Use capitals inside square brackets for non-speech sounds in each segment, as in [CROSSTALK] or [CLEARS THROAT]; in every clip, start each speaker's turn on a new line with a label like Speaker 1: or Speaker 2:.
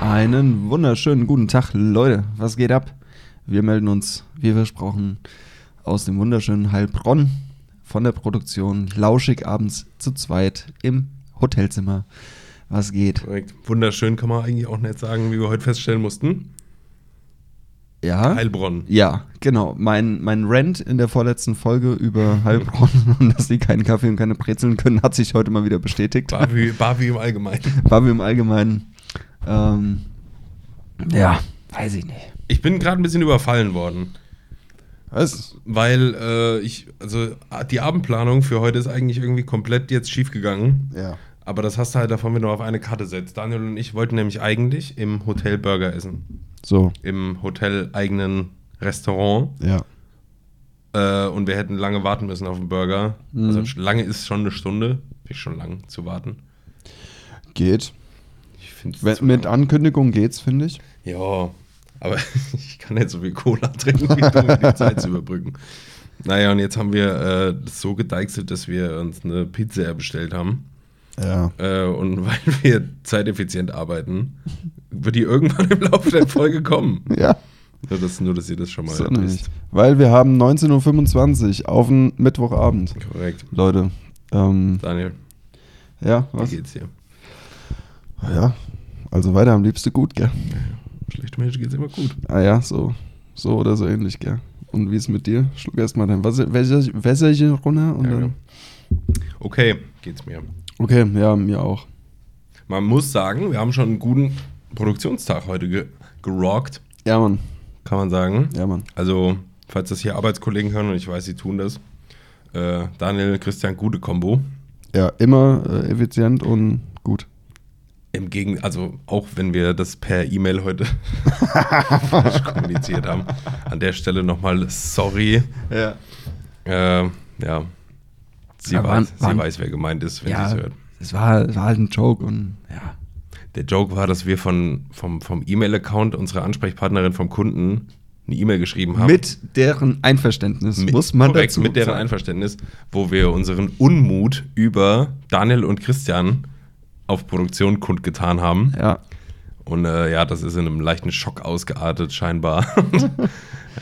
Speaker 1: Einen wunderschönen guten Tag, Leute. Was geht ab? Wir melden uns, wie versprochen, aus dem wunderschönen Heilbronn von der Produktion Lauschig abends zu zweit im Hotelzimmer. Was geht?
Speaker 2: Korrekt. Wunderschön kann man eigentlich auch nicht sagen, wie wir heute feststellen mussten.
Speaker 1: Ja?
Speaker 2: Heilbronn.
Speaker 1: Ja, genau. Mein, mein Rant in der vorletzten Folge [LAUGHS] über Heilbronn und dass sie keinen Kaffee und keine Brezeln können, hat sich heute mal wieder bestätigt.
Speaker 2: Barwi, Barwi im Allgemeinen.
Speaker 1: Babi im Allgemeinen. Ähm, ja, weiß ich nicht.
Speaker 2: Ich bin gerade ein bisschen überfallen worden,
Speaker 1: Was?
Speaker 2: weil äh, ich, also die Abendplanung für heute ist eigentlich irgendwie komplett jetzt schiefgegangen.
Speaker 1: Ja.
Speaker 2: Aber das hast du halt davon, wenn du auf eine Karte setzt. Daniel und ich wollten nämlich eigentlich im Hotel Burger essen.
Speaker 1: So,
Speaker 2: Im Hotel eigenen Restaurant.
Speaker 1: ja.
Speaker 2: Äh, und wir hätten lange warten müssen auf den Burger. Also
Speaker 1: Mhm.
Speaker 2: sch- lange ist schon eine Stunde. Finde ich schon lang zu warten.
Speaker 1: Geht.
Speaker 2: Ich find's
Speaker 1: Wenn-
Speaker 2: zu
Speaker 1: mit
Speaker 2: lang.
Speaker 1: Ankündigung geht's, finde ich.
Speaker 2: Ja, aber [LAUGHS] ich kann nicht so viel Cola trinken, wie du, um die Zeit zu überbrücken. Naja, und jetzt haben wir äh, das so gedeichselt, dass wir uns eine Pizza bestellt haben.
Speaker 1: Ja.
Speaker 2: Äh, und [LAUGHS] weil wir zeiteffizient arbeiten, wird die irgendwann im Laufe der Folge kommen. [LAUGHS]
Speaker 1: Ja,
Speaker 2: Nur, dass, nur, dass ihr das schon mal
Speaker 1: so
Speaker 2: wisst.
Speaker 1: nämlich. Weil wir haben 19.25 Uhr auf den Mittwochabend.
Speaker 2: Korrekt.
Speaker 1: Leute, ähm,
Speaker 2: Daniel,
Speaker 1: ja, was?
Speaker 2: wie geht's dir?
Speaker 1: Ja, also weiter am liebsten gut, gell?
Speaker 2: Schlechte Menschen geht's immer gut.
Speaker 1: Ah ja, so, so oder so ähnlich, gell? Und wie ist mit dir? Schluck erstmal dein Wasser- Wässer- Wässerchen runter und
Speaker 2: Ja,
Speaker 1: dann.
Speaker 2: ja. Okay, geht's mir.
Speaker 1: Okay, ja, mir auch.
Speaker 2: Man muss sagen, wir haben schon einen guten Produktionstag heute ge gerockt,
Speaker 1: Ja, Mann.
Speaker 2: kann man sagen.
Speaker 1: Ja, Mann.
Speaker 2: Also, falls das hier Arbeitskollegen hören und ich weiß, sie tun das. Äh, Daniel, Christian, gute Kombo.
Speaker 1: Ja, immer äh, effizient und [LAUGHS] gut.
Speaker 2: Im Gegen, also auch wenn wir das per E-Mail heute [LAUGHS] falsch kommuniziert haben. An der Stelle nochmal sorry.
Speaker 1: [LAUGHS] Ja.
Speaker 2: Äh, ja. Sie,
Speaker 1: Ja,
Speaker 2: weiß,
Speaker 1: waren-
Speaker 2: sie
Speaker 1: waren-
Speaker 2: weiß, wer gemeint ist, wenn
Speaker 1: Ja,
Speaker 2: sie es hört.
Speaker 1: es war, es war halt ein Joke und ja.
Speaker 2: Der Joke war, dass wir von, vom, vom E-Mail-Account unserer Ansprechpartnerin vom Kunden eine E-Mail geschrieben haben.
Speaker 1: Mit deren Einverständnis
Speaker 2: Mit-
Speaker 1: muss man
Speaker 2: korrekt,
Speaker 1: dazu
Speaker 2: mit deren
Speaker 1: sagen.
Speaker 2: Einverständnis, wo wir unseren Unmut über Daniel und Christian auf Produktion kundgetan haben.
Speaker 1: Ja,
Speaker 2: Und äh, ja, das ist in einem leichten Schock ausgeartet, scheinbar. [LAUGHS]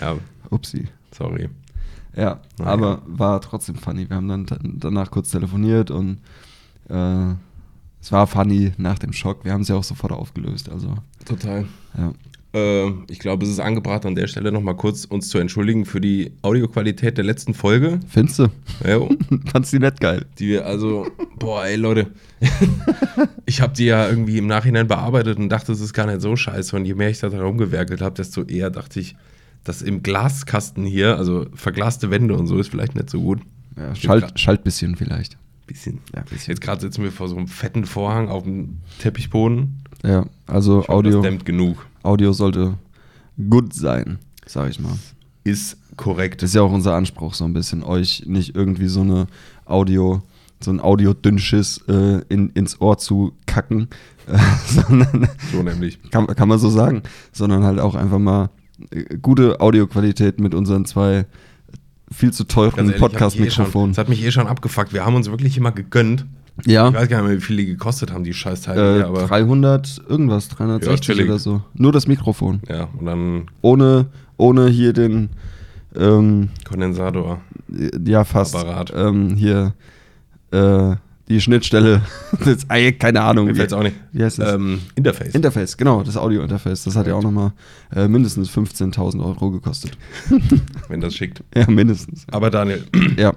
Speaker 2: ja,
Speaker 1: upsi.
Speaker 2: sorry.
Speaker 1: Ja,
Speaker 2: Naja.
Speaker 1: aber war trotzdem funny. Wir haben dann t- danach kurz telefoniert und äh, es war funny nach dem Schock. Wir haben es ja auch sofort aufgelöst. Also,
Speaker 2: Total.
Speaker 1: ja.
Speaker 2: Äh, ich glaube, es ist angebracht, an der Stelle nochmal kurz uns zu entschuldigen für die Audioqualität der letzten Folge.
Speaker 1: Findest du?
Speaker 2: Jo.
Speaker 1: [LAUGHS] Fandst du nett geil?
Speaker 2: Die wir also, boah, ey Leute, [LAUGHS] ich habe die ja irgendwie im Nachhinein bearbeitet und dachte, es ist gar nicht so scheiße. Und je mehr ich da dran rumgewerkelt habe, desto eher dachte ich, dass im Glaskasten hier, also verglaste Wände und so, ist vielleicht nicht so gut.
Speaker 1: Ja,
Speaker 2: Jetzt
Speaker 1: Schalt,
Speaker 2: grad-
Speaker 1: Schaltbisschen vielleicht.
Speaker 2: bisschen.
Speaker 1: Ja, bisschen.
Speaker 2: Jetzt gerade sitzen wir vor so einem fetten Vorhang auf dem Teppichboden.
Speaker 1: Ja, also
Speaker 2: Ich hoffe,
Speaker 1: Audio,
Speaker 2: Das dämmt genug.
Speaker 1: Audio sollte gut sein, sag ich mal.
Speaker 2: Ist korrekt.
Speaker 1: Das ist ja auch unser Anspruch so ein bisschen, euch nicht irgendwie so eine Audio, so ein Audio-Dünnschiss äh, in, ins Ohr zu kacken, [LAUGHS] äh, sondern
Speaker 2: so
Speaker 1: [LAUGHS]
Speaker 2: nämlich.
Speaker 1: kann, kann man so sagen, sondern halt auch einfach mal äh, gute Audioqualität mit unseren zwei viel zu teuren
Speaker 2: ich hab mich eh schon-
Speaker 1: Podcast-Mikrofonen.
Speaker 2: Das hat mich eh schon abgefuckt. Wir haben uns wirklich immer gegönnt.
Speaker 1: Ja,
Speaker 2: Ich weiß gar nicht mehr, wie viel die gekostet haben, die Scheißteile.
Speaker 1: äh,
Speaker 2: hier, aber
Speaker 1: 300 irgendwas,
Speaker 2: Ja,
Speaker 1: 360
Speaker 2: chillig.
Speaker 1: oder so. Nur das Mikrofon.
Speaker 2: ja, und dann
Speaker 1: Ohne, ohne hier den, ähm,
Speaker 2: Kondensator.
Speaker 1: ja fast,
Speaker 2: Apparat.
Speaker 1: ähm, hier äh, die Schnittstelle, [LAUGHS] das, Ei, keine Ahnung.
Speaker 2: Mir
Speaker 1: wie-
Speaker 2: fällt auch nicht.
Speaker 1: Wie heißt das?
Speaker 2: Ähm, Interface.
Speaker 1: Interface, genau, das Audio-Interface. Das hat ja auch nochmal äh, mindestens 15.000 Euro gekostet. [LAUGHS]
Speaker 2: wenn das schickt.
Speaker 1: Ja, mindestens.
Speaker 2: Aber Daniel, [CLEARS THROAT]
Speaker 1: Ja.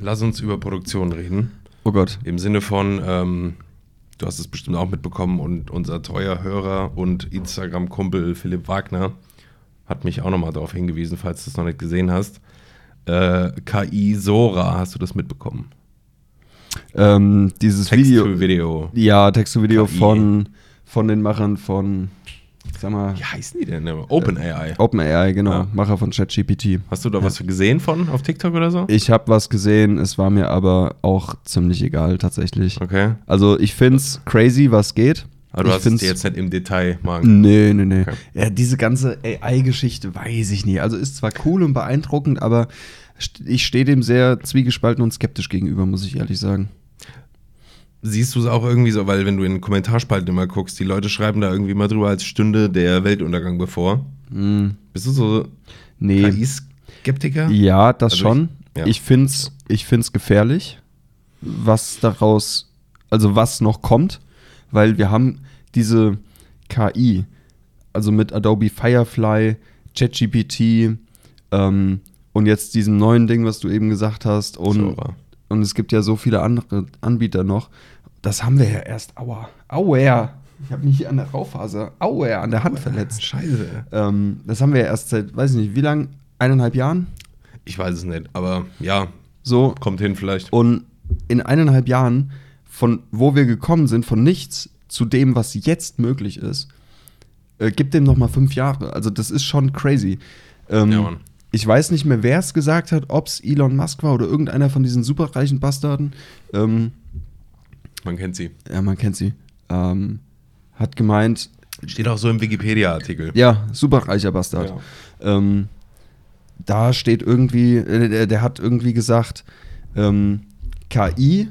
Speaker 2: lass uns über Produktion reden.
Speaker 1: Oh Gott.
Speaker 2: Im Sinne von, ähm, du hast es bestimmt auch mitbekommen und unser treuer Hörer und Instagram-Kumpel Philipp Wagner hat mich auch nochmal darauf hingewiesen, falls du es noch nicht gesehen hast. Äh, KI Sora, hast du das mitbekommen?
Speaker 1: Ähm, dieses Video.
Speaker 2: Video.
Speaker 1: Ja, Text-to-Video
Speaker 2: KI.
Speaker 1: von, von den Machern von, ich sag mal,
Speaker 2: Wie heißen die denn? Ne, OpenAI.
Speaker 1: OpenAI, genau,
Speaker 2: Ja.
Speaker 1: Macher von ChatGPT.
Speaker 2: Hast du da was gesehen von auf TikTok oder so?
Speaker 1: Ich habe was gesehen, es war mir aber auch ziemlich egal tatsächlich.
Speaker 2: Okay.
Speaker 1: Also ich find's crazy, was geht.
Speaker 2: Aber Ah, du
Speaker 1: ich
Speaker 2: hast es
Speaker 1: find's-
Speaker 2: dir jetzt nicht im Detail mal
Speaker 1: Nee, nee, nee.
Speaker 2: Okay.
Speaker 1: Ja, diese ganze AI-Geschichte weiß ich nicht. Also ist zwar cool und beeindruckend, aber st- ich stehe dem sehr zwiegespalten und skeptisch gegenüber, muss ich ehrlich sagen.
Speaker 2: siehst du es auch irgendwie so, weil wenn du in den Kommentarspalten immer guckst, die Leute schreiben da irgendwie mal drüber, als stünde der Weltuntergang bevor.
Speaker 1: Mm,
Speaker 2: Bist du so
Speaker 1: nee.
Speaker 2: KI-Skeptiker?
Speaker 1: Ja, das
Speaker 2: Also ich-
Speaker 1: schon.
Speaker 2: ja.
Speaker 1: Ich find's, ich find's gefährlich, was daraus, also was noch kommt, weil wir haben diese KI, also mit Adobe Firefly, ChatGPT ähm, und jetzt diesem neuen Ding, was du eben gesagt hast und,
Speaker 2: Sora.
Speaker 1: und es gibt ja so viele andere Anbieter noch. Das haben wir ja erst, aua, aua, ich habe mich hier an der Raufaser, aua, an der Hand verletzt.
Speaker 2: Scheiße.
Speaker 1: Ähm, das haben wir ja erst seit, weiß ich nicht, wie lang? Eineinhalb Jahren?
Speaker 2: Ich weiß es nicht, aber ja,
Speaker 1: So.
Speaker 2: kommt hin vielleicht.
Speaker 1: Und in eineinhalb Jahren, von wo wir gekommen sind, von nichts zu dem, was jetzt möglich ist, äh, gibt dem nochmal fünf Jahre. Also, das ist schon crazy. Ähm,
Speaker 2: Ja, Mann.
Speaker 1: ich weiß nicht mehr, wer es gesagt hat, ob es Elon Musk war oder irgendeiner von diesen superreichen Bastarden. Ähm,
Speaker 2: Man kennt sie.
Speaker 1: ja, man kennt sie. Ähm, hat gemeint,
Speaker 2: Steht auch so im Wikipedia-Artikel.
Speaker 1: ja, superreicher Bastard.
Speaker 2: Ja.
Speaker 1: Ähm, da steht irgendwie, äh, der, der hat irgendwie gesagt, ähm, KI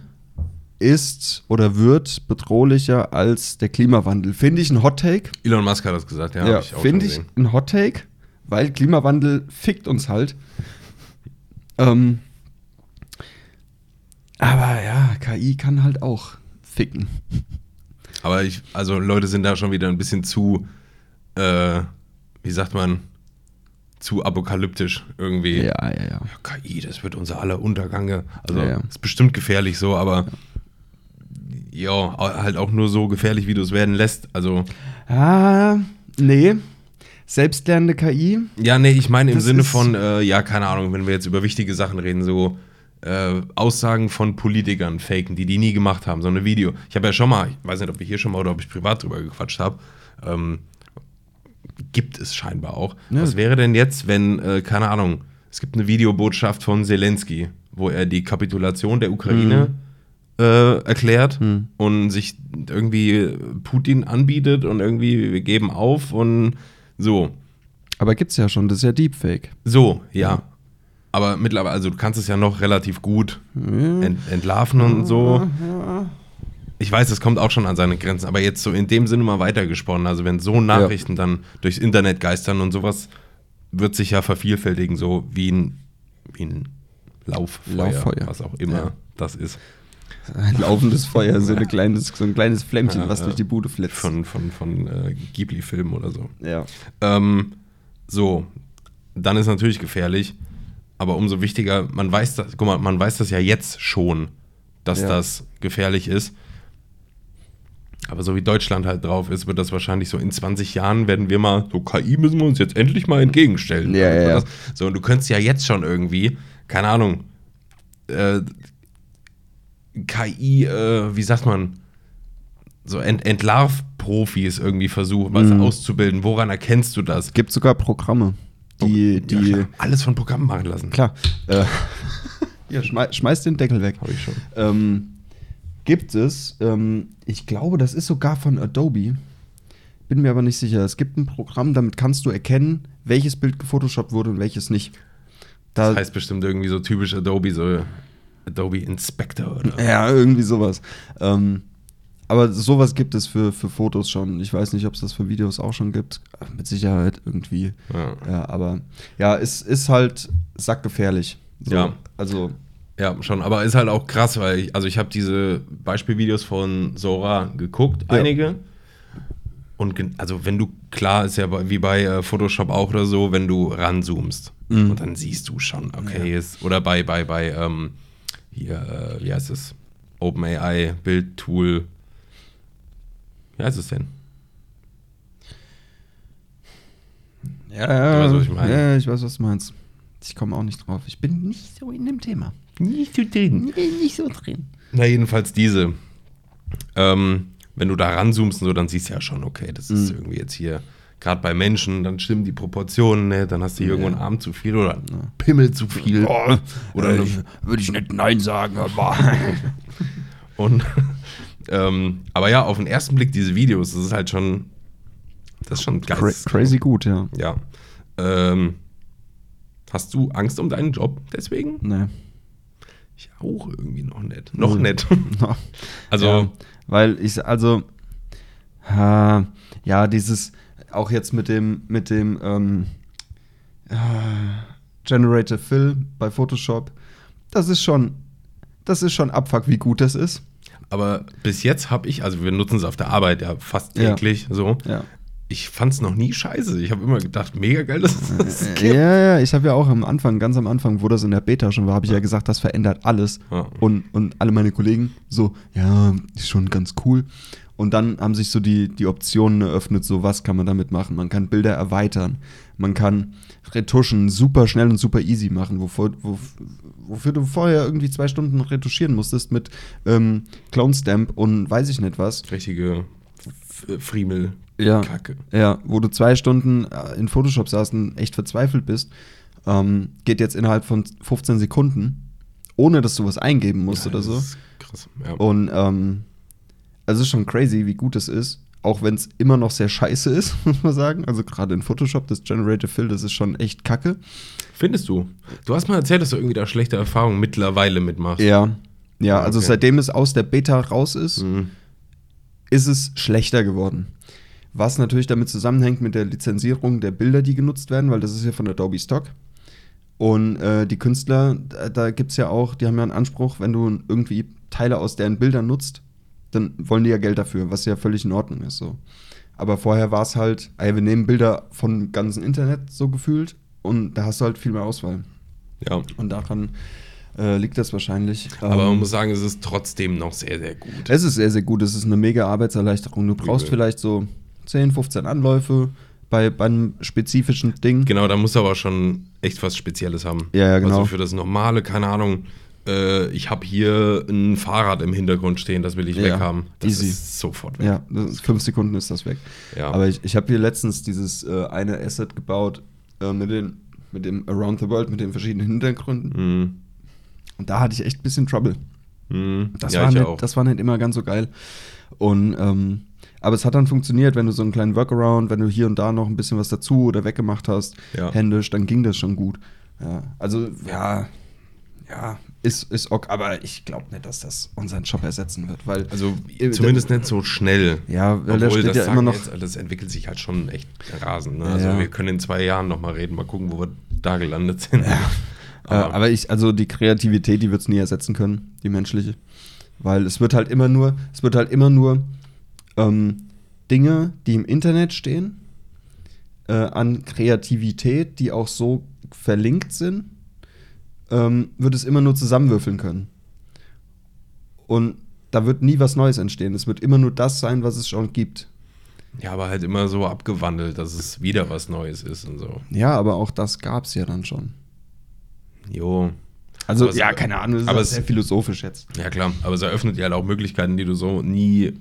Speaker 1: ist oder wird bedrohlicher als der Klimawandel. Finde ich ein Hot Take?
Speaker 2: Elon Musk hat das gesagt, ja. hab auch
Speaker 1: finde
Speaker 2: schon
Speaker 1: ich
Speaker 2: gesehen.
Speaker 1: ein Hot Take, weil Klimawandel fickt uns halt. ähm, aber ja, KI kann halt auch ficken.
Speaker 2: Aber ich, also Leute sind da schon wieder ein bisschen zu, äh, wie sagt man, zu apokalyptisch irgendwie.
Speaker 1: ja, ja.
Speaker 2: KI, das wird unser aller Untergange. Also
Speaker 1: Ja, ja.
Speaker 2: ist bestimmt gefährlich so, aber ja, halt auch nur so gefährlich, wie du es werden lässt. Also
Speaker 1: Ah, nee. Selbstlernende KI.
Speaker 2: ja, nee, ich meine im
Speaker 1: Das
Speaker 2: Sinne
Speaker 1: ist-
Speaker 2: von, äh, ja, keine Ahnung, wenn wir jetzt über wichtige Sachen reden, so äh, Aussagen von Politikern faken, die die nie gemacht haben, so eine Video. Ich habe ja schon mal, ich weiß nicht, ob ich hier schon mal oder ob ich privat drüber gequatscht habe, ähm, gibt es scheinbar auch.
Speaker 1: Ja.
Speaker 2: Was wäre denn jetzt, wenn, äh, keine Ahnung, es gibt eine Videobotschaft von Zelensky, wo er die Kapitulation der Ukraine
Speaker 1: Mhm.
Speaker 2: äh, erklärt und sich irgendwie Putin anbietet und irgendwie wir geben auf und so.
Speaker 1: Aber gibt's ja schon, das ist ja Deepfake.
Speaker 2: So, ja. Aber mittlerweile, also du kannst es ja noch relativ gut
Speaker 1: Mhm.
Speaker 2: ent entlarven und so. Ich weiß, es kommt auch schon an seine Grenzen, aber jetzt so in dem Sinne mal weitergesponnen. Also wenn so Nachrichten dann durchs Internet geistern und sowas, wird sich ja vervielfältigen, so wie ein, wie ein Lauffeuer,
Speaker 1: Lauffeuer.
Speaker 2: was auch immer
Speaker 1: Ja.
Speaker 2: das ist.
Speaker 1: [LAUGHS] Ein laufendes Feuer, so, eine kleines, so ein kleines Flämmchen, was
Speaker 2: Ja,
Speaker 1: durch die Bude flitzt.
Speaker 2: Von, von, von äh, Ghibli-Filmen oder so.
Speaker 1: Ja.
Speaker 2: Ähm, so, dann ist natürlich gefährlich, aber umso wichtiger, man weiß das, guck mal, man weiß das ja jetzt schon, dass
Speaker 1: Ja.
Speaker 2: das gefährlich ist. Aber so wie Deutschland halt drauf ist, wird das wahrscheinlich so in 20 Jahren werden wir mal, so KI müssen wir uns jetzt endlich mal entgegenstellen. Also
Speaker 1: Ja, ja, ja.
Speaker 2: So, und du könntest ja jetzt schon irgendwie, keine Ahnung, äh, KI, äh, wie sagt man, so Ent Entlarv-Profis irgendwie versuchen, was
Speaker 1: Mhm.
Speaker 2: auszubilden. Woran erkennst du das?
Speaker 1: Gibt sogar Programme, die.
Speaker 2: Ja,
Speaker 1: die
Speaker 2: klar. alles von Programmen machen lassen.
Speaker 1: Oh, klar. [LAUGHS] Äh, ja, schmei schmeiß den Deckel weg.
Speaker 2: Hab ich schon.
Speaker 1: Ähm, gibt es, ähm, ich glaube, das ist sogar von Adobe. Bin mir aber nicht sicher. Es gibt ein Programm, damit kannst du erkennen, welches Bild gefotoshoppt wurde und welches nicht. Da,
Speaker 2: Das heißt bestimmt irgendwie so typisch Adobe, so Adobe Inspector oder
Speaker 1: Ja, irgendwie sowas. Ähm, aber sowas gibt es für, für Fotos schon. Ich weiß nicht, ob es das für Videos auch schon gibt. Mit Sicherheit irgendwie.
Speaker 2: Ja.
Speaker 1: Ja, aber ja, es ist halt sackgefährlich. So,
Speaker 2: Ja.
Speaker 1: Also,
Speaker 2: Ja, schon, aber ist halt auch krass, weil ich, also ich habe diese Beispielvideos von Sora geguckt,
Speaker 1: Ja.
Speaker 2: einige. Und gen- also wenn du, klar, ist ja bei- wie bei äh, Photoshop auch oder so, wenn du ranzoomst
Speaker 1: Mhm.
Speaker 2: und dann siehst du schon, okay, ist, oder bei, bei, bei, ähm, hier, äh, wie heißt es? OpenAI, Bildtool. Wie heißt es denn?
Speaker 1: ja,
Speaker 2: weißt, was ich meine.
Speaker 1: ja, ich weiß, was du meinst. Ich komme auch nicht drauf. Ich bin nicht so in dem Thema.
Speaker 2: Nicht zu drin.
Speaker 1: Nicht so drin.
Speaker 2: Na, jedenfalls diese. Ähm, wenn du da ranzoomst und so, dann siehst du ja schon, okay, das
Speaker 1: Mhm.
Speaker 2: ist irgendwie jetzt hier, gerade bei Menschen, dann stimmen die Proportionen, ne? dann hast du hier irgendwo einen Arm zu viel oder einen Pimmel zu viel.
Speaker 1: Äh,
Speaker 2: oder eine-
Speaker 1: würde ich nicht Nein sagen, [LAUGHS] aber.
Speaker 2: und, [LAUGHS] ähm, aber ja, auf den ersten Blick diese Videos, das ist halt schon, das ist schon
Speaker 1: Cra
Speaker 2: geil.
Speaker 1: crazy gut, ja.
Speaker 2: Ja.
Speaker 1: [LAUGHS]
Speaker 2: Ähm, hast du Angst um deinen Job deswegen?
Speaker 1: Nee.
Speaker 2: Ich auch irgendwie noch nicht. Noch
Speaker 1: Mhm.
Speaker 2: nicht. [LAUGHS] Also,
Speaker 1: Ja, weil ich, also, ha, ja, dieses, auch jetzt mit dem, mit dem, ähm, äh, Generator Fill bei Photoshop, das ist schon, das ist schon Abfuck, wie gut das ist.
Speaker 2: aber bis jetzt habe ich, also wir nutzen es auf der Arbeit ja fast
Speaker 1: Ja.
Speaker 2: täglich so.
Speaker 1: Ja.
Speaker 2: Ich fand es noch nie scheiße. Ich habe immer gedacht, mega geil, dass es das
Speaker 1: Ja,
Speaker 2: gibt.
Speaker 1: ja, ich habe ja auch am Anfang, ganz am Anfang, wo das in der Beta schon war, habe ich ja gesagt, das verändert alles.
Speaker 2: Ja.
Speaker 1: Und, und alle meine Kollegen so, ja, ist schon ganz cool. Und dann haben sich so die, die Optionen eröffnet, so was kann man damit machen. Man kann Bilder erweitern, man kann Retuschen super schnell und super easy machen, wofür, wo- wofür du vorher irgendwie zwei Stunden retuschieren musstest mit ähm, Clone Stamp und weiß ich nicht was.
Speaker 2: [LAUGHS] Richtige F- Friemel.
Speaker 1: Ja.
Speaker 2: Kacke.
Speaker 1: Ja, wo du zwei Stunden äh, in Photoshop saßt und echt verzweifelt bist, ähm, geht jetzt innerhalb von 15 Sekunden, ohne dass du was eingeben musst
Speaker 2: Ja,
Speaker 1: oder
Speaker 2: das
Speaker 1: so.
Speaker 2: ist Krass. Ja.
Speaker 1: Und ähm, also es ist schon crazy, wie gut es ist, auch wenn es immer noch sehr scheiße ist, [LAUGHS] muss man sagen. Also gerade in Photoshop, das Generative Fill, das ist schon echt kacke.
Speaker 2: Findest du? Du hast mal erzählt, dass du irgendwie da schlechte Erfahrungen mittlerweile mitmachst.
Speaker 1: Ja. Ja, also
Speaker 2: Okay.
Speaker 1: seitdem es aus der Beta raus ist,
Speaker 2: Mhm.
Speaker 1: ist es schlechter geworden. Was natürlich damit zusammenhängt mit der Lizenzierung der Bilder, die genutzt werden, weil das ist ja von Adobe Stock. Und äh, die Künstler, da, da gibt es ja auch, die haben ja einen Anspruch, wenn du irgendwie Teile aus deren Bildern nutzt, dann wollen die ja Geld dafür, was ja völlig in Ordnung ist. So. Aber vorher war es halt, ey, wir nehmen Bilder vom ganzen Internet so gefühlt und da hast du halt viel mehr Auswahl.
Speaker 2: ja.
Speaker 1: Und daran äh, liegt das wahrscheinlich.
Speaker 2: Aber
Speaker 1: Ähm,
Speaker 2: man muss sagen, es ist trotzdem noch sehr, sehr gut.
Speaker 1: es ist sehr, sehr gut. Es ist eine mega Arbeitserleichterung. Du brauchst
Speaker 2: Übel.
Speaker 1: vielleicht so 10, 15 Anläufe bei, bei einem spezifischen Ding.
Speaker 2: Genau, da muss aber schon echt was Spezielles haben.
Speaker 1: Ja, ja, genau.
Speaker 2: Also für das normale, keine Ahnung, äh, ich habe hier ein Fahrrad im Hintergrund stehen, das will ich
Speaker 1: Ja,
Speaker 2: weghaben. Das
Speaker 1: easy.
Speaker 2: ist sofort weg.
Speaker 1: Ja, das ist, fünf Sekunden ist das weg.
Speaker 2: Ja.
Speaker 1: Aber ich, ich habe hier letztens dieses äh, eine Asset gebaut äh, mit, den, mit dem Around the World, mit den verschiedenen Hintergründen.
Speaker 2: Mhm.
Speaker 1: Und da hatte ich echt ein bisschen Trouble.
Speaker 2: Mhm.
Speaker 1: Das,
Speaker 2: ja,
Speaker 1: war
Speaker 2: ich
Speaker 1: nicht,
Speaker 2: auch.
Speaker 1: das war nicht immer ganz so geil. Und, ähm, aber es hat dann funktioniert, wenn du so einen kleinen Workaround, wenn du hier und da noch ein bisschen was dazu oder weggemacht hast,
Speaker 2: Ja.
Speaker 1: händisch, dann ging das schon gut. Ja, also, ja, ja, ist, ist ok, aber ich glaube nicht, dass das unseren Job ersetzen wird, weil,
Speaker 2: also
Speaker 1: Äh,
Speaker 2: zumindest nicht so schnell.
Speaker 1: ja, weil da
Speaker 2: Obwohl,
Speaker 1: steht
Speaker 2: das,
Speaker 1: ja
Speaker 2: sagen
Speaker 1: immer noch,
Speaker 2: wir jetzt, das entwickelt sich halt schon echt rasend. Ne? Also
Speaker 1: Ja.
Speaker 2: wir können in zwei Jahren nochmal reden, mal gucken, wo wir da gelandet sind.
Speaker 1: äh, aber ich, also die Kreativität, die wird es nie ersetzen können, die menschliche, weil es wird halt immer nur, es wird halt immer nur ähm, Dinge, die im Internet stehen, äh, an Kreativität, die auch so verlinkt sind, ähm, wird es immer nur zusammenwürfeln können. Und da wird nie was Neues entstehen. Es wird immer nur das sein, was es schon gibt.
Speaker 2: ja, aber halt immer so abgewandelt, dass es wieder was Neues ist und so.
Speaker 1: Ja, aber auch das gab es ja dann schon.
Speaker 2: Jo.
Speaker 1: Also,
Speaker 2: Aber es-
Speaker 1: ja, keine Ahnung, das
Speaker 2: aber
Speaker 1: aber ist
Speaker 2: es-
Speaker 1: sehr philosophisch jetzt.
Speaker 2: Ja, klar, aber es eröffnet ja halt auch Möglichkeiten, die du so nie.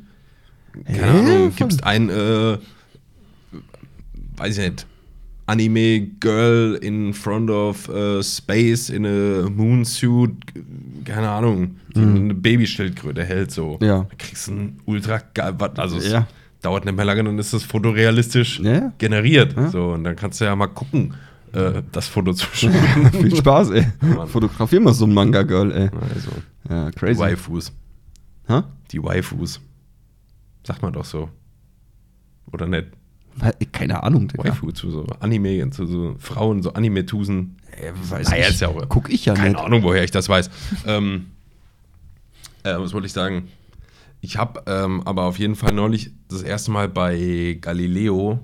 Speaker 2: Keine
Speaker 1: Ja, voll.
Speaker 2: Ahnung, gibst ein, äh, weiß ich nicht, Anime-Girl in front of äh, space in a moonsuit, keine Ahnung, die eine Babyschildkröte hält so.
Speaker 1: Mhm. Ja.
Speaker 2: Da kriegst du ein ultra geil, was- also es
Speaker 1: Ja.
Speaker 2: dauert nicht mehr lange, dann ist das fotorealistisch
Speaker 1: Ja.
Speaker 2: generiert.
Speaker 1: Ja.
Speaker 2: So, und dann kannst du ja mal gucken, äh, das
Speaker 1: [LAUGHS]
Speaker 2: Foto zu schreiben.
Speaker 1: Viel Spaß, ey.
Speaker 2: Mann.
Speaker 1: Fotografier mal so ein Manga-Girl, ey.
Speaker 2: Also,
Speaker 1: Ja,
Speaker 2: die
Speaker 1: crazy.
Speaker 2: Waifus.
Speaker 1: Hä?
Speaker 2: Die Waifus. Sagt man doch so. Oder nicht?
Speaker 1: Wa- Keine Ahnung, Digga.
Speaker 2: Waifu zu so Anime, zu so Frauen, so Anime-Tusen.
Speaker 1: Ey, Äh, weiß
Speaker 2: Naja,
Speaker 1: ich.
Speaker 2: Ah, ist ja auch-
Speaker 1: Guck ich ja
Speaker 2: Keine
Speaker 1: nicht.
Speaker 2: Ahnung, woher ich das weiß. [LAUGHS] ähm, äh, was wollte ich sagen? Ich habe ähm, aber auf jeden Fall neulich das erste Mal bei Galileo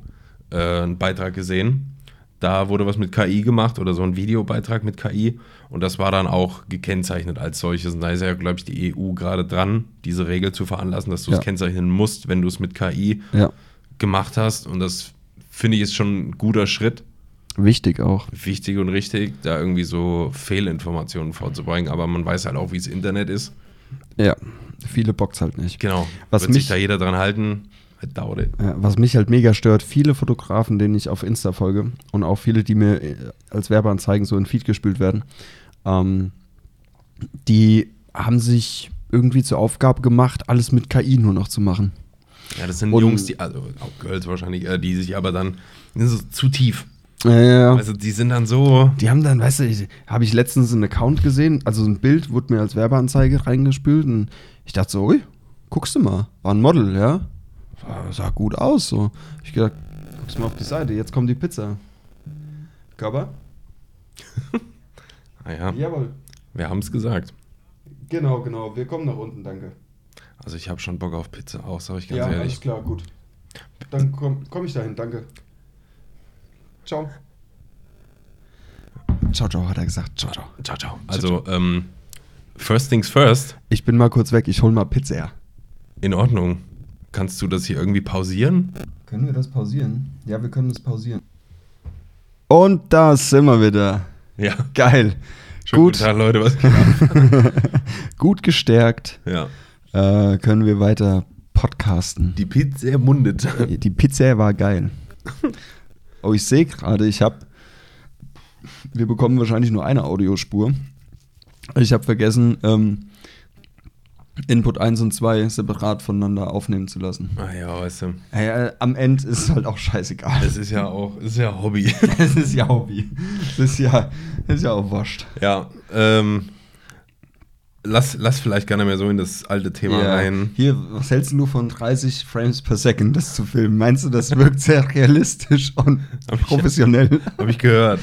Speaker 2: äh, einen Beitrag gesehen. Da wurde was mit KI gemacht oder so ein Videobeitrag mit KI und das war dann auch gekennzeichnet als solches. Und da ist ja, glaube ich, die EU gerade dran, diese Regel zu veranlassen, dass du es
Speaker 1: Ja.
Speaker 2: kennzeichnen musst, wenn du es mit KI
Speaker 1: Ja,
Speaker 2: gemacht hast. Und das finde ich ist schon ein guter Schritt,
Speaker 1: wichtig auch.
Speaker 2: wichtig und richtig, da irgendwie so Fehlinformationen vorzubeugen. Aber man weiß halt auch, wie es Internet ist.
Speaker 1: Ja, viele bockt's halt nicht.
Speaker 2: Genau.
Speaker 1: Was
Speaker 2: Wird
Speaker 1: mich-
Speaker 2: sich da jeder dran halten? I doubt it.
Speaker 1: Ja, was mich halt mega stört, viele Fotografen, denen ich auf Insta folge und auch viele, die mir äh, als Werbeanzeigen so in den Feed gespült werden, ähm, die haben sich irgendwie zur Aufgabe gemacht, alles mit KI nur noch zu machen.
Speaker 2: Ja, das sind
Speaker 1: Und-
Speaker 2: Jungs, die, also auch Girls wahrscheinlich, äh, die sich aber dann die sind so zu tief.
Speaker 1: Ja, ja, ja.
Speaker 2: Also die sind dann so.
Speaker 1: Die haben dann, weißt du, habe ich letztens einen Account gesehen, also ein Bild wurde mir als Werbeanzeige reingespült und ich dachte so, ui, guckst du mal, war ein Model, ja? Sah, sah gut aus, so. Ich gedacht, guckst mal auf die Seite, jetzt kommt die Pizza. Körper?
Speaker 2: Naja,
Speaker 1: Jawohl.
Speaker 2: ah wir haben es gesagt.
Speaker 1: Genau, genau, wir kommen nach unten, danke.
Speaker 2: Also ich habe schon Bock auf Pizza auch, sag ich ganz ehrlich.
Speaker 1: klar, gut. Dann komme komm ich dahin, danke. Ciao. Ciao, ciao, hat er gesagt. Ciao, ciao.
Speaker 2: Ciao, ciao. Also, ähm, first things first,
Speaker 1: Ich bin mal kurz weg, ich hol mal Pizza.
Speaker 2: in Ordnung. Kannst du das hier irgendwie pausieren?
Speaker 1: Können wir das pausieren? Ja, wir können das pausieren. Und da sind wir wieder.
Speaker 2: Ja.
Speaker 1: Geil.
Speaker 2: Schönen
Speaker 1: Gut.
Speaker 2: Guten Tag, Leute. Was?
Speaker 1: [LAUGHS] Gut gestärkt
Speaker 2: ja.
Speaker 1: äh, können wir weiter podcasten.
Speaker 2: Die Pizza mundet.
Speaker 1: Die, die Pizza war
Speaker 2: [LAUGHS]
Speaker 1: geil. Oh, ich sehe gerade, ich habe. Wir bekommen wahrscheinlich nur eine Audiospur. Ich habe vergessen, ähm, Input 1 und 2 separat voneinander aufnehmen zu lassen.
Speaker 2: Ah ja, weißt du.
Speaker 1: Ey, äh, am Ende ist es halt auch scheißegal.
Speaker 2: Es ist ja auch, es ist ja Hobby.
Speaker 1: [LAUGHS] Es ist ja Hobby. Es ist ja, es ist ja auch wurscht.
Speaker 2: [LAUGHS] ja. Ähm, lass, lass vielleicht gar nicht mehr so in das alte Thema rein.
Speaker 1: Hier, was hältst du von 30 Frames per Second, das zu filmen? Meinst du, das wirkt sehr realistisch und
Speaker 2: Hab ich- [LAUGHS]
Speaker 1: professionell?
Speaker 2: Habe ich gehört.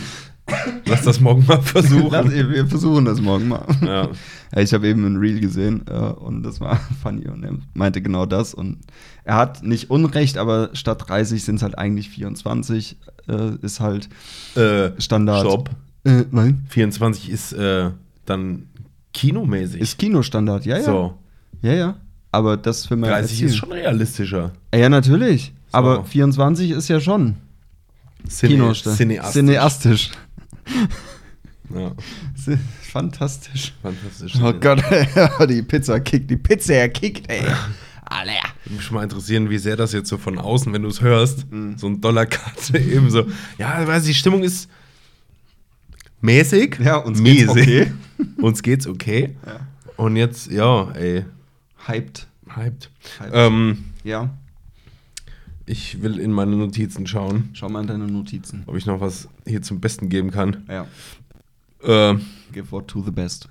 Speaker 2: Lass das morgen mal
Speaker 1: Lass,
Speaker 2: versuchen.
Speaker 1: wir versuchen das morgen mal.
Speaker 2: Ja.
Speaker 1: [LAUGHS] Ja, Ich habe eben ein Reel gesehen äh, und das war [LAUGHS] funny und er meinte genau das. Und er hat nicht Unrecht, aber statt 30 sind es halt eigentlich 24, äh, ist halt
Speaker 2: Äh,
Speaker 1: Standard.
Speaker 2: Stopp.
Speaker 1: Äh, nein.
Speaker 2: 24 ist äh, dann kinomäßig.
Speaker 1: Ist Kinostandard, ja, ja.
Speaker 2: So.
Speaker 1: Ja, ja. Aber das für mein
Speaker 2: 30 ist
Speaker 1: Erzielen.
Speaker 2: schon realistischer.
Speaker 1: Ja, natürlich.
Speaker 2: So.
Speaker 1: Aber 24 ist ja schon
Speaker 2: Cine,
Speaker 1: Kinostand.
Speaker 2: Cineastisch.
Speaker 1: Cineastisch.
Speaker 2: Ja,
Speaker 1: Fantastisch.
Speaker 2: fantastisch.
Speaker 1: Oh Gott, [LAUGHS] die Pizza kickt, die Pizza kickt, ey. Alter.
Speaker 2: Würde mich schon mal interessieren, wie sehr das jetzt so von außen, wenn du es hörst,
Speaker 1: Mhm.
Speaker 2: so ein Dollarkarte [LAUGHS] eben so. Ja, weiß ich, die Stimmung ist mäßig.
Speaker 1: Ja, uns geht's okay.
Speaker 2: [LAUGHS] uns geht's okay.
Speaker 1: Ja.
Speaker 2: Und jetzt, ja, ey,
Speaker 1: Hyped.
Speaker 2: hyped.
Speaker 1: Hyped.
Speaker 2: Ähm,
Speaker 1: Ja.
Speaker 2: ich will in meine Notizen schauen,
Speaker 1: Schau mal in deine Notizen.
Speaker 2: ob ich noch was hier zum Besten geben kann.
Speaker 1: Ja.
Speaker 2: Äh,
Speaker 1: Give what to the best.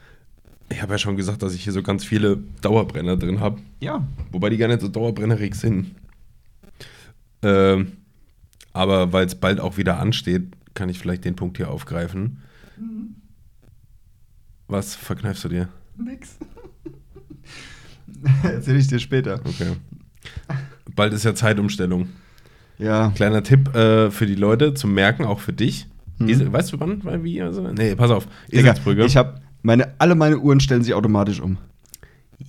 Speaker 2: ich habe ja schon gesagt, dass ich hier so ganz viele Dauerbrenner drin habe.
Speaker 1: Ja.
Speaker 2: Wobei die gar nicht so dauerbrennerig sind. Ähm, aber weil es bald auch wieder ansteht, kann ich vielleicht den Punkt hier aufgreifen. Was verkneifst du dir?
Speaker 1: Nix. [LAUGHS] Erzähl ich dir später.
Speaker 2: Okay. Bald ist ja Zeitumstellung.
Speaker 1: Ja.
Speaker 2: Kleiner Tipp äh, für die Leute zum Merken, auch für dich. Esel, weißt du wann? wann wie, also? Nee, pass auf.
Speaker 1: Digga,
Speaker 2: Eselsbrücke.
Speaker 1: ich habe meine, alle meine Uhren stellen sich automatisch um.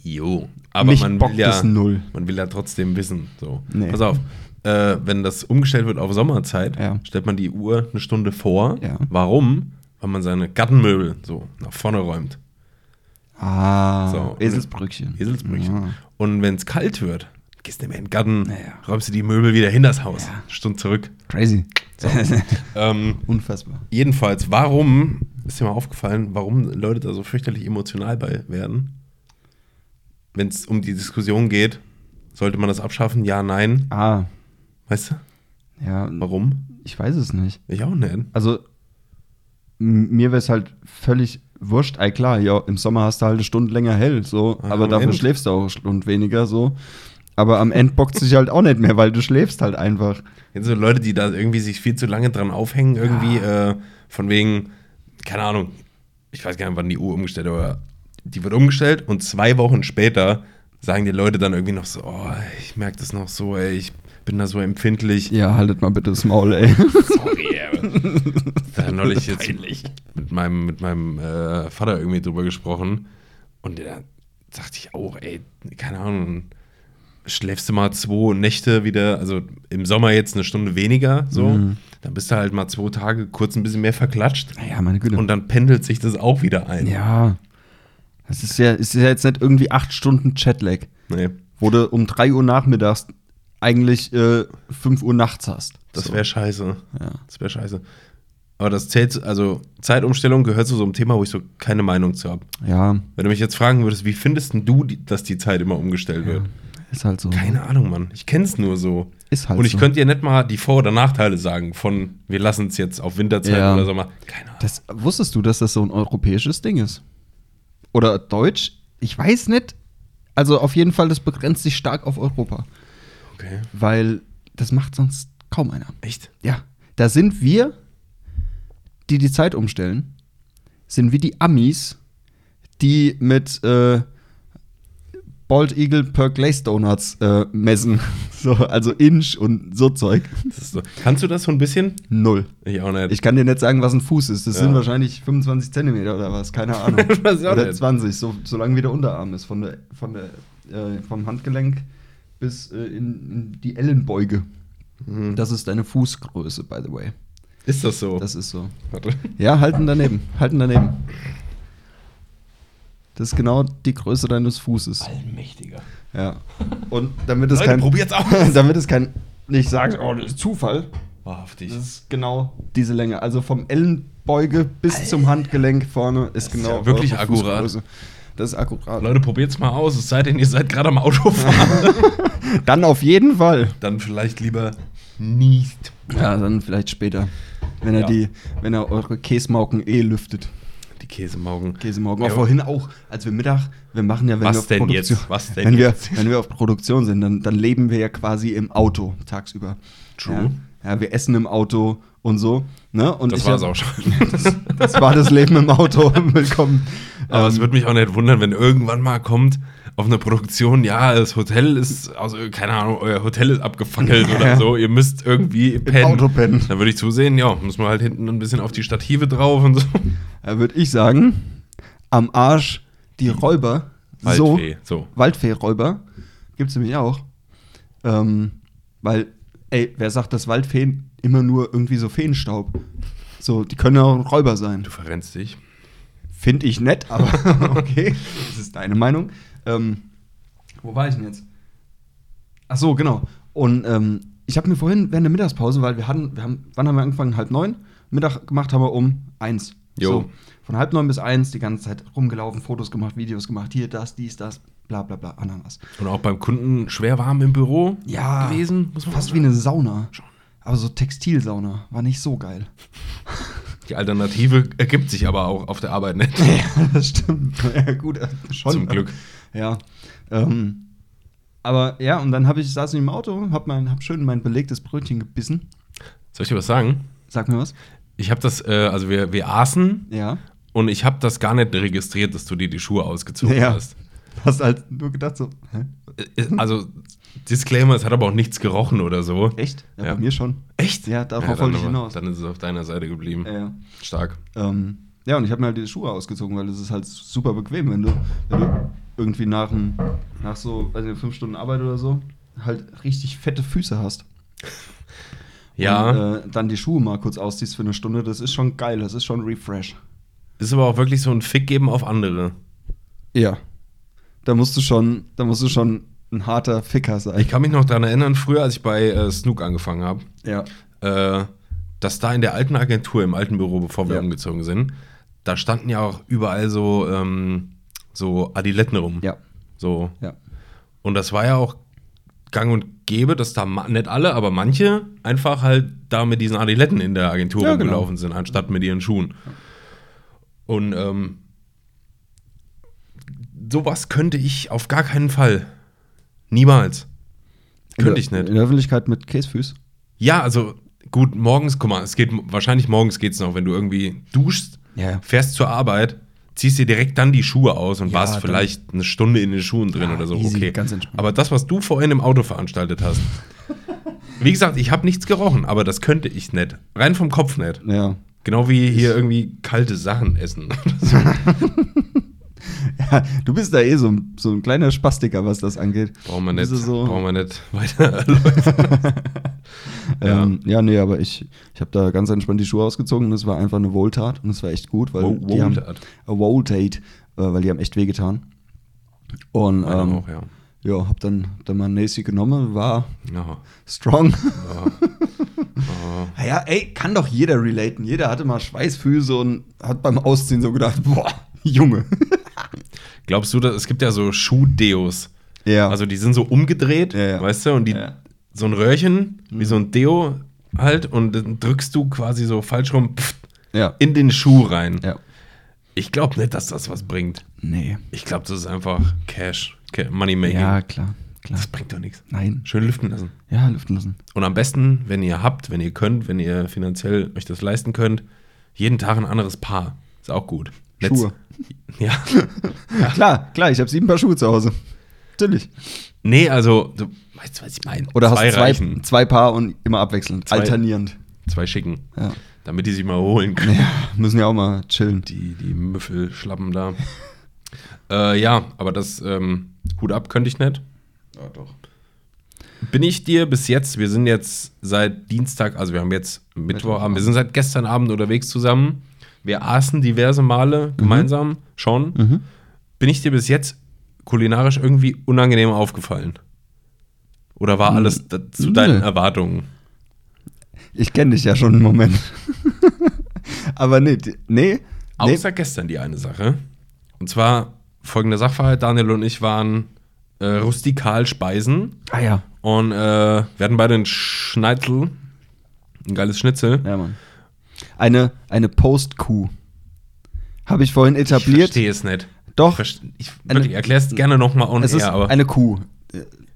Speaker 2: Jo. Aber
Speaker 1: Mich
Speaker 2: man
Speaker 1: bockt
Speaker 2: will, ja,
Speaker 1: es null.
Speaker 2: man will ja trotzdem wissen. So.
Speaker 1: Nee.
Speaker 2: Pass auf. Äh, wenn das umgestellt wird auf Sommerzeit,
Speaker 1: Ja.
Speaker 2: stellt man die Uhr eine Stunde vor.
Speaker 1: Ja.
Speaker 2: Warum? Weil man seine Gartenmöbel so nach vorne räumt.
Speaker 1: Ah.
Speaker 2: So.
Speaker 1: Eselsbrückchen.
Speaker 2: Eselsbrötchen.
Speaker 1: Ja.
Speaker 2: Und wenn es kalt wird, gehst du nicht mehr in den Garten,
Speaker 1: Naja.
Speaker 2: räumst du die Möbel wieder hin das Haus.
Speaker 1: Ja.
Speaker 2: Stunde zurück.
Speaker 1: Crazy.
Speaker 2: Ähm,
Speaker 1: Unfassbar.
Speaker 2: jedenfalls, warum, ist dir mal aufgefallen, warum Leute da so fürchterlich emotional bei werden? Wenn es um die Diskussion geht, sollte man das abschaffen? Ja, nein.
Speaker 1: Ah.
Speaker 2: Weißt du?
Speaker 1: Ja,
Speaker 2: Warum?
Speaker 1: ich weiß es nicht.
Speaker 2: Ich auch nicht.
Speaker 1: Also, m- mir wäre es halt völlig wurscht. Ey, klar, ja, im Sommer hast du halt eine Stunde länger hell, so,
Speaker 2: Ja,
Speaker 1: aber
Speaker 2: am
Speaker 1: dafür
Speaker 2: End.
Speaker 1: schläfst du auch eine Stunde weniger, so. Aber am Ende bockt sich halt auch nicht mehr, weil du schläfst halt einfach.
Speaker 2: Jetzt so Leute, die da irgendwie sich viel zu lange dran aufhängen, irgendwie äh, von wegen, keine Ahnung, ich weiß gar nicht, wann die Uhr umgestellt wird, aber die wird umgestellt und zwei Wochen später sagen die Leute dann irgendwie noch so, oh, ich merke das noch so, ey, ich bin da so empfindlich.
Speaker 1: Ja, haltet mal bitte das Maul, ey.
Speaker 2: Sorry, ey. da hat neulich jetzt mit meinem, mit meinem äh, Vater irgendwie drüber gesprochen und der sagte ich auch, ey, keine Ahnung, schläfst du mal zwei Nächte wieder, also im Sommer jetzt eine Stunde weniger, so,
Speaker 1: Mhm.
Speaker 2: dann bist du halt mal zwei Tage kurz ein bisschen mehr verklatscht
Speaker 1: [LAUGHS] Ja, meine Güte.
Speaker 2: und dann pendelt sich das auch wieder ein.
Speaker 1: ja. Das ist ja, ist ja jetzt nicht irgendwie acht Stunden Chatlag,
Speaker 2: Nee,
Speaker 1: wo du um 3 Uhr nachmittags eigentlich äh, 5 Uhr nachts hast.
Speaker 2: das
Speaker 1: So.
Speaker 2: wäre scheiße.
Speaker 1: Ja.
Speaker 2: Das wäre scheiße. Aber das zählt, also Zeitumstellung gehört zu so einem Thema, wo ich so keine Meinung zu habe.
Speaker 1: Ja.
Speaker 2: Wenn du mich jetzt fragen würdest, wie findest denn du, die, dass die Zeit immer umgestellt wird?
Speaker 1: Ist halt so.
Speaker 2: Keine Ahnung, Mann. Ich kenn's nur so.
Speaker 1: Ist halt
Speaker 2: Und ich
Speaker 1: so.
Speaker 2: könnte dir nicht mal die Vor- oder Nachteile sagen von wir lassen es jetzt auf Winterzeit
Speaker 1: Ja.
Speaker 2: oder Sommer. Keine Ahnung.
Speaker 1: Das, wusstest du, dass das so ein europäisches Ding ist? Oder Deutsch? Ich weiß nicht. Also auf jeden Fall, das begrenzt sich stark auf Europa.
Speaker 2: Okay.
Speaker 1: Weil das macht sonst kaum einer.
Speaker 2: Echt?
Speaker 1: Ja. Da sind wir, die die Zeit umstellen, sind wir die Amis, die mit äh, Bald Eagle per Glaze Donuts äh, messen. [LAUGHS] So, also Inch und so Zeug.
Speaker 2: Das ist so. Kannst du das so ein bisschen?
Speaker 1: Null.
Speaker 2: Ich auch nicht.
Speaker 1: Ich kann dir nicht sagen, was ein Fuß ist. Das
Speaker 2: Ja.
Speaker 1: sind wahrscheinlich 25 Zentimeter oder was,
Speaker 2: [LAUGHS]
Speaker 1: keine Ahnung.
Speaker 2: Weiß ich auch
Speaker 1: oder
Speaker 2: nicht.
Speaker 1: 20, so, solange wie der Unterarm ist, von der, von der, äh, vom Handgelenk bis äh, in, in die Ellenbeuge.
Speaker 2: Mhm.
Speaker 1: Das ist deine Fußgröße, by the way.
Speaker 2: ist das so?
Speaker 1: Das ist so. [LAUGHS]
Speaker 2: Warte.
Speaker 1: Ja, halten daneben, halten daneben. Das ist genau die Größe deines Fußes.
Speaker 2: Allmächtiger.
Speaker 1: Ja. Und damit es
Speaker 2: Leute,
Speaker 1: kein.
Speaker 2: probiert's aus.
Speaker 1: [LAUGHS] damit es kein. Nicht sagst, oh, das ist Zufall.
Speaker 2: Wahrhaftig.
Speaker 1: Das ist genau diese Länge. Also vom Ellenbeuge bis zum Handgelenk vorne ist
Speaker 2: ist
Speaker 1: genau
Speaker 2: ja wirklich
Speaker 1: eure
Speaker 2: akkurat.
Speaker 1: Fußgröße. Das ist akkurat.
Speaker 2: Leute, probiert's mal aus. Es sei denn, ihr seid gerade am Autofahren.
Speaker 1: [LAUGHS] Dann auf jeden Fall.
Speaker 2: Dann vielleicht lieber nicht.
Speaker 1: Ja, dann vielleicht später. Wenn er
Speaker 2: Ja.
Speaker 1: die, wenn er eure Käsemauken eh lüftet.
Speaker 2: Die Käsemaugen.
Speaker 1: Käsemauken. Auch
Speaker 2: Ja.
Speaker 1: vorhin auch, als wir Mittag, wir machen ja, wenn
Speaker 2: Was
Speaker 1: wir auf
Speaker 2: denn
Speaker 1: Produktion,
Speaker 2: jetzt? Was denn
Speaker 1: wenn
Speaker 2: jetzt?
Speaker 1: Wir, wenn wir auf Produktion sind, dann, dann leben wir ja quasi im Auto tagsüber.
Speaker 2: True.
Speaker 1: Ja, ja wir essen im Auto und so. Ne? Und
Speaker 2: Das
Speaker 1: ich
Speaker 2: war's
Speaker 1: hab-
Speaker 2: auch schon.
Speaker 1: [LAUGHS] Das, das war das Leben im [LAUGHS] Auto. Willkommen.
Speaker 2: Aber
Speaker 1: Ähm,
Speaker 2: es würde mich auch nicht wundern, wenn irgendwann mal kommt auf eine Produktion, ja, das Hotel ist, also keine Ahnung, euer Hotel ist abgefackelt oder so, ihr müsst irgendwie pennen.
Speaker 1: Auto pennen.
Speaker 2: Dann würde ich zusehen, ja, muss man halt hinten ein bisschen auf die Stative
Speaker 1: [LAUGHS]
Speaker 2: drauf und so.
Speaker 1: Da würde Äh, ich sagen, am Arsch die Räuber.
Speaker 2: Waldfee, Halt so.
Speaker 1: Waldfee-Räuber. Gibt's nämlich auch. Ähm, weil, ey, wer sagt, dass Waldfeen immer nur irgendwie so Feenstaub? So, die können ja auch ein Räuber sein.
Speaker 2: Du verrennst dich.
Speaker 1: Finde ich nett, aber [LAUGHS] okay. Das ist deine Meinung. Ähm, wo war ich denn jetzt? Ach so, genau. Und ähm, ich habe mir vorhin während der Mittagspause, weil wir hatten, wir haben, wann haben wir angefangen? Halb neun. Mittag gemacht haben wir um eins.
Speaker 2: Jo.
Speaker 1: So, von halb neun bis eins die ganze Zeit rumgelaufen, Fotos gemacht, Videos gemacht, hier, das, dies, das, bla bla bla, Ananas.
Speaker 2: Und auch beim Kunden schwer warm im Büro
Speaker 1: Ja,
Speaker 2: gewesen. Muss man
Speaker 1: fast wie
Speaker 2: sagen.
Speaker 1: eine Sauna.
Speaker 2: Schon.
Speaker 1: Aber so Textilsauna war nicht so geil.
Speaker 2: Die Alternative ergibt sich aber auch auf der Arbeit
Speaker 1: [LAUGHS]
Speaker 2: nicht.
Speaker 1: Ja, das stimmt. Ja, gut, äh, schon.
Speaker 2: Zum Glück.
Speaker 1: Ja. Ähm, aber ja, und dann hab ich, saß ich im Auto, hab, mein, hab schön mein belegtes Brötchen gebissen.
Speaker 2: Soll ich dir was sagen?
Speaker 1: Sag mir was.
Speaker 2: Ich habe das, äh, also wir, wir aßen
Speaker 1: Ja.
Speaker 2: und ich habe das gar nicht registriert, dass du dir die Schuhe ausgezogen
Speaker 1: Ja.
Speaker 2: hast.
Speaker 1: Hast halt nur gedacht so, hä?
Speaker 2: Äh, Also, Disclaimer, es hat aber auch nichts gerochen oder so.
Speaker 1: Echt? Ja,
Speaker 2: Ja.
Speaker 1: bei mir schon.
Speaker 2: Echt?
Speaker 1: Ja, darauf
Speaker 2: dann
Speaker 1: wollte ich
Speaker 2: aber-
Speaker 1: hinaus.
Speaker 2: Dann ist es auf deiner Seite geblieben.
Speaker 1: Ja, ja.
Speaker 2: Stark.
Speaker 1: Ähm, ja, und ich habe mir halt die Schuhe ausgezogen, weil das ist halt super bequem, wenn du, wenn du irgendwie nach, ein, nach so, weiß nicht, fünf Stunden Arbeit oder so, halt richtig fette Füße hast.
Speaker 2: Ja,
Speaker 1: Und, äh, dann die Schuhe mal kurz ausziehst für eine Stunde, das ist schon geil, das ist schon Refresh.
Speaker 2: ist aber auch wirklich so ein Fick geben auf andere.
Speaker 1: Ja. Da musst du schon, da musst du schon ein harter Ficker sein.
Speaker 2: Ich kann mich noch daran erinnern, früher, als ich bei äh, Snook angefangen habe,
Speaker 1: Ja.
Speaker 2: äh, dass da in der alten Agentur, im alten Büro, bevor wir
Speaker 1: Ja.
Speaker 2: umgezogen sind, da standen ja auch überall so, ähm, so Adiletten rum.
Speaker 1: Ja.
Speaker 2: So.
Speaker 1: Ja.
Speaker 2: Und das war ja auch gang und gäbe, dass da ma- nicht alle, aber manche einfach halt da mit diesen Adiletten in der Agentur
Speaker 1: Ja, genau.
Speaker 2: rumgelaufen sind, anstatt mit ihren Schuhen. Und ähm, sowas könnte ich auf gar keinen Fall. Niemals. Könnte ich nicht.
Speaker 1: In der Öffentlichkeit mit Käsefüß.
Speaker 2: Ja, also gut, morgens, guck mal, es geht wahrscheinlich morgens geht's noch, wenn du irgendwie duschst,
Speaker 1: Ja.
Speaker 2: fährst zur Arbeit, ziehst dir direkt dann die Schuhe aus und
Speaker 1: Ja,
Speaker 2: warst
Speaker 1: dann-
Speaker 2: vielleicht eine Stunde in den Schuhen drin
Speaker 1: Ja,
Speaker 2: oder so.
Speaker 1: easy,
Speaker 2: okay.
Speaker 1: ganz entspannt.
Speaker 2: Aber das, was du vorhin im Auto veranstaltet hast, wie gesagt, ich habe nichts gerochen, aber das könnte ich nicht. Rein vom Kopf nicht.
Speaker 1: Ja. [LAUGHS]
Speaker 2: Genau wie hier irgendwie kalte Sachen essen. [LAUGHS]
Speaker 1: ja. Du bist da eh so, ein- so ein kleiner Spastiker, was das angeht.
Speaker 2: Brauchen wir nicht,
Speaker 1: Bist du So,
Speaker 2: brauchen wir nicht weiter. ja.
Speaker 1: Ähm, ja, nee, aber ich, ich habe da ganz entspannt die Schuhe ausgezogen und es war einfach eine Wohltat und es war echt gut, weil
Speaker 2: Wo-
Speaker 1: die haben,
Speaker 2: Wohltat.
Speaker 1: a Wohltat, äh, weil die haben echt wehgetan. Und
Speaker 2: Meine
Speaker 1: ähm,
Speaker 2: auch, ja.
Speaker 1: ja, hab dann, dann mal Nacy genommen, war
Speaker 2: Ja.
Speaker 1: strong.
Speaker 2: Ja. Ja.
Speaker 1: Naja, ey, kann doch jeder relaten. Jeder hatte mal Schweißfüße und hat beim Ausziehen so gedacht, boah, Junge.
Speaker 2: Glaubst du, dass, es gibt ja so Schuhdeos,
Speaker 1: Ja.
Speaker 2: Also die sind so umgedreht,
Speaker 1: Ja, ja.
Speaker 2: weißt du, und die
Speaker 1: Ja. Mhm.
Speaker 2: so ein Röhrchen, wie so ein Deo halt, und dann drückst du quasi so falsch rum pff,
Speaker 1: ja.
Speaker 2: in den Schuh rein.
Speaker 1: Ja.
Speaker 2: Ich glaube nicht, dass das was bringt.
Speaker 1: Nee.
Speaker 2: Ich glaube, das ist einfach Cash, Ca- Money Making.
Speaker 1: Ja, klar. klar.
Speaker 2: Das bringt doch nichts.
Speaker 1: Nein.
Speaker 2: Schön lüften lassen.
Speaker 1: Ja, lüften lassen.
Speaker 2: Und am besten, wenn ihr habt, wenn ihr könnt, wenn ihr finanziell euch das leisten könnt, jeden Tag ein anderes Paar. Ist auch gut. Letz-
Speaker 1: Schuhe.
Speaker 2: Ja.
Speaker 1: Klar, klar, ich habe sieben Paar Schuhe zu Hause. Natürlich.
Speaker 2: Nee, also, du weißt du, was ich meine?
Speaker 1: Oder
Speaker 2: zwei
Speaker 1: hast du zwei,
Speaker 2: reichen,
Speaker 1: zwei Paar und immer abwechselnd,
Speaker 2: Zwei.
Speaker 1: alternierend.
Speaker 2: zwei schicken,
Speaker 1: Ja.
Speaker 2: damit die sich mal holen können.
Speaker 1: ja, müssen ja auch mal chillen.
Speaker 2: Die, die Müffel
Speaker 1: [LAUGHS]
Speaker 2: schlappen da. äh, ja, aber das ähm, Hut ab könnte ich nicht. Ja, doch. Bin ich dir bis jetzt, wir sind jetzt seit Dienstag, also wir haben jetzt Mittwochabend, wir sind seit gestern Abend unterwegs zusammen. Wir aßen diverse Male gemeinsam schon. Bin ich dir bis jetzt kulinarisch irgendwie unangenehm aufgefallen? Oder war alles da- zu
Speaker 1: nö.
Speaker 2: deinen Erwartungen?
Speaker 1: Ich kenne dich ja schon einen Moment. [LAUGHS] Aber nee, die- nee, nee.
Speaker 2: Außer gestern die eine Sache. Und zwar folgender Sachverhalt: Daniel und ich waren äh, rustikal speisen
Speaker 1: Ah ja.
Speaker 2: und äh, wir hatten beide einen Schneitel, ein geiles Schnitzel.
Speaker 1: Ja, Mann. Eine, eine Post-Kuh. Habe ich vorhin
Speaker 2: Ich
Speaker 1: etabliert.
Speaker 2: verstehe es nicht.
Speaker 1: Doch.
Speaker 2: Ich, verste- ich wirklich, erklär es gerne nochmal on
Speaker 1: es ist
Speaker 2: air, aber
Speaker 1: eine Kuh.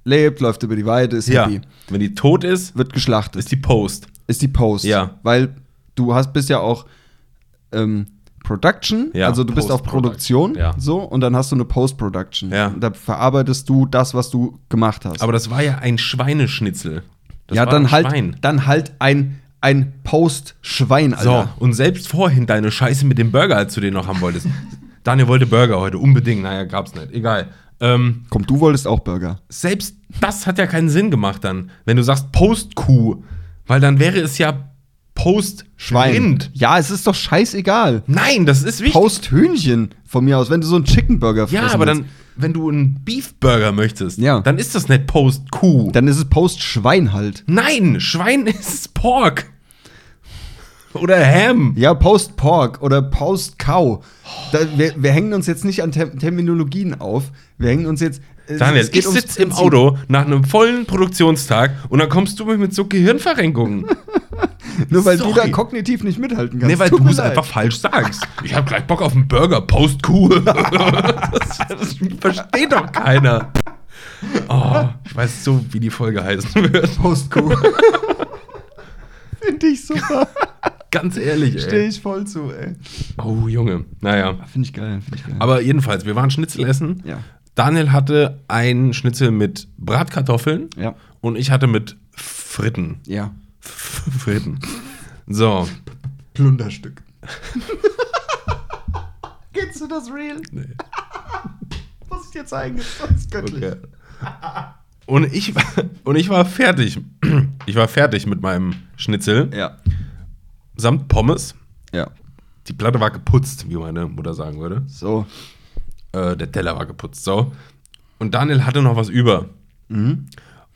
Speaker 1: Lebt, läuft über die Weide, ist
Speaker 2: ja,
Speaker 1: happy.
Speaker 2: wenn die tot ist,
Speaker 1: Wird geschlachtet.
Speaker 2: ist die Post.
Speaker 1: ist die Post.
Speaker 2: Ja.
Speaker 1: Weil du hast bist ja auch ähm, Production,
Speaker 2: Ja,
Speaker 1: also du bist auf
Speaker 2: Post-Production,
Speaker 1: Produktion,
Speaker 2: ja.
Speaker 1: so, und dann hast du eine Post-Production.
Speaker 2: Ja.
Speaker 1: Und Da verarbeitest du das, was du gemacht hast.
Speaker 2: Aber das war ja ein Schweineschnitzel. Das
Speaker 1: ja,
Speaker 2: war
Speaker 1: dann
Speaker 2: ein
Speaker 1: halt,
Speaker 2: Schwein.
Speaker 1: dann halt ein, ein Post-Schwein,
Speaker 2: So,
Speaker 1: Alter.
Speaker 2: und selbst vorhin deine Scheiße mit dem Burger, als du den noch haben wolltest. Daniel wollte Burger heute, unbedingt. Naja, gab's nicht. Egal. Ähm,
Speaker 1: Komm, du wolltest auch Burger.
Speaker 2: selbst das hat ja keinen Sinn gemacht dann, wenn du sagst Post-Kuh, weil dann wäre es ja Post-Rind.
Speaker 1: Ja, es ist doch scheißegal.
Speaker 2: Nein, das ist wichtig.
Speaker 1: Post-Hühnchen von mir aus, wenn du so einen Chicken-Burger
Speaker 2: ja,
Speaker 1: fressen
Speaker 2: aber
Speaker 1: willst.
Speaker 2: dann, wenn du einen Beef-Burger möchtest,
Speaker 1: Ja.
Speaker 2: dann ist das nicht Post-Kuh.
Speaker 1: dann ist es Post-Schwein halt.
Speaker 2: Nein, Schwein [LAUGHS] ist Pork. Oder Ham.
Speaker 1: Ja, Post-Pork oder Post-Cow. Da- Wir, wir hängen uns jetzt nicht an Ter Terminologien auf. Wir hängen uns jetzt. äh,
Speaker 2: Daniel,
Speaker 1: es geht
Speaker 2: ich
Speaker 1: ums
Speaker 2: sitze im
Speaker 1: Prinzip.
Speaker 2: Auto nach einem vollen Produktionstag und dann kommst du mir mit so Gehirnverrenkungen.
Speaker 1: Nur weil du
Speaker 2: Sorry.
Speaker 1: da kognitiv nicht mithalten kannst.
Speaker 2: [LAUGHS] Nee, weil
Speaker 1: Tut
Speaker 2: du
Speaker 1: mir
Speaker 2: es
Speaker 1: leid.
Speaker 2: einfach falsch sagst. [LAUGHS] Ich habe gleich Bock auf einen Burger, [LAUGHS] Post-Kuh. das, das versteht doch keiner. Oh, ich weiß so, wie die Folge heißen wird.
Speaker 1: Post-Cow. Finde ich
Speaker 2: [LAUGHS]
Speaker 1: super.
Speaker 2: Ganz ehrlich,
Speaker 1: Stehe
Speaker 2: ey.
Speaker 1: ich voll zu, ey.
Speaker 2: Oh, Junge. Naja.
Speaker 1: Finde ich geil, finde ich geil.
Speaker 2: Aber jedenfalls, wir waren Schnitzel essen.
Speaker 1: Ja.
Speaker 2: Daniel hatte einen Schnitzel mit Bratkartoffeln
Speaker 1: Ja.
Speaker 2: und ich hatte mit Fritten. [LAUGHS]
Speaker 1: ja.
Speaker 2: Fritten. So.
Speaker 1: Plunderstück. Kennst du das Real?
Speaker 2: Nee.
Speaker 1: [LAUGHS] Muss ich dir zeigen, ist sonst göttlich.
Speaker 2: Okay. Und ich, war- und ich war fertig. Ich war fertig mit meinem Schnitzel
Speaker 1: Ja.
Speaker 2: samt Pommes.
Speaker 1: Ja.
Speaker 2: Die Platte war geputzt, wie meine Mutter sagen würde.
Speaker 1: So.
Speaker 2: Äh, der Teller war geputzt, so. Und Daniel hatte noch was über.
Speaker 1: Mhm.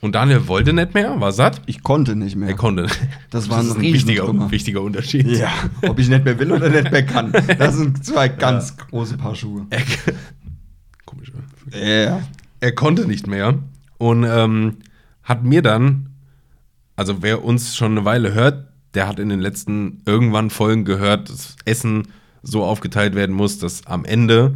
Speaker 2: Und Daniel wollte nicht mehr, war satt.
Speaker 1: Ich konnte nicht mehr.
Speaker 2: Er konnte.
Speaker 1: Das war ein
Speaker 2: ein wichtiger,
Speaker 1: Riesentrümmer.
Speaker 2: wichtiger Unterschied.
Speaker 1: Ja, [LAUGHS] ob ich nicht mehr will oder nicht mehr kann. Das sind zwei ganz große Paar Schuhe.
Speaker 2: Er, komisch, oder?
Speaker 1: Ja.
Speaker 2: er konnte nicht mehr und ähm, hat mir dann, also wer uns schon eine Weile hört, der hat in den letzten irgendwann Folgen gehört, dass Essen so aufgeteilt werden muss, dass am Ende,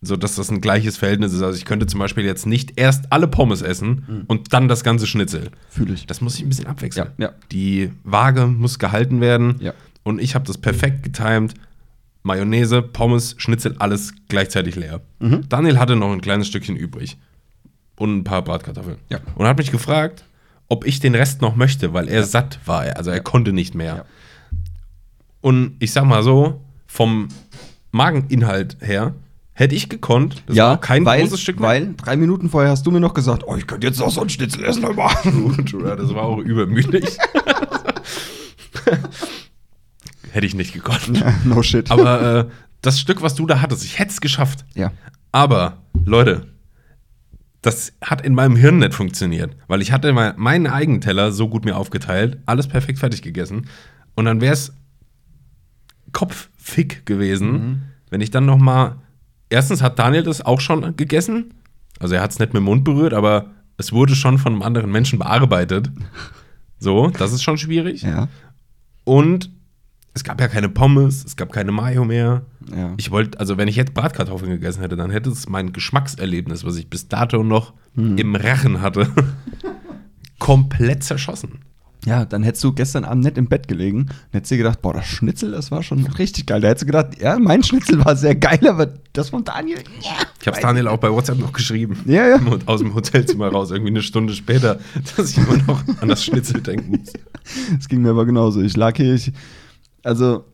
Speaker 2: so dass das ein gleiches Verhältnis ist. Also ich könnte zum Beispiel jetzt nicht erst alle Pommes essen
Speaker 1: Mhm.
Speaker 2: und dann das ganze Schnitzel.
Speaker 1: Fühle ich.
Speaker 2: Das muss ich ein bisschen abwechseln.
Speaker 1: Ja, ja.
Speaker 2: Die Waage muss gehalten werden.
Speaker 1: Ja.
Speaker 2: Und ich habe das perfekt getimt. Mayonnaise, Pommes, Schnitzel, alles gleichzeitig leer.
Speaker 1: Mhm.
Speaker 2: Daniel hatte noch ein kleines Stückchen übrig. Und ein paar Bratkartoffeln.
Speaker 1: Ja.
Speaker 2: Und hat mich gefragt, ob ich den Rest noch möchte, weil er satt war. Also er konnte nicht mehr.
Speaker 1: Ja.
Speaker 2: Und ich sag mal so, vom Mageninhalt her hätte ich gekonnt. Das
Speaker 1: ja,
Speaker 2: war kein
Speaker 1: weil,
Speaker 2: großes Stück mehr.
Speaker 1: weil drei Minuten vorher hast du mir noch gesagt, oh, ich könnte jetzt noch so einen Schnitzel essen. [LAUGHS] aber-
Speaker 2: Gut, oder? Das war auch [LAUGHS] übermütig. Hätte ich nicht gekonnt.
Speaker 1: [LAUGHS] no shit.
Speaker 2: Aber äh, das Stück, was du da hattest, ich hätte es geschafft.
Speaker 1: ja.
Speaker 2: Aber, Leute, das hat in meinem Hirn nicht funktioniert, weil ich hatte me- meinen eigenen Teller so gut mir aufgeteilt, alles perfekt fertig gegessen. Und dann wäre es Kopffick gewesen, wenn ich dann noch mal Erstens hat Daniel das auch schon gegessen Also er hat es nicht mit dem Mund berührt, aber es wurde schon von einem anderen Menschen bearbeitet. So, das ist schon schwierig.
Speaker 1: Ja.
Speaker 2: Und es gab ja keine Pommes, es gab keine Mayo mehr.
Speaker 1: ja.
Speaker 2: Ich wollte, also wenn ich jetzt Bratkartoffeln gegessen hätte, dann hätte es mein Geschmackserlebnis, was ich bis dato noch
Speaker 1: Hm.
Speaker 2: im Rachen hatte, [LAUGHS] komplett zerschossen.
Speaker 1: ja, dann hättest du gestern Abend nicht im Bett gelegen und hättest dir gedacht, boah, das Schnitzel, das war schon richtig geil. Da hättest du gedacht, ja, mein Schnitzel war sehr geil, aber das von Daniel, ja.
Speaker 2: Ich habe es Daniel auch bei WhatsApp noch geschrieben.
Speaker 1: Ja, ja.
Speaker 2: Und aus dem Hotelzimmer raus, irgendwie eine Stunde später, [LAUGHS] dass ich immer noch an das Schnitzel
Speaker 1: [LAUGHS]
Speaker 2: denken muss.
Speaker 1: Es ging mir aber genauso. Ich lag hier, ich, also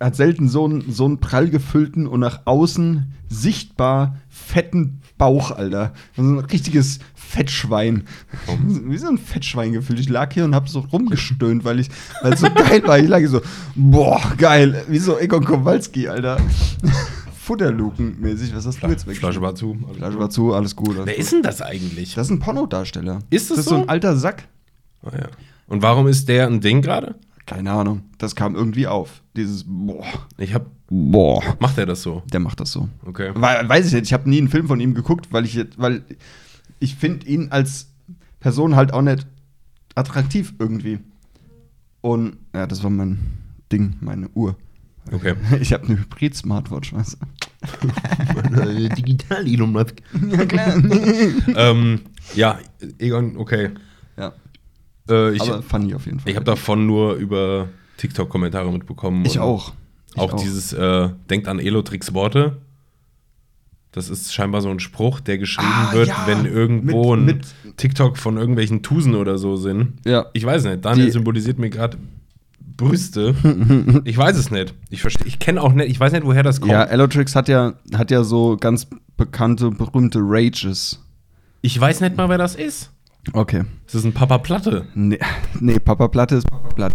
Speaker 1: hat selten so einen so einen prall gefüllten und nach außen sichtbar fetten Bauch, Alter. So ein richtiges Fettschwein. [LAUGHS] Wie so ein Fettschwein gefühlt. Ich lag hier und hab so rumgestöhnt, weil ich, weil es so geil war. Ich lag hier so, boah, geil. Wie so Egon Kowalski, Alter. [LAUGHS] Futterluken-mäßig. Was hast du jetzt weg?
Speaker 2: Flasche war zu.
Speaker 1: Flasche war zu, alles gut. Alles
Speaker 2: Wer
Speaker 1: gut.
Speaker 2: ist denn das eigentlich?
Speaker 1: Das ist ein Pornodarsteller.
Speaker 2: Ist das
Speaker 1: das so
Speaker 2: so?
Speaker 1: ein alter Sack?
Speaker 2: Ah, ja. Und warum ist der ein Ding gerade?
Speaker 1: Keine Ahnung. Das kam irgendwie auf. Dieses Boah.
Speaker 2: Ich hab.
Speaker 1: Boah.
Speaker 2: Macht er das so?
Speaker 1: Der macht das so.
Speaker 2: Okay.
Speaker 1: We- Weiß ich nicht. Ich habe nie einen Film von ihm geguckt, weil ich jetzt, weil ich finde ihn als Person halt auch nicht attraktiv irgendwie. Und ja, das war mein Ding, meine Uhr. [LAUGHS]
Speaker 2: Okay.
Speaker 1: Ich habe eine Hybrid-Smartwatch, weißt du? Äh,
Speaker 2: Digital Elon
Speaker 1: ne?
Speaker 2: Musk. [LAUGHS] ähm, ja, Egon, okay.
Speaker 1: Ja,
Speaker 2: Äh, ich
Speaker 1: aber funny auf jeden Fall.
Speaker 2: ich habe davon nur über TikTok-Kommentare mitbekommen.
Speaker 1: ich
Speaker 2: Und
Speaker 1: auch. Ich
Speaker 2: auch dieses äh, Denkt an Elotrix Worte. Das ist scheinbar so ein Spruch, der geschrieben
Speaker 1: Ah,
Speaker 2: wird,
Speaker 1: ja.
Speaker 2: wenn irgendwo
Speaker 1: Mit-
Speaker 2: ein TikTok von irgendwelchen Tusen oder so sind.
Speaker 1: Ja.
Speaker 2: Ich weiß nicht. Daniel
Speaker 1: Die-
Speaker 2: symbolisiert mir gerade
Speaker 1: [LAUGHS]
Speaker 2: Brüste. ich weiß es nicht. Ich verstehe. Ich kenne auch nicht. Ich weiß nicht, woher das kommt.
Speaker 1: Ja, Elotrix hat ja, hat ja so ganz bekannte, berühmte Rages.
Speaker 2: Ich weiß nicht mal, wer das ist.
Speaker 1: Okay.
Speaker 2: Das ist ein Papa Platte.
Speaker 1: Nee, [LAUGHS] nee, Papa Platte ist Papa Platte.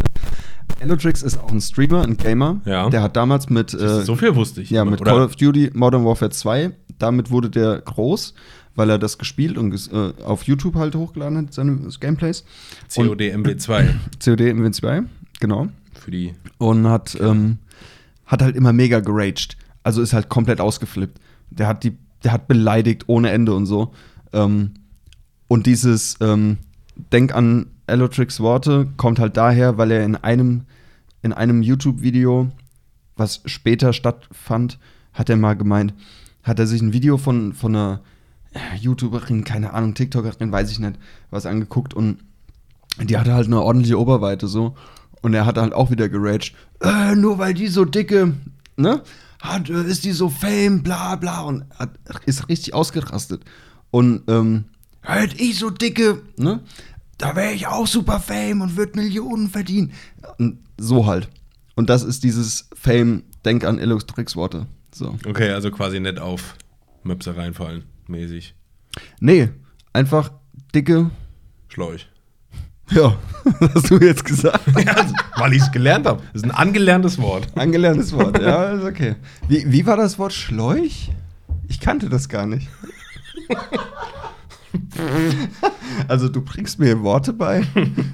Speaker 1: Elotrix ist auch ein Streamer, ein Gamer.
Speaker 2: Ja.
Speaker 1: Der hat damals mit, äh,
Speaker 2: so viel wusste ich.
Speaker 1: ja, mit
Speaker 2: Oder-
Speaker 1: Call of Duty Modern Warfare 2, damit wurde der groß, weil er das gespielt und ges äh, auf YouTube halt hochgeladen hat, seine Gameplays.
Speaker 2: COD MW2
Speaker 1: Und COD Invent 2, genau.
Speaker 2: für die.
Speaker 1: Und hat, ähm, hat halt immer mega geraged. Also ist halt komplett ausgeflippt. Der hat, die, der hat beleidigt ohne Ende und so. Ähm, und dieses ähm, Denk an Elotrix Worte kommt halt daher, weil er in einem, in einem YouTube-Video, was später stattfand, hat er mal gemeint, hat er sich ein Video von, von einer YouTuberin, keine Ahnung, TikTokerin, weiß ich nicht, was angeguckt und die hatte halt eine ordentliche Oberweite so. Und er hat halt auch wieder geraged. Äh, nur weil die so dicke, ne? Hat, äh, ist die so fame, bla bla. Und hat, ist richtig ausgerastet. Und ähm, halt ich so dicke, ne? Da wäre ich auch super fame und würde Millionen verdienen. Und so halt. Und das ist dieses Fame, denk an Illustrix Worte. So.
Speaker 2: Okay, also quasi nicht auf Möpse reinfallen, mäßig.
Speaker 1: Nee, einfach dicke.
Speaker 2: Schläuch.
Speaker 1: Ja, [LAUGHS] hast du jetzt gesagt.
Speaker 2: Ja, also, weil ich es gelernt habe. Das ist ein angelerntes Wort. [LAUGHS]
Speaker 1: Angelerntes Wort, ja, ist okay. Wie, wie war das Wort Schläuch? Ich kannte das gar
Speaker 2: [LAUGHS]
Speaker 1: nicht. Also du bringst mir Worte bei.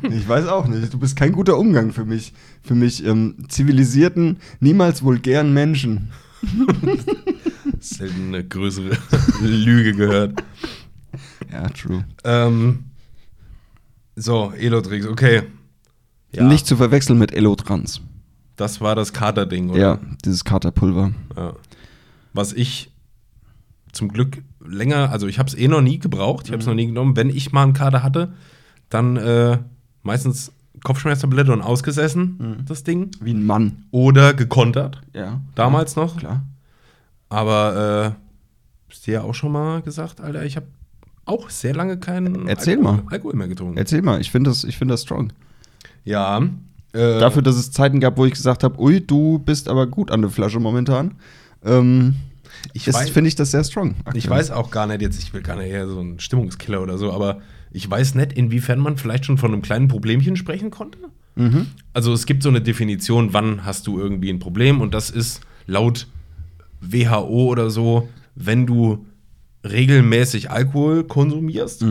Speaker 1: Ich weiß auch nicht. Du bist kein guter Umgang für mich, für mich ähm, zivilisierten, niemals vulgären Menschen.
Speaker 2: Selten eine größere [LAUGHS] Lüge gehört.
Speaker 1: Ja, true.
Speaker 2: Ähm, so, Elotrix, okay. Ja,
Speaker 1: Nicht zu verwechseln mit Elotrans.
Speaker 2: das war das Katerding, oder?
Speaker 1: Ja, dieses Katerpulver.
Speaker 2: Ja. Was ich zum Glück länger, also ich habe es eh noch nie gebraucht, ich
Speaker 1: Mhm.
Speaker 2: habe es noch nie genommen. Wenn ich mal einen Kater hatte, dann äh, meistens Kopfschmerztablette und ausgesessen,
Speaker 1: Mhm.
Speaker 2: das Ding.
Speaker 1: Wie ein Mann.
Speaker 2: Oder gekontert,
Speaker 1: Ja.
Speaker 2: damals noch.
Speaker 1: Klar.
Speaker 2: Aber äh, hast du ja auch schon mal gesagt, Alter, ich habe auch sehr lange keinen
Speaker 1: Erzähl
Speaker 2: Alkohol,
Speaker 1: mal.
Speaker 2: Alkohol mehr getrunken.
Speaker 1: Erzähl mal, ich finde das, ich find das strong.
Speaker 2: ja. Äh,
Speaker 1: Dafür, dass es Zeiten gab, wo ich gesagt habe, ui, du bist aber gut an der Flasche momentan. Ähm,
Speaker 2: ich
Speaker 1: ist-
Speaker 2: weiß,
Speaker 1: Finde ich das sehr strong.
Speaker 2: Ich
Speaker 1: aktuell.
Speaker 2: weiß auch gar nicht jetzt, ich will gar nicht eher so ein Stimmungskiller oder so, aber ich weiß nicht, inwiefern man vielleicht schon von einem kleinen Problemchen sprechen konnte. Also es gibt so eine Definition, wann hast du irgendwie ein Problem und das ist laut WHO oder so, wenn du regelmäßig Alkohol konsumierst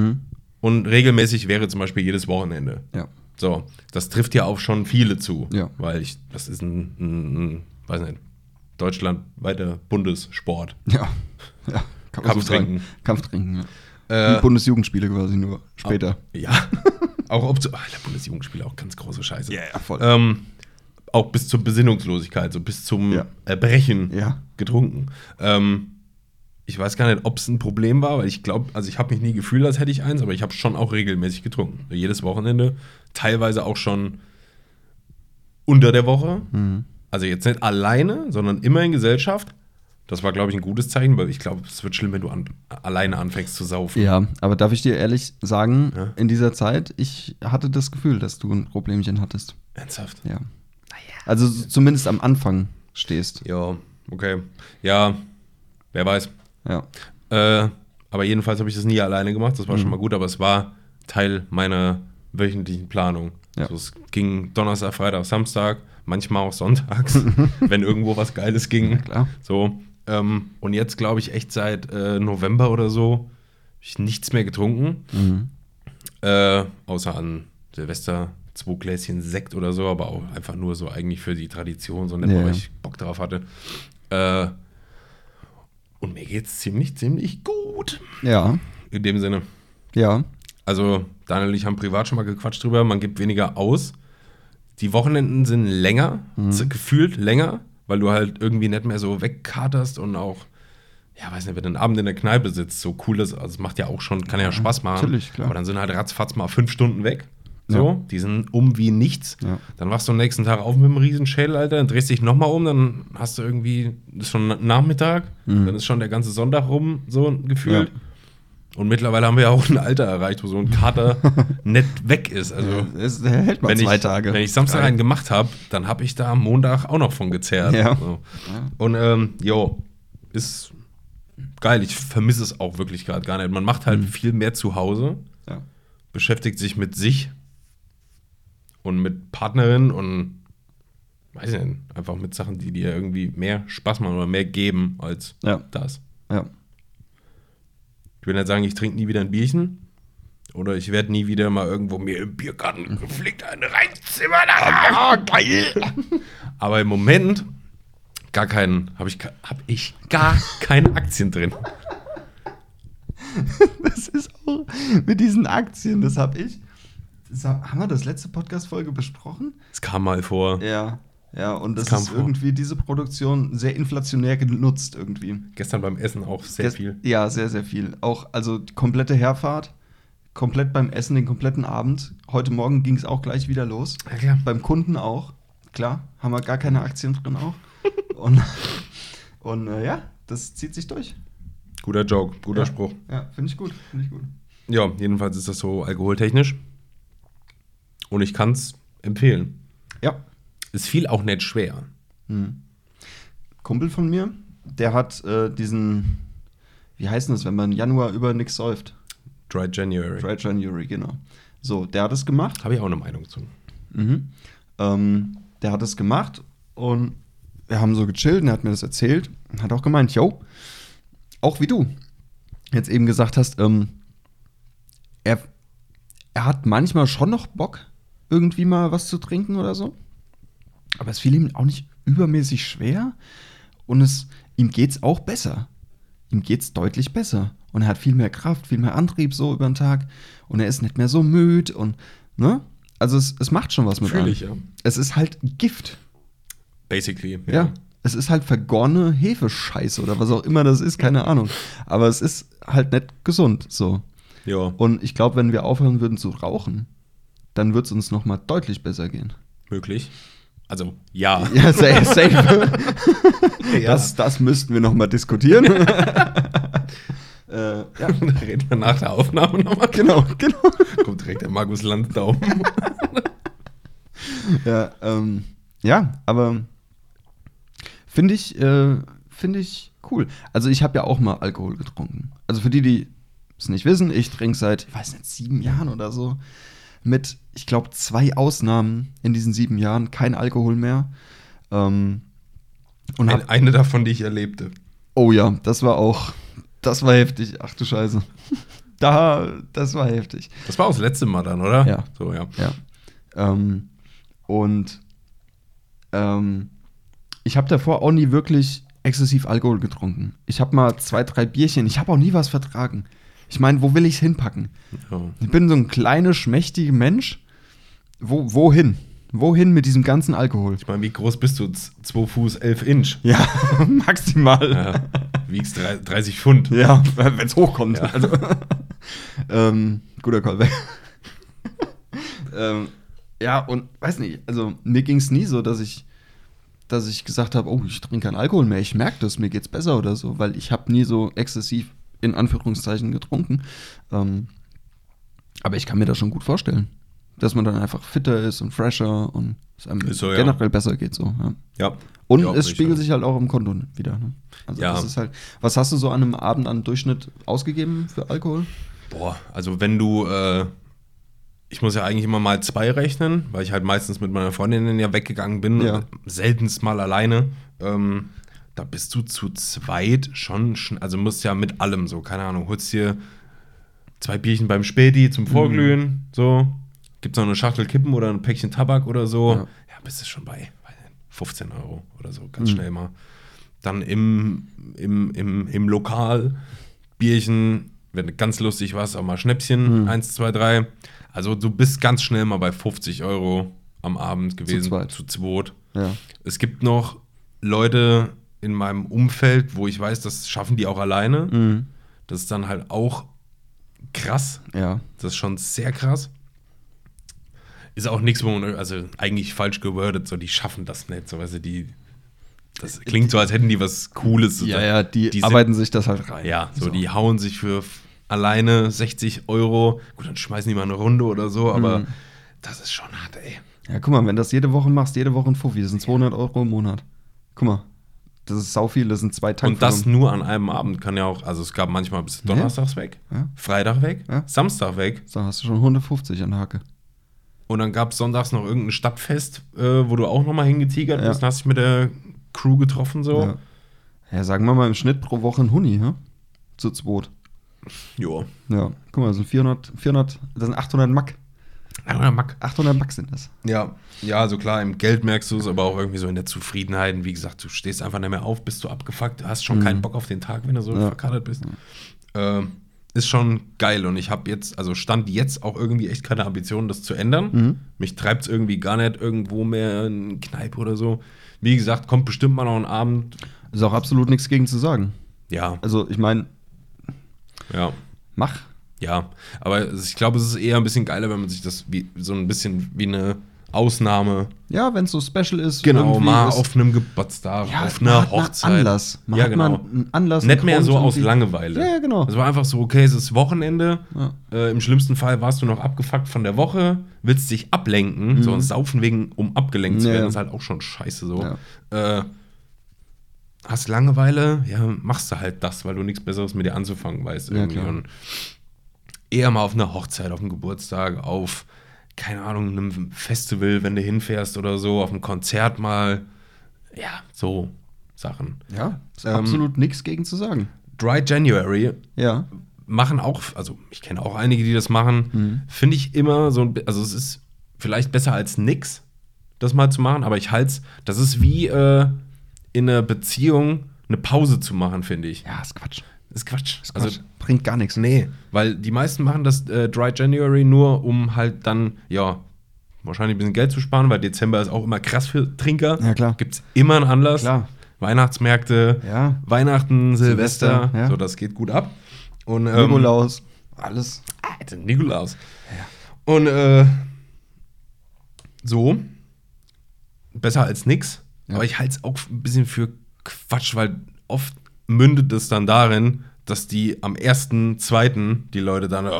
Speaker 2: und regelmäßig wäre zum Beispiel jedes Wochenende.
Speaker 1: Ja. [LAUGHS]
Speaker 2: So, das trifft ja auch schon viele zu,
Speaker 1: Ja.
Speaker 2: weil ich, das ist ein, ein, ein weiß nicht, deutschlandweiter Bundessport.
Speaker 1: Ja. ja. Kann man
Speaker 2: Kampf
Speaker 1: so sagen.
Speaker 2: trinken.
Speaker 1: Kampftrinken, ja.
Speaker 2: Äh, Ah.
Speaker 1: Wie Bundesjugendspiele quasi nur später. [LAUGHS]
Speaker 2: Ja. auch ob zu. Ah, der Bundesjugendspieler auch ganz große Scheiße.
Speaker 1: ja, voll.
Speaker 2: Ähm, auch bis zur Besinnungslosigkeit, so bis zum
Speaker 1: Ja.
Speaker 2: Erbrechen
Speaker 1: Ja.
Speaker 2: getrunken. Ähm, ich weiß gar nicht, ob es ein Problem war, weil ich glaube, also ich habe mich nie gefühlt, als hätte ich eins, aber ich habe schon auch regelmäßig getrunken. So Jedes Wochenende, teilweise auch schon unter der Woche.
Speaker 1: Mhm.
Speaker 2: Also jetzt nicht alleine, sondern immer in Gesellschaft. Das war, glaube ich, ein gutes Zeichen, weil ich glaube, es wird schlimm, wenn du an, alleine anfängst zu saufen.
Speaker 1: Ja, aber darf ich dir ehrlich sagen,
Speaker 2: Ja.
Speaker 1: in dieser Zeit, ich hatte das Gefühl, dass du ein Problemchen hattest.
Speaker 2: Ernsthaft?
Speaker 1: Ja. Also s- zumindest am Anfang stehst.
Speaker 2: Ja, okay. Ja, wer weiß.
Speaker 1: Ja.
Speaker 2: Äh, aber jedenfalls habe ich das nie alleine gemacht. Das war
Speaker 1: Mhm.
Speaker 2: schon mal gut, aber es war Teil meiner wöchentlichen Planung.
Speaker 1: Ja.
Speaker 2: Also es ging Donnerstag, Freitag, Samstag, manchmal
Speaker 1: [LAUGHS]
Speaker 2: auch sonntags, wenn irgendwo was Geiles ging.
Speaker 1: Ja, klar.
Speaker 2: So. Ähm, und jetzt glaube ich echt seit äh, November oder so hab ich nichts mehr getrunken.
Speaker 1: Mhm.
Speaker 2: Äh, außer an Silvester zwei Gläschen Sekt oder so, aber auch einfach nur so eigentlich für die Tradition, so nett,
Speaker 1: Ja,
Speaker 2: weil
Speaker 1: ja.
Speaker 2: ich Bock drauf hatte. Äh, und mir geht's ziemlich, ziemlich gut.
Speaker 1: Ja.
Speaker 2: In dem Sinne.
Speaker 1: Ja.
Speaker 2: Also, Daniel und ich haben privat schon mal gequatscht drüber, man gibt weniger aus. Die Wochenenden sind länger,
Speaker 1: Mhm.
Speaker 2: z- gefühlt länger, weil du halt irgendwie nicht mehr so wegkaterst und auch, ja, weiß nicht, wenn du einen Abend in der Kneipe sitzt, so cool ist, also es macht ja auch schon, kann ja Spaß machen.
Speaker 1: natürlich, klar.
Speaker 2: Aber dann sind halt ratzfatz mal fünf Stunden weg. So,
Speaker 1: Ja.
Speaker 2: die sind um wie nichts.
Speaker 1: Ja.
Speaker 2: Dann wachst du am nächsten Tag auf mit einem Riesenschädel, Alter, dann drehst dich nochmal um, dann hast du irgendwie, ist schon Nachmittag, dann ist schon der ganze Sonntag rum, so gefühlt.
Speaker 1: Mhm. Ja.
Speaker 2: Und mittlerweile haben wir ja auch ein Alter erreicht, wo so
Speaker 1: [LAUGHS]
Speaker 2: ein Kater nicht weg ist. Also,
Speaker 1: Es hält mal
Speaker 2: wenn,
Speaker 1: zwei
Speaker 2: ich,
Speaker 1: Tage.
Speaker 2: wenn ich Samstag
Speaker 1: Drei.
Speaker 2: einen gemacht habe, dann habe ich da am Montag auch noch von gezerrt.
Speaker 1: Ja.
Speaker 2: So. Und ähm, jo, ist geil. Ich vermisse es auch wirklich gerade gar nicht. Man macht
Speaker 1: Mhm.
Speaker 2: halt viel mehr zu Hause,
Speaker 1: Ja.
Speaker 2: beschäftigt sich mit sich und mit Partnerin und weiß ich nicht, einfach mit Sachen, die dir irgendwie mehr Spaß machen oder mehr geben als
Speaker 1: Ja.
Speaker 2: das.
Speaker 1: ja.
Speaker 2: Ich will nicht sagen, ich trinke nie wieder ein Bierchen. Oder ich werde nie wieder mal irgendwo mir im Biergarten gepflegt eine reinzimmern. Ah, geil. Aber im Moment gar keinen, habe ich, ke- hab ich gar keine Aktien drin.
Speaker 1: [LAUGHS] Das ist auch mit diesen Aktien, das habe ich. Das hab, haben wir das letzte Podcast-Folge besprochen?
Speaker 2: Es kam mal vor.
Speaker 1: Ja. Ja, und das,
Speaker 2: kam
Speaker 1: ist
Speaker 2: vor.
Speaker 1: irgendwie diese Produktion sehr inflationär genutzt irgendwie.
Speaker 2: Gestern beim Essen auch sehr
Speaker 1: Das-
Speaker 2: viel.
Speaker 1: Ja, sehr, sehr viel. Auch, also die komplette Herfahrt, komplett beim Essen, den kompletten Abend. Heute Morgen ging es auch gleich wieder los.
Speaker 2: Ja, klar.
Speaker 1: Beim Kunden auch. Klar, haben wir gar keine Aktien drin [LAUGHS] auch. Und, und äh, ja, das zieht sich durch.
Speaker 2: Guter Joke, guter
Speaker 1: ja.
Speaker 2: Spruch.
Speaker 1: Ja, finde ich gut. Finde ich gut.
Speaker 2: Ja, jedenfalls ist das so alkoholtechnisch. Und ich kann es empfehlen.
Speaker 1: Ja.
Speaker 2: Ist viel auch nicht schwer.
Speaker 1: Kumpel von mir, der hat äh, diesen, wie heißt denn das, wenn man Januar über nichts säuft?
Speaker 2: Dry January.
Speaker 1: Dry January, genau. So, der hat es gemacht.
Speaker 2: Habe ich auch eine Meinung zu.
Speaker 1: Mhm. Ähm, der hat es gemacht und wir haben so gechillt und er hat mir das erzählt und hat auch gemeint, yo, auch wie du jetzt eben gesagt hast, ähm, er, er hat manchmal schon noch Bock, irgendwie mal was zu trinken oder so. Aber es fiel ihm auch nicht übermäßig schwer und es, ihm geht's auch besser. Ihm geht's deutlich besser. Und er hat viel mehr Kraft, viel mehr Antrieb so über den Tag. Und er ist nicht mehr so müde und, ne? Also es, es macht schon was mit
Speaker 2: Fühl
Speaker 1: einem.
Speaker 2: ich, ja.
Speaker 1: Es ist halt Gift.
Speaker 2: Basically.
Speaker 1: Ja. Es ist halt vergorene Hefescheiße oder was auch immer das ist, keine Ahnung. Aber es ist halt nicht gesund so.
Speaker 2: Ja,
Speaker 1: Und ich glaube, wenn wir aufhören würden zu rauchen, dann würde es uns nochmal deutlich besser gehen. [LAUGHS]
Speaker 2: möglich. Also, ja.
Speaker 1: Ja, [LAUGHS] safe. safe.
Speaker 2: [LAUGHS] Ja.
Speaker 1: Das, das müssten wir nochmal diskutieren. [LAUGHS] äh, ja,
Speaker 2: Da reden wir nach der Aufnahme nochmal.
Speaker 1: genau, genau.
Speaker 2: Kommt direkt der Markus Landau.
Speaker 1: Ja, ähm, ja aber finde ich, äh, finde ich cool. Also ich habe ja auch mal Alkohol getrunken. Also für die, die es nicht wissen, ich trinke seit, ich weiß nicht, sieben Jahren oder so. Mit, ich glaube, zwei Ausnahmen in diesen sieben Jahren kein Alkohol mehr. Ähm, und hab,
Speaker 2: Ein, eine davon, die ich erlebte.
Speaker 1: oh ja, das war auch, das war heftig. Ach du Scheiße. [LAUGHS] Da, das war heftig.
Speaker 2: Das war auch das letzte Mal dann, oder?
Speaker 1: Ja.
Speaker 2: So, ja.
Speaker 1: Ja. Ähm, und ähm, ich habe davor auch nie wirklich exzessiv Alkohol getrunken. Ich habe mal zwei, drei Bierchen. Ich habe auch nie was vertragen. Ich meine, wo will ich es hinpacken?
Speaker 2: Ja.
Speaker 1: Ich bin so ein kleiner, schmächtiger Mensch. Wo, wohin? Wohin mit diesem ganzen Alkohol?
Speaker 2: Ich meine, wie groß bist du? Z- 2 Fuß, 11 Inch.
Speaker 1: Ja, [LAUGHS] maximal.
Speaker 2: Ja. Wiegst drei- 30 Pfund.
Speaker 1: Ja, wenn es hochkommt.
Speaker 2: Ja.
Speaker 1: Also, [LAUGHS] ähm, guter Callback. [LAUGHS] ähm, ja, und weiß nicht, also mir ging es nie so, dass ich, dass ich gesagt habe, oh, ich trinke keinen Alkohol mehr, ich merke das, mir geht's besser oder so, weil ich habe nie so exzessiv in Anführungszeichen getrunken. Ähm, aber ich kann mir das schon gut vorstellen, dass man dann einfach fitter ist und fresher und es einem
Speaker 2: Ist so, ja.
Speaker 1: generell besser geht so. Ja.
Speaker 2: Ja.
Speaker 1: Und
Speaker 2: Ja,
Speaker 1: es
Speaker 2: sicher.
Speaker 1: spiegelt sich halt auch im Konto wieder. Ne? Also
Speaker 2: Ja.
Speaker 1: das ist halt. Was hast du so an einem Abend an Durchschnitt ausgegeben für Alkohol?
Speaker 2: Boah, also wenn du, äh, ich muss ja eigentlich immer mal zwei rechnen, weil ich halt meistens mit meiner Freundin ja weggegangen bin,
Speaker 1: Ja.
Speaker 2: seltenst mal alleine. Ähm, da bist du zu zweit schon, schn- also musst ja mit allem so, keine Ahnung, holst dir zwei Bierchen beim Späti zum Vorglühen, so, gibt's noch eine Schachtel Kippen oder ein Päckchen Tabak oder so,
Speaker 1: Ja.
Speaker 2: ja, bist du schon bei weiß nicht, 15 Euro oder so, ganz schnell mal. Dann im, im, im, im Lokal Bierchen, wenn du ganz lustig warst, auch mal Schnäppchen, eins, zwei, drei. Also du bist ganz schnell mal bei 50 Euro am Abend gewesen,
Speaker 1: zweit.
Speaker 2: zu zweit.
Speaker 1: Ja.
Speaker 2: Es gibt noch Leute in meinem Umfeld, wo ich weiß, das schaffen die auch alleine. Das ist dann halt auch krass.
Speaker 1: Ja.
Speaker 2: Das ist schon sehr krass. Ist auch nichts, wo man, also eigentlich falsch gewordet, so die schaffen das nicht. So, weißt du, die, das klingt so, als hätten die was Cooles.
Speaker 1: Ja, ja, die,
Speaker 2: Also sind-
Speaker 1: arbeiten sich das halt rein.
Speaker 2: ja, so, die hauen sich für f- alleine 60 Euro. Gut, dann schmeißen die mal eine Runde oder so, aber
Speaker 1: Mhm.
Speaker 2: das ist schon hart, ey.
Speaker 1: Ja, guck mal, wenn das jede Woche machst, jede Woche ein Fuffi, das sind 200 Euro im Monat. Guck mal, das ist sau viel, das sind zwei Tage.
Speaker 2: Und das nur an einem Abend kann ja auch, also es gab manchmal bis Donnerstags weg,
Speaker 1: Ja.
Speaker 2: Freitag weg,
Speaker 1: Ja.
Speaker 2: Samstag weg
Speaker 1: Da hast du schon 150 an der Hacke.
Speaker 2: und dann gab es sonntags noch irgendein Stadtfest, äh, wo du auch nochmal hingetigert
Speaker 1: Ja.
Speaker 2: bist, dann hast dich mit der Crew getroffen so.
Speaker 1: Ja. ja, sagen wir mal im Schnitt pro Woche ein Huni, hä? Zu zweit.
Speaker 2: Jo.
Speaker 1: Ja, guck mal, das sind 400, 400, das sind 800 Mack.
Speaker 2: Oder Mack.
Speaker 1: 800 Mack sind das.
Speaker 2: Ja, ja, also klar, im Geld merkst du es, aber auch irgendwie so in der Zufriedenheit. Und Wie gesagt, du stehst einfach nicht mehr auf, bist du abgefuckt, du hast schon keinen Bock auf den Tag, wenn du so
Speaker 1: Mhm. Ja.
Speaker 2: verkadert bist. Ähm, ist schon geil und ich habe jetzt, also stand jetzt auch irgendwie echt keine Ambition, das zu ändern.
Speaker 1: Mhm.
Speaker 2: Mich treibt es irgendwie gar nicht irgendwo mehr in Kneipe oder so. Wie gesagt, kommt bestimmt mal noch ein Abend.
Speaker 1: Ist auch absolut nichts gegen zu sagen.
Speaker 2: Ja,
Speaker 1: Also, ich meine,
Speaker 2: ja.
Speaker 1: mach.
Speaker 2: Ja, aber es- ich glaube, es ist eher ein bisschen geiler, wenn man sich das wie, so ein bisschen wie eine Ausnahme
Speaker 1: Ja, wenn es so special ist.
Speaker 2: Genau,
Speaker 1: irgendwie
Speaker 2: mal
Speaker 1: ist-
Speaker 2: auf einem Geburtstag,
Speaker 1: Ja,
Speaker 2: auf
Speaker 1: man
Speaker 2: einer
Speaker 1: hat mal
Speaker 2: Hochzeit.
Speaker 1: Anlass. Man
Speaker 2: ja,
Speaker 1: hat mal
Speaker 2: genau.
Speaker 1: einen Anlass,
Speaker 2: Nicht
Speaker 1: einen
Speaker 2: mehr so
Speaker 1: Grund um
Speaker 2: aus
Speaker 1: irgendwie.
Speaker 2: Langeweile.
Speaker 1: Ja, ja, genau.
Speaker 2: Es war einfach so, okay, es ist Wochenende.
Speaker 1: Ja.
Speaker 2: Äh, Im schlimmsten Fall warst du noch abgefuckt von der Woche, willst dich ablenken, so ein Saufen wegen, um abgelenkt zu
Speaker 1: Mhm. Ja,
Speaker 2: werden,
Speaker 1: ja.
Speaker 2: ist halt auch schon scheiße so. Äh, hast Langeweile, ja, machst du halt das, weil du nichts Besseres mit dir anzufangen weißt
Speaker 1: Ja,
Speaker 2: irgendwie.
Speaker 1: klar.
Speaker 2: Und eher mal auf einer Hochzeit, auf einem Geburtstag, auf, keine Ahnung, einem Festival, wenn du hinfährst oder so, auf einem Konzert mal. Ja, so Sachen.
Speaker 1: Ja, ist
Speaker 2: Ähm,
Speaker 1: absolut nichts gegen zu sagen.
Speaker 2: Dry January
Speaker 1: Ja.
Speaker 2: machen auch, also ich kenne auch einige, die das machen,
Speaker 1: Mhm.
Speaker 2: finde ich immer so ein, bi- also es ist vielleicht besser als nix, das mal zu machen, aber ich halte es, das ist wie äh, in einer Beziehung eine Pause zu machen, finde ich.
Speaker 1: Ja, ist Quatsch.
Speaker 2: Ist Quatsch.
Speaker 1: Ist Quatsch.
Speaker 2: Also,
Speaker 1: bringt gar nichts.
Speaker 2: nee, weil die meisten machen das äh, Dry January nur, um halt dann, ja, wahrscheinlich ein bisschen Geld zu sparen, weil Dezember ist auch immer krass für Trinker.
Speaker 1: Ja, klar.
Speaker 2: Gibt es immer einen Anlass.
Speaker 1: Klar.
Speaker 2: Weihnachtsmärkte,
Speaker 1: Ja.
Speaker 2: Weihnachten, Silvester,
Speaker 1: Silvester, ja.
Speaker 2: so, das geht gut ab. Und, ähm,
Speaker 1: Nikolaus, alles.
Speaker 2: Alter, Ah, Nikolaus. Und äh, so. Besser als nix.
Speaker 1: Ja.
Speaker 2: Aber ich halte es auch ein bisschen für Quatsch, weil oft mündet es dann darin, dass die am 1.2. die Leute dann, äh,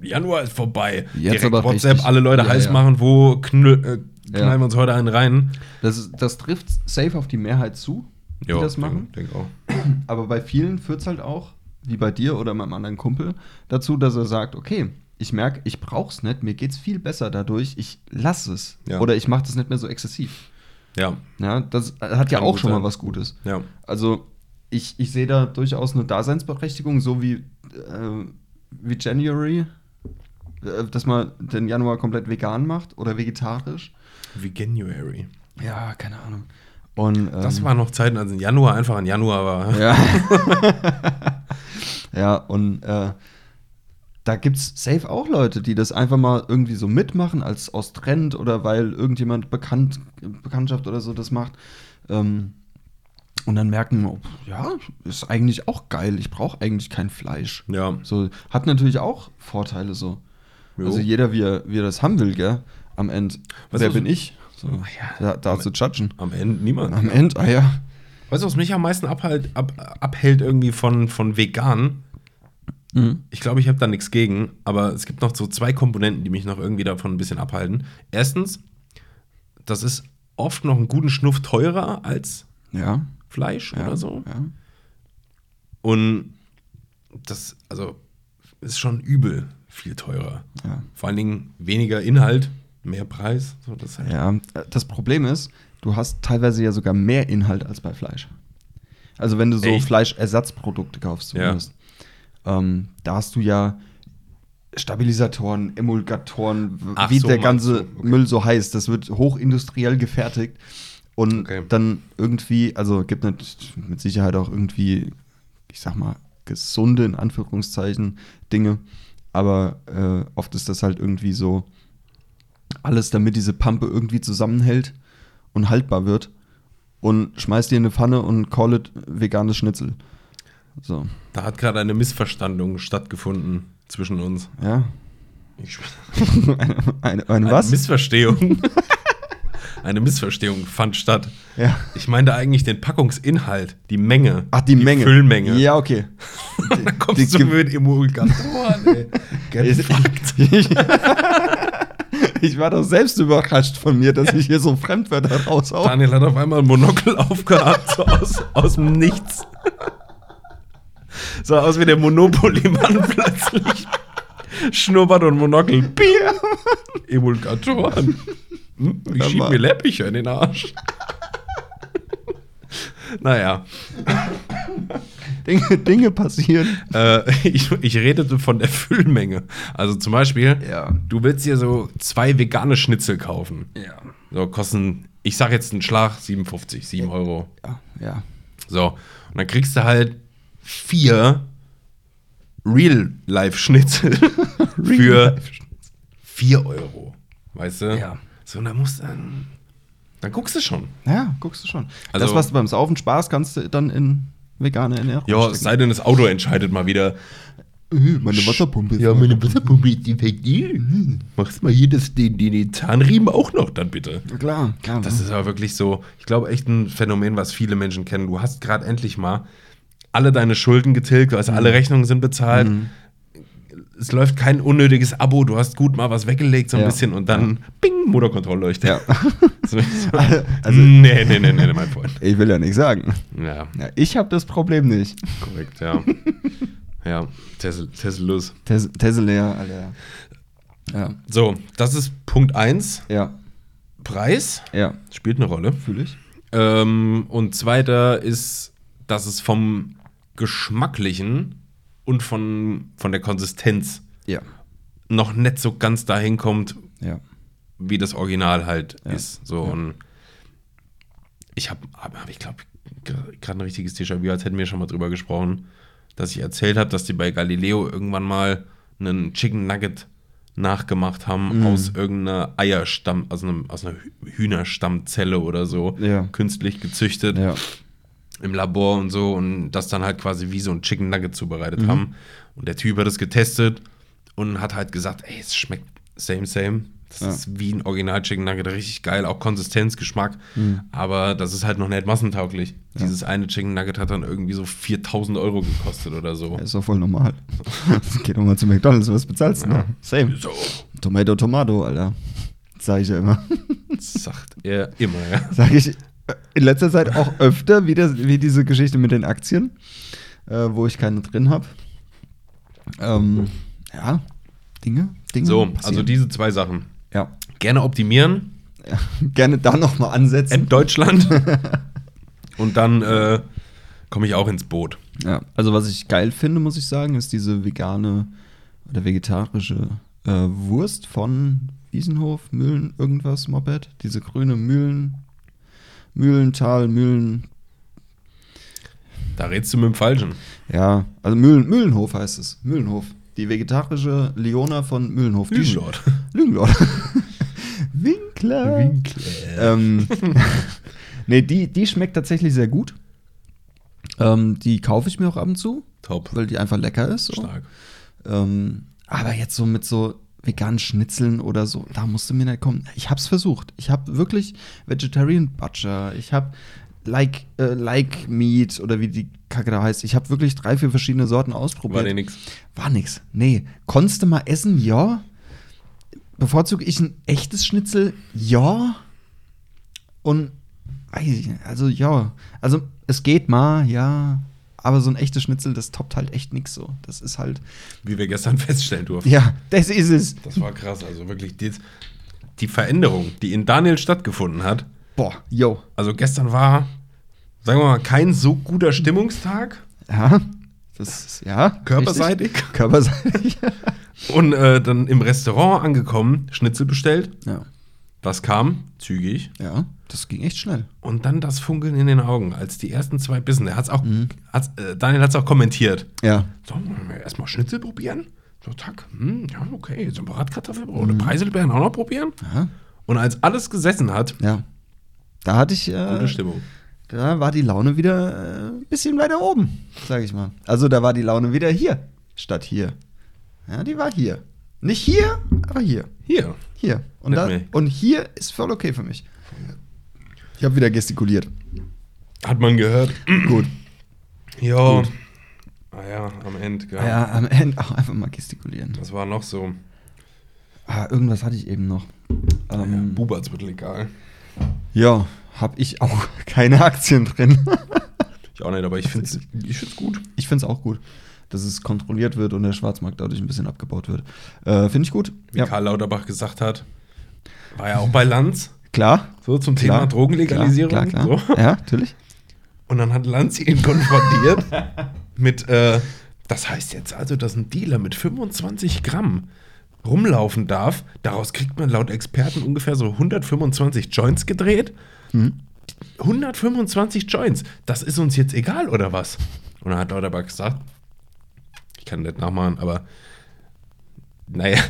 Speaker 2: Januar ist vorbei.
Speaker 1: Jetzt aber
Speaker 2: WhatsApp
Speaker 1: richtig.
Speaker 2: alle Leute
Speaker 1: Ja,
Speaker 2: heiß
Speaker 1: ja.
Speaker 2: machen, wo knüll, äh, knallen
Speaker 1: Ja.
Speaker 2: wir uns heute einen rein.
Speaker 1: Das, ist, das trifft safe auf die Mehrheit zu, die
Speaker 2: Ja,
Speaker 1: das machen.
Speaker 2: Denk, denk auch.
Speaker 1: Aber bei vielen führt es halt auch, wie bei dir oder meinem anderen Kumpel, dazu, dass er sagt, okay, ich merke, ich brauch's nicht, mir geht's viel besser dadurch, ich lasse es.
Speaker 2: Ja.
Speaker 1: Oder ich mache das nicht mehr so exzessiv.
Speaker 2: Ja,
Speaker 1: Ja, das hat ja
Speaker 2: Kann
Speaker 1: auch
Speaker 2: gut
Speaker 1: schon
Speaker 2: sein.
Speaker 1: mal was Gutes.
Speaker 2: ja.
Speaker 1: Also ich, ich sehe da durchaus eine Daseinsberechtigung, so wie, äh, wie January, äh, dass man den Januar komplett vegan macht oder vegetarisch.
Speaker 2: Wie January.
Speaker 1: Ja, keine Ahnung. Und, ähm,
Speaker 2: Das waren noch Zeiten, als ein Januar einfach ein Januar war.
Speaker 1: Ja. ja, und äh, da gibt's safe auch Leute, die das einfach mal irgendwie so mitmachen, als aus Trend oder weil irgendjemand Bekannt, Bekanntschaft oder so das macht. Ähm, und dann merken, oh, ja, ist eigentlich auch geil. Ich brauche eigentlich kein Fleisch.
Speaker 2: [LAUGHS] Ja.
Speaker 1: So, hat natürlich auch Vorteile so.
Speaker 2: Jo.
Speaker 1: Also jeder, wie er, wie er das haben will, gell? Am Ende.
Speaker 2: Weißt
Speaker 1: Wer
Speaker 2: du,
Speaker 1: bin
Speaker 2: so-
Speaker 1: ich? So,
Speaker 2: Ah ja.
Speaker 1: da, da zu judgen.
Speaker 2: Am Ende niemand.
Speaker 1: Am Ende, ah ja.
Speaker 2: Weißt du, was mich am meisten abhalt, ab, abhält irgendwie von, von vegan? Ich glaube, ich habe da nichts gegen, aber es gibt noch so zwei Komponenten, die mich noch irgendwie davon ein bisschen abhalten. Erstens, das ist oft noch einen guten Schnuff teurer als
Speaker 1: Ja.
Speaker 2: Fleisch
Speaker 1: ja
Speaker 2: oder so.
Speaker 1: Ja.
Speaker 2: Und das, also, ist schon übel viel teurer.
Speaker 1: Ja.
Speaker 2: Vor allen Dingen weniger Inhalt, mehr Preis. So, das ist halt
Speaker 1: Ja, das Problem ist, du hast teilweise ja sogar mehr Inhalt als bei Fleisch. Also wenn du so
Speaker 2: Echt?
Speaker 1: Fleischersatzprodukte kaufst,
Speaker 2: Ja.
Speaker 1: zumindest, ähm, da hast du ja Stabilisatoren, Emulgatoren, w-
Speaker 2: Ach
Speaker 1: wie
Speaker 2: so,
Speaker 1: der
Speaker 2: meinst
Speaker 1: ganze
Speaker 2: du, okay.
Speaker 1: Müll so heißt. Das wird hochindustriell gefertigt und
Speaker 2: Okay.
Speaker 1: dann irgendwie, also gibt es mit Sicherheit auch irgendwie, ich sag mal, gesunde, in Anführungszeichen, Dinge. Aber äh, oft ist das halt irgendwie so, alles, damit diese Pampe irgendwie zusammenhält und haltbar wird. Und schmeißt dir eine Pfanne und call it veganes Schnitzel. So,
Speaker 2: Da hat gerade eine Missverstandung stattgefunden zwischen uns.
Speaker 1: ja. [LAUGHS]
Speaker 2: Ich,
Speaker 1: eine, eine, eine was? [LAUGHS]
Speaker 2: Eine Missverstehung. [LAUGHS] eine Missverstehung fand statt.
Speaker 1: ja.
Speaker 2: Ich meinte eigentlich den Packungsinhalt, die Menge.
Speaker 1: Ach, die, Menge.
Speaker 2: Füllmenge. [LAUGHS]
Speaker 1: Ja, okay.
Speaker 2: da
Speaker 1: die
Speaker 2: kommst du
Speaker 1: Ge-
Speaker 2: mit
Speaker 1: [LAUGHS]
Speaker 2: Emulgatoren, ey. Get fucked.
Speaker 1: ich, [LAUGHS] ich war doch selbst überrascht von mir, dass ich hier so Fremdwörter raushau.
Speaker 2: Daniel hat auf einmal ein Monokel [LAUGHS] aufgehabt, so aus, aus dem Nichts. Sah aus wie
Speaker 1: [LAUGHS]
Speaker 2: der Monopoly-Mann plötzlich. Schnurrbart und Monokel. Bier. Emulgatoren. Hm, ich
Speaker 1: Hör
Speaker 2: schieb
Speaker 1: mal.
Speaker 2: mir Läppicher in den Arsch. naja.
Speaker 1: Dinge, Dinge passieren.
Speaker 2: Äh, [LAUGHS] ich, ich redete von der Füllmenge. Also zum Beispiel,
Speaker 1: Ja.
Speaker 2: du willst dir so zwei vegane Schnitzel kaufen.
Speaker 1: Ja.
Speaker 2: So, kosten, ich sag jetzt einen Schlag, 57, 7 Euro.
Speaker 1: Ja, ja.
Speaker 2: So, und dann kriegst du halt vier
Speaker 1: [LAUGHS]
Speaker 2: Real-Life-Schnitzel für 4 Euro. Weißt du?
Speaker 1: Ja.
Speaker 2: So, und dann musst du dann. Dann guckst du schon.
Speaker 1: Ja, guckst du schon.
Speaker 2: Also-
Speaker 1: das, was du beim Saufen Spaß kannst du dann in vegane Ernährung.
Speaker 2: Ja, es
Speaker 1: stecken.
Speaker 2: sei denn, das Auto entscheidet mal wieder.
Speaker 1: Äh, Meine Wasserpumpe ist leer.
Speaker 2: Wasserpumpe ist defektiv. Machst mal hier das, den, den, den Zahnriemen auch noch dann bitte.
Speaker 1: Klar, klar. ne?
Speaker 2: Das ist aber wirklich so, ich glaube, echt ein Phänomen, was viele Menschen kennen. Du hast gerade endlich mal alle deine Schulden getilgt, also
Speaker 1: Mhm.
Speaker 2: alle Rechnungen sind bezahlt. Es läuft kein unnötiges Abo, du hast gut mal was weggelegt, so ein
Speaker 1: Ja.
Speaker 2: bisschen und dann bing, Motorkontrollleuchte.
Speaker 1: Ja.
Speaker 2: [LAUGHS] So, so.
Speaker 1: [LAUGHS] Also-
Speaker 2: nee, nee, nee, nee, mein Freund.
Speaker 1: ich will ja nicht sagen.
Speaker 2: Ja,
Speaker 1: Ja, ich habe das Problem nicht.
Speaker 2: korrekt, ja. ja, Tesla, Tesla los.
Speaker 1: Tes- Tesla, ja, Alter. Ja,
Speaker 2: So, das ist Punkt 1.
Speaker 1: ja,
Speaker 2: Preis
Speaker 1: ja.
Speaker 2: spielt eine Rolle.
Speaker 1: Fühle ich.
Speaker 2: Ähm, und zweiter ist, dass es vom Geschmacklichen und von, von der Konsistenz
Speaker 1: Ja,
Speaker 2: noch nicht so ganz dahin kommt,
Speaker 1: ja.
Speaker 2: wie das Original halt
Speaker 1: Ja.
Speaker 2: ist. So
Speaker 1: Ja.
Speaker 2: und ich habe, aber ich glaube, gerade ein richtiges Déjà-vu, als hätten wir schon mal drüber gesprochen, dass ich erzählt habe, dass die bei Galileo irgendwann mal einen Chicken Nugget nachgemacht haben
Speaker 1: Mhm.
Speaker 2: aus irgendeiner Eierstamm, aus, einem, aus einer Hü- Hühnerstammzelle oder so,
Speaker 1: Ja.
Speaker 2: künstlich gezüchtet
Speaker 1: Ja,
Speaker 2: im Labor und so und das dann halt quasi wie so ein Chicken Nugget zubereitet
Speaker 1: Mhm.
Speaker 2: haben. Und der Typ hat es getestet und hat halt gesagt, ey, es schmeckt same, same. Das
Speaker 1: Ja.
Speaker 2: ist wie ein Original Chicken Nugget, richtig geil, auch Konsistenz, Geschmack.
Speaker 1: Mhm.
Speaker 2: Aber das ist halt noch nicht massentauglich. Dieses eine Chicken Nugget hat dann irgendwie so 4000 Euro gekostet oder so.
Speaker 1: Ja, ist doch voll normal. [LAUGHS] Geh doch mal zu McDonalds, was bezahlst du?
Speaker 2: Ja.
Speaker 1: Ne? Same.
Speaker 2: So,
Speaker 1: Tomato, Tomato, Alter. [LAUGHS] Sag ich ja immer. [LAUGHS]
Speaker 2: sagt er immer, ja.
Speaker 1: Sag ich äh, in letzter Zeit auch öfter, wie, das, wie diese Geschichte mit den Aktien, äh, wo ich keine drin habe. Ähm, ja, Dinge, Dinge.
Speaker 2: So, also
Speaker 1: passieren.
Speaker 2: diese zwei Sachen.
Speaker 1: Ja. [LAUGHS]
Speaker 2: Gerne optimieren,
Speaker 1: Ja, Gerne da nochmal ansetzen. [LAUGHS]
Speaker 2: Enddeutschland. und dann äh, komme ich auch ins Boot.
Speaker 1: Ja, also was ich geil finde, muss ich sagen, ist diese vegane oder vegetarische äh, Wurst von Wiesenhof, Mühlen, irgendwas, Moped. Diese grüne Mühlen, Mühlental, Mühlen.
Speaker 2: Da redst du mit dem Falschen.
Speaker 1: Ja, also Mühlen, Mühlenhof heißt es. Mühlenhof. Die vegetarische Leona von Mühlenhof. Die-
Speaker 2: Lügenlord. [LAUGHS]
Speaker 1: Lügenlord. [LAUGHS] Winkler. Ähm, [LAUGHS] nee, die, die schmeckt tatsächlich sehr gut. Ähm, die kaufe ich mir auch ab und zu,
Speaker 2: Top.
Speaker 1: weil die einfach lecker ist. So.
Speaker 2: Stark.
Speaker 1: Ähm, aber jetzt so mit so veganen Schnitzeln oder so, da musste mir nicht kommen. Ich hab's versucht. Ich hab wirklich Vegetarian Butcher, ich hab like, äh, like Meat oder wie die Kacke da heißt. Ich hab wirklich drei, vier verschiedene Sorten ausprobiert.
Speaker 2: War dir nix.
Speaker 1: War nix. Nee. Konntest du mal essen? Ja. Bevorzuge ich ein echtes Schnitzel? Ja. Und weiß ich nicht. Also ja. Also es geht mal, ja. Aber so ein echtes Schnitzel, das toppt halt echt nix so. Das ist halt.
Speaker 2: Wie wir gestern [LAUGHS] feststellen durften.
Speaker 1: Ja, das ist es.
Speaker 2: Das war krass. Also wirklich die, die Veränderung, die in Daniel stattgefunden hat.
Speaker 1: Boah, yo.
Speaker 2: Also gestern war, sagen wir mal, kein so guter Stimmungstag.
Speaker 1: Ja. Das ist, ja.
Speaker 2: Körperseitig.
Speaker 1: richtig. Körperseitig.
Speaker 2: Und äh, dann im Restaurant angekommen, Schnitzel bestellt.
Speaker 1: [LAUGHS] ja.
Speaker 2: Was kam? Zügig.
Speaker 1: Ja. Das ging echt schnell.
Speaker 2: Und dann das Funkeln in den Augen, als die ersten zwei Bissen. Der hat's auch, hat's, äh, Daniel hat es auch kommentiert.
Speaker 1: Ja.
Speaker 2: So, wollen wir erstmal Schnitzel probieren? So, tack. Hm, ja, okay. Jetzt ein Bratkartoffelbrot
Speaker 1: Mhm.
Speaker 2: oder Preiselbeeren auch noch probieren?
Speaker 1: Ja.
Speaker 2: Und als alles gesessen hat,
Speaker 1: ja. Da hatte ich. Äh,
Speaker 2: gute Stimmung.
Speaker 1: da war die Laune wieder äh, ein bisschen weiter oben, sage ich mal. Also da war die Laune wieder hier, statt hier. Ja, die war hier. Nicht hier, aber hier.
Speaker 2: Hier.
Speaker 1: Hier. Und,
Speaker 2: Nicht
Speaker 1: da,
Speaker 2: mehr.
Speaker 1: und hier ist voll okay für mich. Ich habe wieder gestikuliert.
Speaker 2: Hat man gehört. [CLEARS THROAT]
Speaker 1: Gut.
Speaker 2: Ja. Ah ja, am Ende, gell.
Speaker 1: Ja, am Ende auch einfach mal gestikulieren.
Speaker 2: Das war noch so.
Speaker 1: Ah, irgendwas hatte ich eben noch. Ähm,
Speaker 2: Bubatz wird legal.
Speaker 1: ja, habe ich auch [LAUGHS] keine Aktien drin.
Speaker 2: Ich auch nicht, aber ich finde es ich find's gut.
Speaker 1: [LAUGHS] Ich finde es auch gut, dass es kontrolliert wird und der Schwarzmarkt dadurch ein bisschen abgebaut wird. Äh, finde ich gut.
Speaker 2: Wie Karl Lauterbach gesagt hat, war ja auch bei Lanz.
Speaker 1: Klar.
Speaker 2: So zum Thema Drogenlegalisierung.
Speaker 1: Klar, klar, klar.
Speaker 2: So.
Speaker 1: Ja,
Speaker 2: [LAUGHS]
Speaker 1: natürlich.
Speaker 2: Und dann hat Lanz ihn konfrontiert mit, äh, das heißt jetzt also, dass ein Dealer mit 25 Gramm rumlaufen darf. Daraus kriegt man laut Experten ungefähr so 125 Joints gedreht. 125 Joints, das ist uns jetzt egal oder was? Und dann hat Lauterbach gesagt, ich kann nicht nachmachen, aber naja,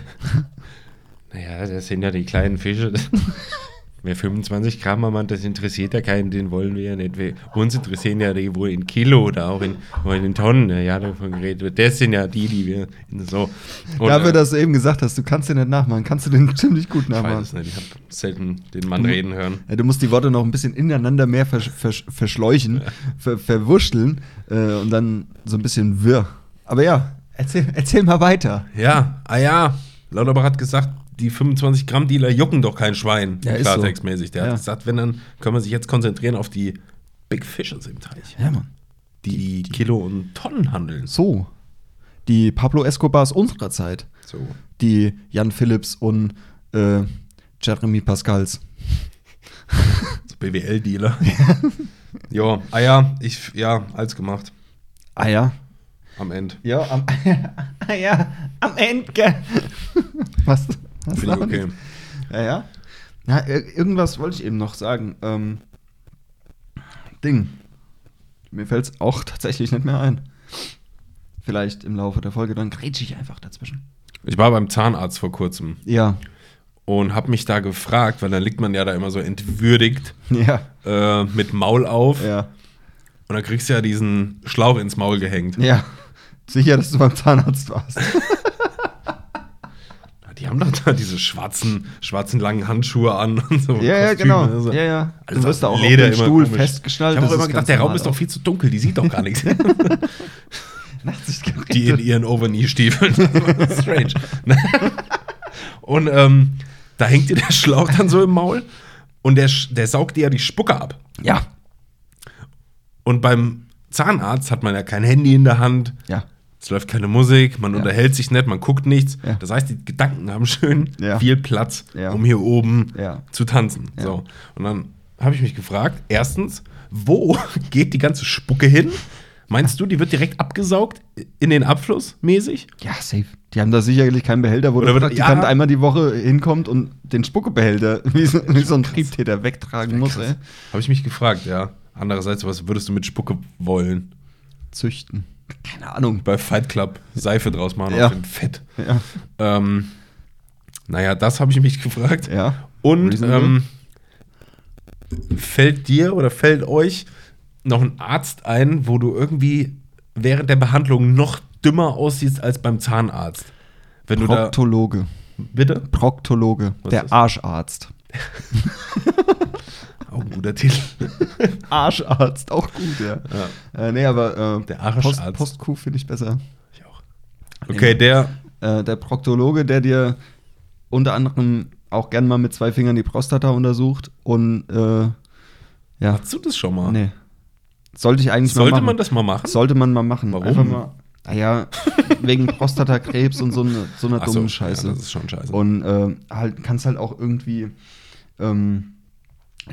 Speaker 2: [LAUGHS] naja, das sind ja die kleinen Fische. [LAUGHS] Wer 25 Gramm am Mann, das interessiert ja keinen, den wollen wir ja nicht. Wir, uns interessieren ja die wohl in Kilo oder auch in, oder in Tonnen, ja, davon geredet wird. Das sind ja die, die wir so. Und,
Speaker 1: Dafür,
Speaker 2: äh,
Speaker 1: dass du eben gesagt hast, du kannst den nicht nachmachen, kannst du den [LAUGHS] ziemlich gut
Speaker 2: ich
Speaker 1: nachmachen.
Speaker 2: weiß es nicht, ich habe selten den Mann reden hören.
Speaker 1: Ja, du musst die Worte noch ein bisschen ineinander mehr versch versch verschleuchen, ver verwurschteln äh, und dann so ein bisschen wirr. Aber ja, erzähl, erzähl mal weiter.
Speaker 2: Ja, ah ja, Lauterbach hat gesagt, die 25 Gramm Dealer jucken doch kein Schwein,
Speaker 1: Ja, ist so.
Speaker 2: klartextmäßig. Der
Speaker 1: Ja.
Speaker 2: hat gesagt, wenn dann können wir sich jetzt konzentrieren auf die Big Fishes im Teich,
Speaker 1: Ja, Mann.
Speaker 2: die die Kilo und Tonnen handeln.
Speaker 1: So. Die Pablo Escobars unserer Zeit.
Speaker 2: So.
Speaker 1: Die Jan Phillips und äh, Jeremy [LAUGHS] Pascals.
Speaker 2: So BWL-Dealer.
Speaker 1: [LAUGHS]
Speaker 2: ja, ah ja, ich, ja, alles gemacht.
Speaker 1: Ah ja.
Speaker 2: Am Ende.
Speaker 1: Ja, am, [LAUGHS] ah, ja, am Ende. gell? was? was
Speaker 2: Finde ich
Speaker 1: noch?
Speaker 2: okay.
Speaker 1: Ja, ja. Na, ir- irgendwas wollte ich eben noch sagen. Ähm, Ding. Mir fällt es auch [LAUGHS] tatsächlich nicht mehr ein. Vielleicht im Laufe der Folge, dann grätsche ich einfach dazwischen.
Speaker 2: Ich war beim Zahnarzt vor kurzem
Speaker 1: Ja,
Speaker 2: und habe mich da gefragt, weil dann liegt man ja da immer so entwürdigt
Speaker 1: [LAUGHS] ja,
Speaker 2: äh, mit Maul auf
Speaker 1: ja,
Speaker 2: und dann kriegst du ja diesen Schlauch ins Maul gehängt.
Speaker 1: ja. Sicher, dass du beim Zahnarzt warst.
Speaker 2: Oh, Ja, Die haben doch da diese schwarzen, schwarzen langen Handschuhe an und so.
Speaker 1: ja, ja,
Speaker 2: Kostüme,
Speaker 1: genau.
Speaker 2: also.
Speaker 1: Ja, ja. Du
Speaker 2: Alles
Speaker 1: wirst da
Speaker 2: aus
Speaker 1: auch
Speaker 2: Leder
Speaker 1: auf dem
Speaker 2: immer
Speaker 1: Stuhl
Speaker 2: komisch.
Speaker 1: festgeschnallt.
Speaker 2: Ich habe auch
Speaker 1: Das
Speaker 2: immer
Speaker 1: ist ganz
Speaker 2: gedacht, der Raum
Speaker 1: normal
Speaker 2: ist doch viel zu dunkel, die sieht doch gar
Speaker 1: [LAUGHS]
Speaker 2: nichts.
Speaker 1: auch. Nachtsichtgerät.
Speaker 2: die in
Speaker 1: [LAUGHS]
Speaker 2: ihren Overknee-Stiefeln. Das ist Strange. [LAUGHS] und ähm, da hängt dir der Schlauch dann so im Maul und der, sch- der saugt dir ja die Spucke ab.
Speaker 1: Ja,
Speaker 2: Und beim Zahnarzt hat man ja kein Handy in der Hand,
Speaker 1: ja.
Speaker 2: es läuft keine Musik, man
Speaker 1: Ja.
Speaker 2: unterhält sich nicht, man guckt nichts.
Speaker 1: Ja.
Speaker 2: Das heißt, die Gedanken haben schön
Speaker 1: Ja.
Speaker 2: viel Platz,
Speaker 1: Ja.
Speaker 2: um hier oben
Speaker 1: Ja.
Speaker 2: zu tanzen.
Speaker 1: Ja.
Speaker 2: So. [LAUGHS] Und dann habe ich mich gefragt, erstens, wo geht die ganze Spucke hin? Meinst du, die wird direkt abgesaugt in den Abfluss mäßig?
Speaker 1: Ja, safe. Die haben da sicherlich keinen Behälter, wo
Speaker 2: Oder
Speaker 1: der
Speaker 2: wird-
Speaker 1: Praktikant
Speaker 2: ja.
Speaker 1: einmal die Woche hinkommt und den Spuckebehälter [LAUGHS] wie, so- wie so ein Triebtäter wegtragen muss, ey.
Speaker 2: Habe ich mich gefragt, ja. Andererseits, was würdest du mit Spucke wollen?
Speaker 1: Züchten. Keine Ahnung.
Speaker 2: Bei Fight Club Seife draus machen
Speaker 1: Ja.
Speaker 2: auf dem Fett.
Speaker 1: Ja.
Speaker 2: Ähm, naja, das habe ich mich [LAUGHS] gefragt.
Speaker 1: ja.
Speaker 2: Und
Speaker 1: Reasonable.
Speaker 2: ähm, fällt dir oder fällt euch noch ein Arzt ein, wo du irgendwie während der Behandlung noch dümmer aussiehst als beim Zahnarzt? Wenn du da.
Speaker 1: Proktologe.
Speaker 2: Bitte?
Speaker 1: Proktologe.
Speaker 2: Was
Speaker 1: der
Speaker 2: ist-
Speaker 1: Arscharzt.
Speaker 2: Auch ein guter Titel.
Speaker 1: Arscharzt, auch gut, ja.
Speaker 2: Ja.
Speaker 1: Äh, nee, aber äh,
Speaker 2: Der Arscharzt.
Speaker 1: Post, Postkuh finde [LAUGHS] ich besser.
Speaker 2: Ich auch. Okay, der.
Speaker 1: Äh, der Proktologe, der dir unter anderem auch gern mal mit zwei Fingern die Prostata untersucht und äh, ja,
Speaker 2: Hast du das schon mal?
Speaker 1: nee. Sollte ich eigentlich mal
Speaker 2: Sollte
Speaker 1: machen.
Speaker 2: man das mal machen?
Speaker 1: Sollte man mal machen.
Speaker 2: Warum?
Speaker 1: Einfach mal, naja, wegen Prostatakrebs und so eine, so eine
Speaker 2: Ach
Speaker 1: dummen
Speaker 2: so,
Speaker 1: Scheiße.
Speaker 2: Ja, das ist schon scheiße.
Speaker 1: Und äh, halt, kannst halt auch irgendwie ähm,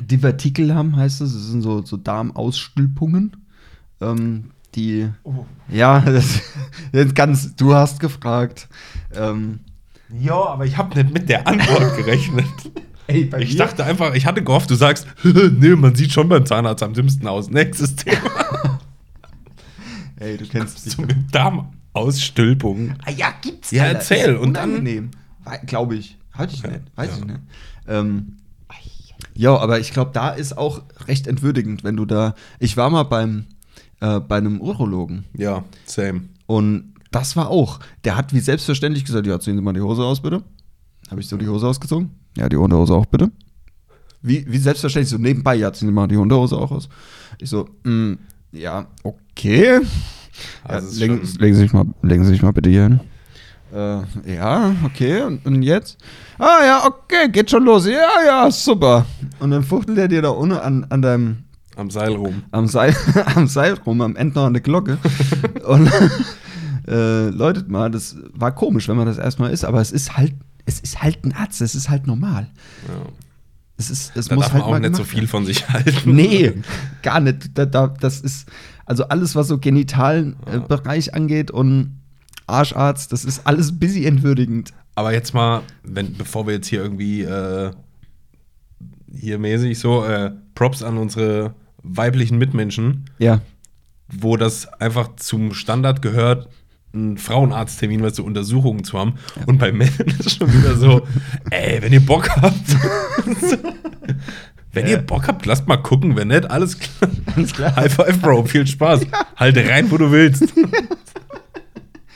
Speaker 1: Divertikel haben, heißt es. Das sind so, so Darmausstülpungen, ähm, die.
Speaker 2: Oh,
Speaker 1: Ja, [LAUGHS] das, jetzt ganz, du hast gefragt. Ähm,
Speaker 2: Ja, aber ich habe nicht mit der Antwort gerechnet.
Speaker 1: Ey, bei
Speaker 2: ich
Speaker 1: mir-
Speaker 2: dachte einfach, ich hatte gehofft, du sagst, [LAUGHS] nee, man sieht schon beim Zahnarzt am dümmsten aus. Nächstes Thema.
Speaker 1: ey, du [LAUGHS] kennst
Speaker 2: So mit Darmausstülpung.
Speaker 1: Ah, ja, gibt's
Speaker 2: Ja,
Speaker 1: Alter.
Speaker 2: erzähl,
Speaker 1: Ist
Speaker 2: und dann-
Speaker 1: unangenehm. Wei- Glaube ich. Halte ich
Speaker 2: Okay,
Speaker 1: nicht. Weiß
Speaker 2: ja.
Speaker 1: ich nicht. Ähm, ja, aber ich glaube, da ist auch recht entwürdigend, wenn du da. Ich war mal beim äh, bei einem Urologen
Speaker 2: Ja, same.
Speaker 1: und das war auch. Der hat wie selbstverständlich gesagt: Ja, ziehen Sie mal die Hose aus, bitte. Habe ich so die Hose ausgezogen? Ja, die Unterhose auch, bitte. Wie, wie selbstverständlich, so nebenbei, ja, ziehen Sie mal die Unterhose auch aus. Ich so, mm, ja, okay. Ja,
Speaker 2: Also es ist
Speaker 1: legen,
Speaker 2: schon-
Speaker 1: legen, Sie sich mal, legen Sie sich mal bitte hier hin. Äh, ja, okay, und, und jetzt? Ah ja, okay, geht schon los. Ja, ja, super. Und dann fuchtelt er dir da ohne an, an deinem
Speaker 2: am Seil rum.
Speaker 1: am Seil, [LAUGHS] am Seil rum, am Ende noch an der
Speaker 2: [LAUGHS]
Speaker 1: Glocke. und äh, läutet mal, das war komisch, wenn man das erstmal ist, aber es ist halt, es ist halt ein Arzt, es ist halt normal.
Speaker 2: Ja.
Speaker 1: Es ist, es
Speaker 2: Da
Speaker 1: muss
Speaker 2: darf
Speaker 1: halt
Speaker 2: man auch
Speaker 1: mal
Speaker 2: nicht so
Speaker 1: gemacht
Speaker 2: viel von sich [LAUGHS] halten.
Speaker 1: Nee, gar nicht. Da, da, das ist, also alles, was so genitalen äh, Bereich angeht und Arscharzt, das ist alles ein bisschen entwürdigend.
Speaker 2: Aber jetzt mal, wenn, bevor wir jetzt hier irgendwie äh, hier mäßig so äh, Props an unsere weiblichen Mitmenschen,
Speaker 1: Ja.
Speaker 2: wo das einfach zum Standard gehört, einen Frauenarzttermin, was so Untersuchungen zu haben. Und bei Männern ist schon wieder so, ey, wenn ihr Bock habt. wenn ihr Bock habt, lasst mal gucken. Wenn nicht, alles klar.
Speaker 1: Alles klar.
Speaker 2: High five, Bro, viel Spaß. Halte rein, wo
Speaker 1: [LAUGHS]
Speaker 2: du willst.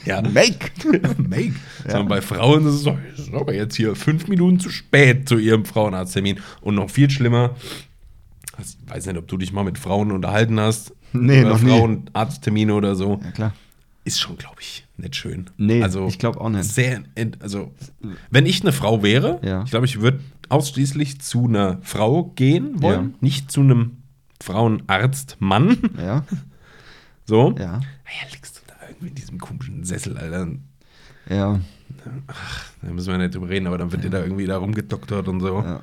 Speaker 2: ja.
Speaker 1: Make!
Speaker 2: [LAUGHS] Make. Sondern bei Frauen ist es so, ist aber jetzt hier fünf Minuten zu spät zu ihrem Frauenarzttermin. Und noch viel schlimmer, ich weiß nicht, ob du dich mal mit Frauen unterhalten hast.
Speaker 1: Nee, noch nie.
Speaker 2: Frauenarzttermine oder so.
Speaker 1: Ja, klar.
Speaker 2: Ist schon, glaube ich, nicht schön.
Speaker 1: Nee,
Speaker 2: also,
Speaker 1: ich glaub auch nicht.
Speaker 2: Sehr, ent- also, wenn ich eine Frau wäre,
Speaker 1: Ja.
Speaker 2: ich glaube, ich würde ausschließlich zu einer Frau gehen wollen,
Speaker 1: Ja.
Speaker 2: nicht zu einem Frauenarzt, Mann.
Speaker 1: Ja,
Speaker 2: So.
Speaker 1: ja,
Speaker 2: Naja, liegst du da irgendwie in diesem komischen Sessel, Alter.
Speaker 1: ja.
Speaker 2: Da müssen wir nicht drüber reden, aber dann wird dir da irgendwie da rumgedoktert und so.
Speaker 1: Ja.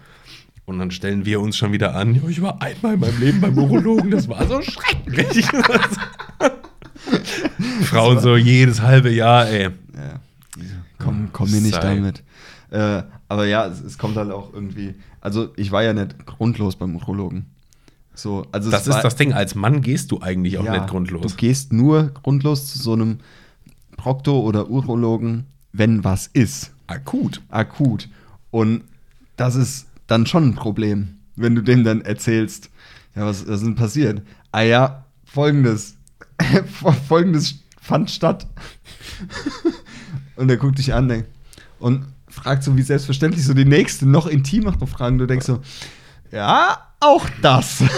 Speaker 2: Und dann stellen wir uns schon wieder an, "Jo, ich war einmal in meinem Leben beim Urologen, das war [LAUGHS] so schrecklich. Frauen so jedes halbe Jahr, ey.
Speaker 1: Ja. Komm, komm mir nicht
Speaker 2: Sei.
Speaker 1: damit. Äh, aber ja, es, es kommt halt auch irgendwie. Also, ich war ja nicht grundlos beim Urologen. So, also
Speaker 2: Das
Speaker 1: es
Speaker 2: ist
Speaker 1: war,
Speaker 2: das Ding, als Mann gehst du eigentlich auch nicht
Speaker 1: Du
Speaker 2: grundlos.
Speaker 1: gehst nur grundlos zu so einem Proktor oder Urologen, wenn was ist.
Speaker 2: Akut.
Speaker 1: Akut. Und das ist dann schon ein Problem, wenn du dem dann erzählst, ja, was, was ist denn passiert? Ah ja, folgendes. [LAUGHS] folgendes fand statt. und er guckt dich an ey, und fragt so wie selbstverständlich so die nächste, noch intimere Fragen. Du denkst so, ja, auch das. [LAUGHS]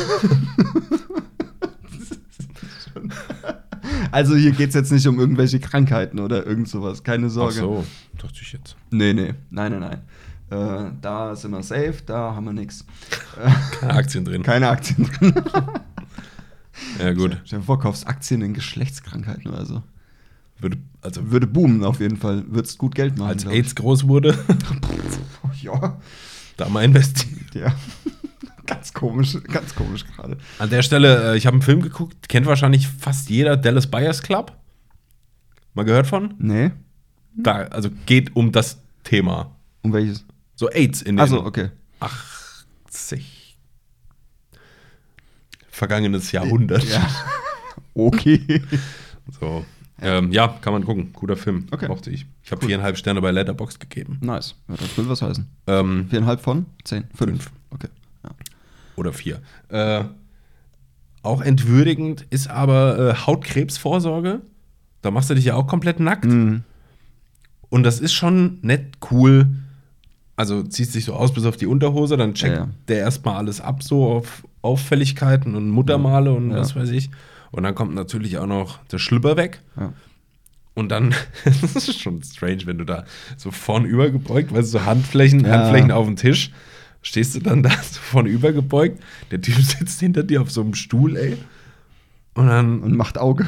Speaker 1: Also hier geht es jetzt nicht um irgendwelche Krankheiten oder irgend sowas, keine
Speaker 2: Ach
Speaker 1: Sorge.
Speaker 2: so, dachte ich jetzt.
Speaker 1: Nee, nee, nein, nein, nein. Äh, da sind wir safe, da haben wir
Speaker 2: [LAUGHS]
Speaker 1: nichts.
Speaker 2: Keine Aktien drin.
Speaker 1: Keine Aktien drin.
Speaker 2: ja, gut.
Speaker 1: Stell dir vor, kaufst Aktien in Geschlechtskrankheiten oder so.
Speaker 2: Würde, also,
Speaker 1: Würde boomen auf jeden Fall. Würdest gut Geld machen.
Speaker 2: als [LAUGHS]
Speaker 1: glaub ich. [LAUGHS]
Speaker 2: AIDS groß wurde,
Speaker 1: Ja,
Speaker 2: da mal investieren.
Speaker 1: ja. [LAUGHS] Ganz komisch, ganz komisch gerade.
Speaker 2: An der Stelle, äh, ich habe einen Film geguckt, kennt wahrscheinlich fast jeder Dallas Buyers Club. Mal gehört von?
Speaker 1: Nee.
Speaker 2: Da,
Speaker 1: Hm.
Speaker 2: also geht um das Thema.
Speaker 1: Um welches?
Speaker 2: So AIDS in den
Speaker 1: Also okay.
Speaker 2: 80 vergangenes Jahrhundert.
Speaker 1: Okay.
Speaker 2: [LAUGHS] So. Ähm, ja, kann man gucken. Guter Film.
Speaker 1: Okay.
Speaker 2: Mochte ich. Ich habe
Speaker 1: Cool.
Speaker 2: viereinhalb Sterne bei Letterboxd gegeben.
Speaker 1: Nice. Ja, das will was heißen.
Speaker 2: Ähm,
Speaker 1: Viereinhalb von? Zehn. Fünf.
Speaker 2: Fünf.
Speaker 1: Okay. Ja.
Speaker 2: oder vier. Äh, auch entwürdigend ist aber äh, Hautkrebsvorsorge. Da machst du dich ja auch komplett nackt.
Speaker 1: Mhm.
Speaker 2: Und das ist schon nett cool. Also ziehst dich so aus bis auf die Unterhose, dann checkt
Speaker 1: Ja, ja.
Speaker 2: der erstmal alles ab, so auf Auffälligkeiten und Muttermale und
Speaker 1: Ja.
Speaker 2: was weiß ich. Und dann kommt natürlich auch noch der Schlüpper weg.
Speaker 1: Ja.
Speaker 2: Und dann, [LAUGHS] das ist schon strange, wenn du da so vornüber gebeugt, weißt du, so Handflächen,
Speaker 1: Ja.
Speaker 2: Handflächen auf dem Tisch, stehst du dann da [LAUGHS] so vornüber gebeugt, der Typ [LAUGHS] sitzt hinter dir auf so einem Stuhl, ey. Und dann
Speaker 1: Und macht Auge.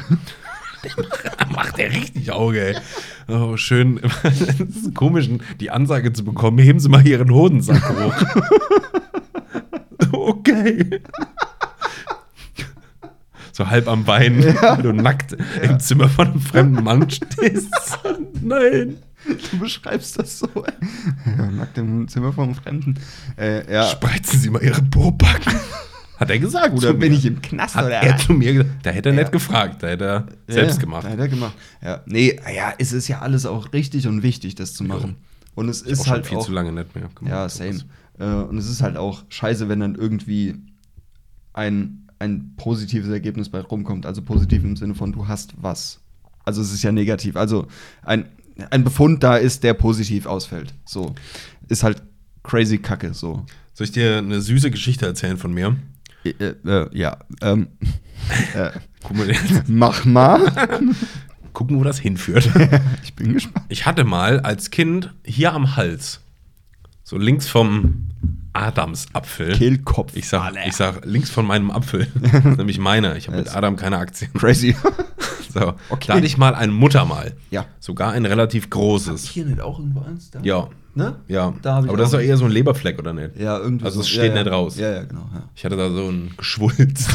Speaker 1: [LAUGHS]
Speaker 2: [LAUGHS] macht der richtig Auge, ey. Oh, schön. [LAUGHS] Das ist komisch, die Ansage zu bekommen, heben Sie mal Ihren Hodensack hoch. [LAUGHS] okay. [LAUGHS] So halb am Bein, weil du nackt im Zimmer von einem fremden Mann stehst. [LAUGHS] Nein.
Speaker 1: Du beschreibst das so. [LAUGHS] Ja, nackt im Zimmer vom Fremden. Äh, ja.
Speaker 2: Spreizen Sie mal Ihre Pobacken. Ah. Hat er gesagt,
Speaker 1: Bruder,
Speaker 2: zu
Speaker 1: bin
Speaker 2: mir.
Speaker 1: ich im Knast
Speaker 2: Hat
Speaker 1: oder
Speaker 2: er
Speaker 1: was?
Speaker 2: zu mir gesagt. Da hätte er
Speaker 1: Ja.
Speaker 2: nicht gefragt, da hätte er selbst
Speaker 1: ja,
Speaker 2: gemacht.
Speaker 1: Ja, hat er gemacht. Ja. Nee, ja, es ist ja alles auch richtig und wichtig, das zu machen. Und es
Speaker 2: Auch
Speaker 1: ist
Speaker 2: schon
Speaker 1: halt
Speaker 2: viel
Speaker 1: auch,
Speaker 2: zu lange nicht mehr. gemacht,
Speaker 1: Ja,
Speaker 2: sowas.
Speaker 1: same. Äh, und es ist halt auch scheiße, wenn dann irgendwie ein, ein positives Ergebnis bei rumkommt. Also positiv im Sinne von, du hast was. Also es ist ja negativ. Also ein, ein Befund da ist, der positiv ausfällt. So. Ist halt crazy Kacke, so.
Speaker 2: Soll ich dir eine süße Geschichte erzählen von mir?
Speaker 1: Äh, äh, ja. Ähm, [LAUGHS]
Speaker 2: [LAUGHS]
Speaker 1: äh,
Speaker 2: Guck mal, jetzt-
Speaker 1: mach mal. [LAUGHS]
Speaker 2: gucken, wo das hinführt.
Speaker 1: ich bin gespannt.
Speaker 2: Ich hatte mal als Kind hier am Hals, so links vom Adamsapfel.
Speaker 1: Kehlkopf.
Speaker 2: Ich sag, ich sag links von meinem
Speaker 1: [LAUGHS]
Speaker 2: Apfel, Das ist nämlich meiner. Ich habe mit
Speaker 1: Yes.
Speaker 2: Adam keine Aktien. [LAUGHS]
Speaker 1: Crazy.
Speaker 2: So,
Speaker 1: Okay.
Speaker 2: Da hatte ich mal ein Muttermal.
Speaker 1: [LAUGHS] Ja.
Speaker 2: Sogar ein relativ großes.
Speaker 1: Hier nicht auch irgendwo eins? Da?
Speaker 2: Ja.
Speaker 1: Ne?
Speaker 2: Ja.
Speaker 1: Da hab ich
Speaker 2: Aber das ist
Speaker 1: auch-
Speaker 2: doch eher so ein Leberfleck, oder nicht?
Speaker 1: Ja, irgendwie.
Speaker 2: Also es
Speaker 1: so.
Speaker 2: steht
Speaker 1: ja,
Speaker 2: nicht
Speaker 1: ja.
Speaker 2: raus.
Speaker 1: Ja, ja, genau. Ja.
Speaker 2: Ich hatte da so einen
Speaker 1: [LAUGHS]
Speaker 2: Geschwulst.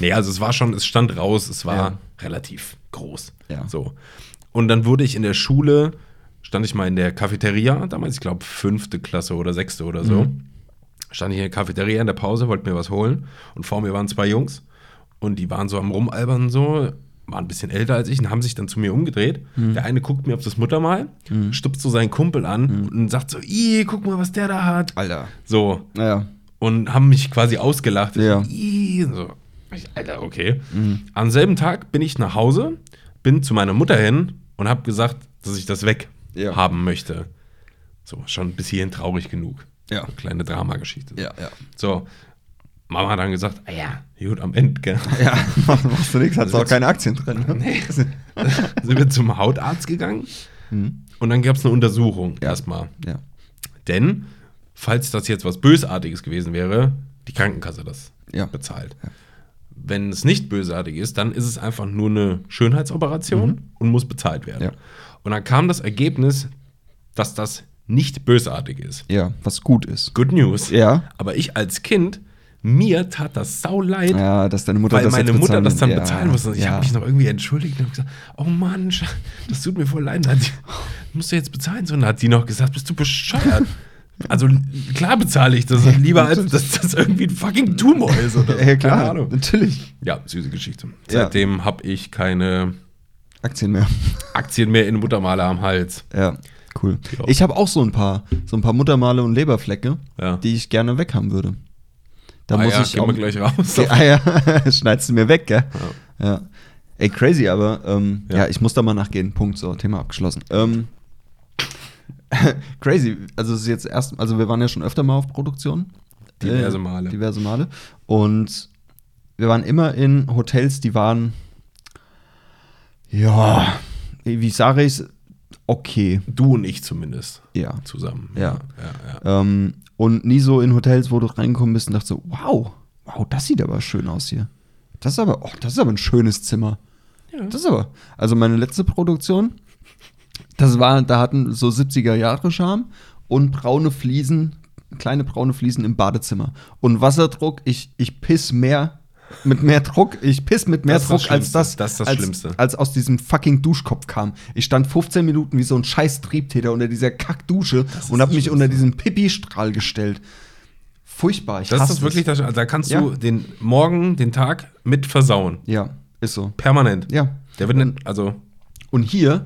Speaker 2: nee, also es war schon, es stand raus, es war
Speaker 1: Ja.
Speaker 2: relativ groß.
Speaker 1: Ja.
Speaker 2: So. Und dann wurde ich in der Schule, stand ich mal in der Cafeteria, damals, ich glaube, fünfte Klasse oder sechste oder so.
Speaker 1: Mhm.
Speaker 2: Stand ich in der Cafeteria in der Pause, wollte mir was holen. Und vor mir waren zwei Jungs. Und die waren so am Rumalbern und so, waren ein bisschen älter als ich und haben sich dann zu mir umgedreht.
Speaker 1: Mhm.
Speaker 2: Der eine guckt mir auf das Muttermal, stupst so seinen Kumpel an
Speaker 1: Mhm.
Speaker 2: und sagt so: Ih, guck mal, was der da hat.
Speaker 1: Alter.
Speaker 2: So,
Speaker 1: Naja.
Speaker 2: und haben mich quasi ausgelacht.
Speaker 1: Ja. Mhm.
Speaker 2: Ich, so, ich, Alter, okay. Am selben Tag bin ich nach Hause, bin zu meiner Mutter hin und habe gesagt, dass ich das weg
Speaker 1: Ja.
Speaker 2: haben möchte. So, schon bis hierhin traurig genug.
Speaker 1: Ja.
Speaker 2: So, kleine Dramageschichte.
Speaker 1: Ja, ja.
Speaker 2: So, Mama hat dann gesagt, ah ja, gut, am
Speaker 1: [LAUGHS]
Speaker 2: Ende, gell.
Speaker 1: Ja, machst du nichts, hast
Speaker 2: Also
Speaker 1: auch keine Aktien drin. Ne?
Speaker 2: [LAUGHS] sind wir zum Hautarzt gegangen und dann gab es eine Untersuchung
Speaker 1: Mhm. Ja.
Speaker 2: erstmal.
Speaker 1: Ja.
Speaker 2: Denn, falls das jetzt was Bösartiges gewesen wäre, die Krankenkasse das
Speaker 1: Ja.
Speaker 2: bezahlt. Wenn es nicht bösartig ist, dann ist es einfach nur eine Schönheitsoperation und muss bezahlt werden.
Speaker 1: Mhm. Ja.
Speaker 2: Und dann kam das Ergebnis, dass das nicht bösartig ist.
Speaker 1: ja, was gut ist.
Speaker 2: Good News.
Speaker 1: Ja.
Speaker 2: Aber ich als Kind, mir tat das sau leid,
Speaker 1: Ja, dass deine Mutter
Speaker 2: weil
Speaker 1: das
Speaker 2: meine
Speaker 1: jetzt
Speaker 2: Mutter das dann
Speaker 1: ja,
Speaker 2: bezahlen musste. Und Ich
Speaker 1: ja.
Speaker 2: habe mich noch irgendwie entschuldigt und habe gesagt, oh Mann, Scha- das tut mir voll leid. Dann hat die, musst du jetzt bezahlen. So, und dann hat die noch gesagt, bist du bescheuert? Also l- klar bezahle ich das lieber, als dass das irgendwie ein fucking Tumor
Speaker 1: [LAUGHS]
Speaker 2: ist oder so.
Speaker 1: Ja,
Speaker 2: Keine
Speaker 1: klar,
Speaker 2: Ahnung.
Speaker 1: natürlich.
Speaker 2: Ja, süße Geschichte.
Speaker 1: Ja.
Speaker 2: Seitdem habe ich keine
Speaker 1: Aktien mehr.
Speaker 2: Aktien mehr in Muttermaler am Hals.
Speaker 1: Ja, cool.
Speaker 2: Ja.
Speaker 1: Ich habe auch so ein paar, so ein paar Muttermale und Leberflecke,
Speaker 2: Ja.
Speaker 1: die ich gerne weghaben würde. Da
Speaker 2: Ah
Speaker 1: muss
Speaker 2: ja,
Speaker 1: ich
Speaker 2: gehen
Speaker 1: auch,
Speaker 2: wir gleich raus.
Speaker 1: Die Eier [LAUGHS] schneidest du mir weg, gell? Ja. Ey, crazy, aber ähm, ja.
Speaker 2: Ja.
Speaker 1: ich muss da mal nachgehen. Punkt, so, Thema abgeschlossen. Ähm, [LAUGHS] crazy, also es ist jetzt erst, also wir waren ja schon öfter mal auf Produktion. Äh,
Speaker 2: Diverse Male.
Speaker 1: diverse Male. Und wir waren immer in Hotels, die waren, ja, wie sage ich okay,
Speaker 2: Du und ich zumindest
Speaker 1: ja.
Speaker 2: zusammen.
Speaker 1: Ja.
Speaker 2: ja, ja.
Speaker 1: Ähm, und nie so in Hotels, wo du reingekommen bist und dachtest so, wow, wow, das sieht aber schön aus hier. Das ist aber, oh, das ist aber ein schönes Zimmer.
Speaker 2: Ja.
Speaker 1: Das ist aber, also meine letzte Produktion, das war, da hatten so 70er Jahre Charme und braune Fliesen, kleine braune Fliesen im Badezimmer. Und Wasserdruck, ich, ich piss mehr mit mehr Druck, ich piss mit mehr
Speaker 2: Das ist das
Speaker 1: Druck als
Speaker 2: Schlimmste.
Speaker 1: das,
Speaker 2: Das ist das
Speaker 1: als,
Speaker 2: Schlimmste.
Speaker 1: als aus diesem fucking Duschkopf kam. Ich stand 15 Minuten wie so ein scheiß Triebtäter unter dieser Kackdusche
Speaker 2: ist
Speaker 1: und
Speaker 2: das
Speaker 1: hab mich
Speaker 2: Schlimmste.
Speaker 1: unter diesen Pipi-Strahl gestellt. Furchtbar, ich
Speaker 2: Das
Speaker 1: hasse
Speaker 2: ist wirklich das. Da kannst
Speaker 1: Ja.
Speaker 2: du den Morgen, den Tag mit versauen.
Speaker 1: es. Ja, ist so.
Speaker 2: Permanent.
Speaker 1: Ja.
Speaker 2: Der wird nicht, also
Speaker 1: Und hier,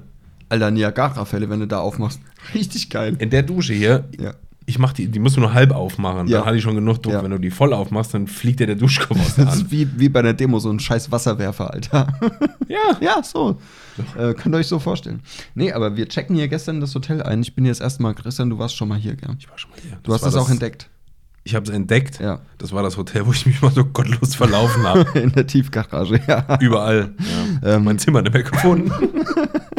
Speaker 1: alter Niagara-Fälle, wenn du da aufmachst, [LAUGHS] richtig geil.
Speaker 2: in der Dusche hier,
Speaker 1: Ja.
Speaker 2: ich mach die, die musst du nur halb aufmachen.
Speaker 1: Ja.
Speaker 2: Dann hatte ich schon genug Druck.
Speaker 1: Ja.
Speaker 2: Wenn du die voll aufmachst, dann fliegt dir der Duschkopf aus der
Speaker 1: Das
Speaker 2: Hand.
Speaker 1: ist wie, wie bei einer Demo so ein scheiß Wasserwerfer, Alter. [LAUGHS]
Speaker 2: ja.
Speaker 1: ja, so. Äh, könnt ihr euch so vorstellen. Nee, aber wir checken hier gestern das Hotel ein. Ich bin hier das erste Mal, Christian, du warst schon mal hier, gell?
Speaker 2: Ich war schon mal hier.
Speaker 1: Du hast
Speaker 2: war
Speaker 1: das, auch entdeckt. [LAUGHS]
Speaker 2: Ich habe es entdeckt.
Speaker 1: Ja.
Speaker 2: Das war das Hotel, wo ich mich mal so gottlos verlaufen habe.
Speaker 1: In der Tiefgarage, ja.
Speaker 2: Überall.
Speaker 1: Ähm.
Speaker 2: mein Zimmer nicht mehr gefunden.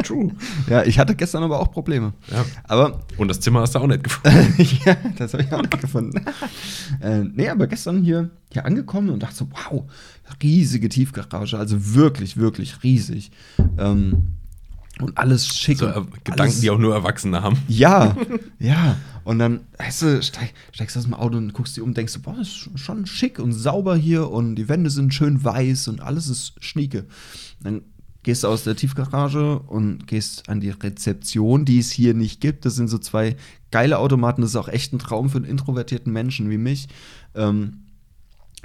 Speaker 2: True.
Speaker 1: Ja, ich hatte gestern aber auch Probleme.
Speaker 2: Ja.
Speaker 1: Aber, [LAUGHS]
Speaker 2: Und das Zimmer hast du auch nicht gefunden.
Speaker 1: ja, das habe ich auch nicht gefunden.
Speaker 2: [LAUGHS]
Speaker 1: äh, nee, aber gestern hier, hier angekommen und dachte so, wow, riesige Tiefgarage. Also wirklich, wirklich riesig. Ähm, und alles schick.
Speaker 2: So,
Speaker 1: und
Speaker 2: äh, Gedanken,
Speaker 1: alles-
Speaker 2: die auch nur Erwachsene haben.
Speaker 1: Ja, ja. Und dann, weißt du, steig, steigst aus dem Auto und guckst dir um, denkst du, boah, das ist schon schick und sauber hier und die Wände sind schön weiß und alles ist schnieke. Dann gehst du aus der Tiefgarage und gehst an die Rezeption, die es hier nicht gibt. Das sind so zwei geile Automaten. Das ist auch echt ein Traum für einen introvertierten Menschen wie mich, ähm,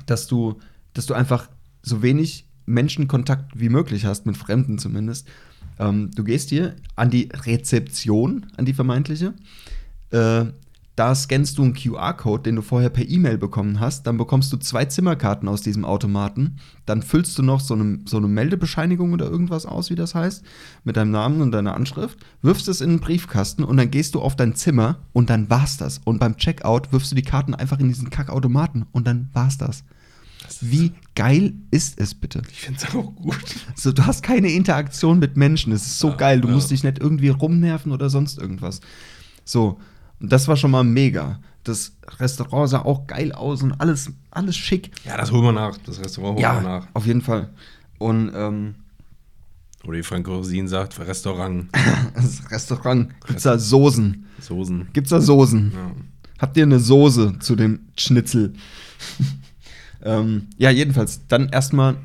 Speaker 1: dass du, dass du einfach so wenig Menschenkontakt wie möglich hast, mit Fremden zumindest. Ähm, du gehst hier an die Rezeption, an die vermeintliche. Äh, da scannst du einen QR-Code, den du vorher per E-Mail bekommen hast. Dann bekommst du zwei Zimmerkarten aus diesem Automaten. Dann füllst du noch so eine, so eine Meldebescheinigung oder irgendwas aus, wie das heißt, mit deinem Namen und deiner Anschrift. Wirfst es in einen Briefkasten und dann gehst du auf dein Zimmer und dann war's das. Und beim Checkout wirfst du die Karten einfach in diesen Kackautomaten und dann war's das. Wie geil ist es bitte?
Speaker 2: Ich finde es auch gut.
Speaker 1: So, du hast keine Interaktion mit Menschen. Das ist so
Speaker 2: Ja,
Speaker 1: geil. Du
Speaker 2: ja.
Speaker 1: musst dich nicht irgendwie rumnerven oder sonst irgendwas. So, und das war schon mal mega. Das Restaurant sah auch geil aus und alles, alles schick.
Speaker 2: Ja, das holen wir nach. Das Restaurant holen wir nach.
Speaker 1: auf jeden Fall. Und ähm, [CLEARS THROAT]
Speaker 2: Oder wie Frank Rosin sagt, Restaurant,
Speaker 1: das Restaurant, gibt's da Soßen?
Speaker 2: Soßen.
Speaker 1: Gibt's da Soßen?
Speaker 2: Ja.
Speaker 1: Habt ihr eine Soße zu dem Schnitzel? ähm, ja, jedenfalls, dann erstmal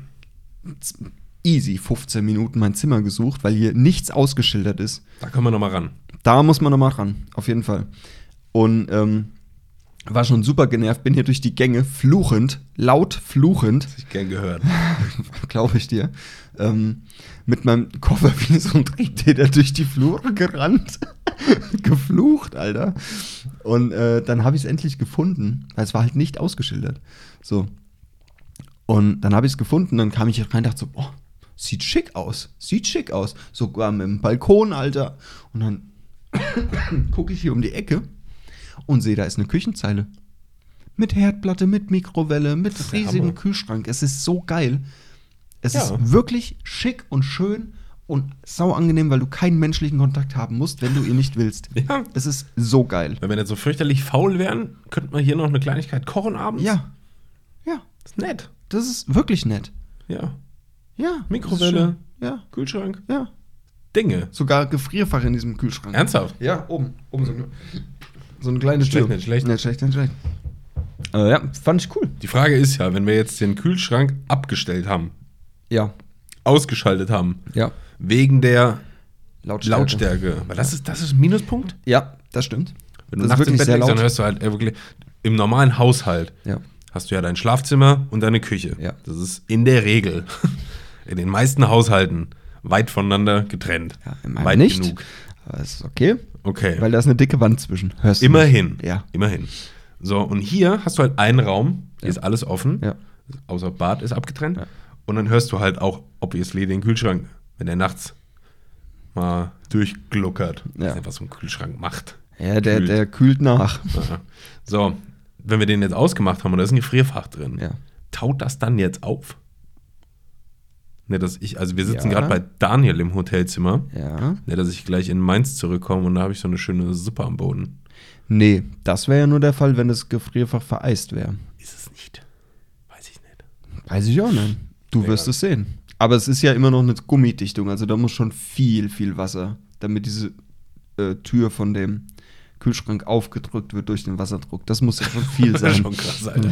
Speaker 1: z- easy 15 Minuten mein Zimmer gesucht, weil hier nichts ausgeschildert ist.
Speaker 2: Da können wir nochmal ran.
Speaker 1: Da muss man nochmal ran, auf jeden Fall. Und ähm, war schon super genervt, bin hier durch die Gänge fluchend, laut fluchend,
Speaker 2: Das hab ich gern gehört.
Speaker 1: [LAUGHS] glaube ich dir, ähm, mit meinem Koffer [LAUGHS] wie so ein Triebtäter durch die Flure gerannt. [LAUGHS] Geflucht, Alter. Und äh, dann habe ich es endlich gefunden, weil es war halt nicht ausgeschildert. So. Und dann habe ich es gefunden, dann kam ich hier rein und dachte so, boah, sieht schick aus, sieht schick aus. Sogar mit dem Balkon, Alter. Und dann [COUGHS] gucke ich hier um die Ecke und sehe, da ist eine Küchenzeile. Mit Herdplatte, mit Mikrowelle, mit
Speaker 2: ist der
Speaker 1: riesigem
Speaker 2: Hammer.
Speaker 1: Kühlschrank. Es ist so geil. Es
Speaker 2: Ja.
Speaker 1: ist wirklich schick und schön und sau angenehm, weil du keinen menschlichen Kontakt haben musst, wenn du ihn nicht willst.
Speaker 2: Ja.
Speaker 1: Es ist so geil.
Speaker 2: Wenn wir nicht so fürchterlich faul wären, könnten wir hier noch eine Kleinigkeit kochen abends.
Speaker 1: Ja. Ja.
Speaker 2: Das ist nett.
Speaker 1: Das ist wirklich nett.
Speaker 2: Ja.
Speaker 1: Ja.
Speaker 2: Mikrowelle.
Speaker 1: das ist schön.
Speaker 2: Kühlschrank.
Speaker 1: Ja. Ja.
Speaker 2: Dinge.
Speaker 1: Sogar Gefrierfach in diesem Kühlschrank.
Speaker 2: Ernsthaft?
Speaker 1: Ja, oben. Oben so eine, so eine kleine
Speaker 2: Schlecht,
Speaker 1: Tür.
Speaker 2: nicht schlecht.
Speaker 1: Nicht schlecht, nicht schlecht. Äh, ja, fand ich cool.
Speaker 2: Die Frage ist ja, wenn wir jetzt den Kühlschrank abgestellt haben,
Speaker 1: Ja.
Speaker 2: ausgeschaltet haben,
Speaker 1: Ja.
Speaker 2: wegen der
Speaker 1: Lautstärke.
Speaker 2: Lautstärke. Weil das ist, das ist ein Minuspunkt.
Speaker 1: Ja, das stimmt.
Speaker 2: Wenn du
Speaker 1: das ist
Speaker 2: nachts im
Speaker 1: wirklich
Speaker 2: Bett
Speaker 1: sehr
Speaker 2: liegst, dann
Speaker 1: laut.
Speaker 2: hörst du halt äh, wirklich im normalen Haushalt.
Speaker 1: Ja.
Speaker 2: hast du ja dein Schlafzimmer und deine Küche.
Speaker 1: Ja.
Speaker 2: Das ist in der Regel [LAUGHS] in den meisten Haushalten weit voneinander getrennt.
Speaker 1: ja in meinem
Speaker 2: weit
Speaker 1: nicht.
Speaker 2: genug.
Speaker 1: Aber es ist okay,
Speaker 2: Okay.
Speaker 1: weil da ist eine dicke Wand zwischen. Hörst du
Speaker 2: immerhin.
Speaker 1: nicht. Ja.
Speaker 2: Immerhin. So, und hier hast du halt einen Raum, hier
Speaker 1: Ja.
Speaker 2: ist alles offen,
Speaker 1: Ja.
Speaker 2: außer Bad ist abgetrennt.
Speaker 1: Ja.
Speaker 2: Und dann hörst du halt auch, obviously, den Kühlschrank, wenn der nachts mal durchgluckert.
Speaker 1: Ja.
Speaker 2: Weiß nicht, was so ein Kühlschrank macht.
Speaker 1: Ja, der,
Speaker 2: Kühlt.
Speaker 1: der kühlt nach.
Speaker 2: Ja. So, wenn wir den jetzt ausgemacht haben und da ist ein Gefrierfach drin,
Speaker 1: Ja.
Speaker 2: taut das dann jetzt auf? Ne, dass ich, also wir sitzen
Speaker 1: Ja.
Speaker 2: gerade bei Daniel im Hotelzimmer.
Speaker 1: Ja.
Speaker 2: Ne, dass ich gleich in Mainz zurückkomme und da habe ich so eine schöne Suppe am Boden.
Speaker 1: Nee, das wäre ja nur der Fall, wenn das Gefrierfach vereist wäre.
Speaker 2: Ist es nicht. Weiß ich nicht.
Speaker 1: Weiß ich auch nicht. Du
Speaker 2: Egal.
Speaker 1: wirst es sehen. Aber es ist ja immer noch eine Gummidichtung, also da muss schon viel, viel Wasser, damit diese äh, Tür von dem Kühlschrank aufgedrückt wird durch den Wasserdruck. Das muss ja schon viel
Speaker 2: [LAUGHS] Das ist
Speaker 1: sein.
Speaker 2: schon
Speaker 1: [LAUGHS]
Speaker 2: krass, Alter.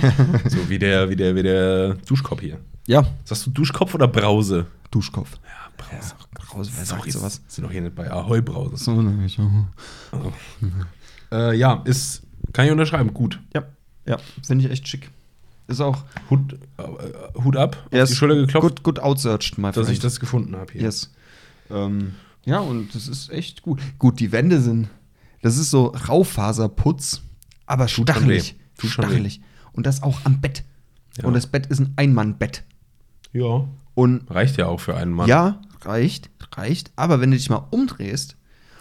Speaker 2: so wie der, wie der, wie der Duschkopf hier.
Speaker 1: Ja,
Speaker 2: Sagst du Duschkopf oder Brause?
Speaker 1: Duschkopf.
Speaker 2: Ja, Brause.
Speaker 1: Brause, wer sagt
Speaker 2: Sorry,
Speaker 1: sowas?
Speaker 2: sind doch hier nicht bei Ahoi Brause.
Speaker 1: So, nämlich.
Speaker 2: Äh, ja, ist, kann ich unterschreiben, gut.
Speaker 1: Ja, ja, finde ich echt schick. Ist auch
Speaker 2: Hut, äh, Hut ab, auf
Speaker 1: Yes.
Speaker 2: die Schulter geklopft,
Speaker 1: gut, gut outsearched, my
Speaker 2: dass
Speaker 1: friend.
Speaker 2: ich das gefunden habe hier.
Speaker 1: Yes. Ähm, ja, und das ist echt gut. Gut, die Wände sind, das ist so Raufaserputz, aber
Speaker 2: Tut schon
Speaker 1: stachelig.
Speaker 2: weh. Tut schon weh.
Speaker 1: stachelig. Und das auch am Bett.
Speaker 2: Ja.
Speaker 1: Und das Bett ist ein Einmannbett.
Speaker 2: Ja.
Speaker 1: Und
Speaker 2: Reicht ja auch für einen Mann.
Speaker 1: ja, reicht, reicht. Aber wenn du dich mal umdrehst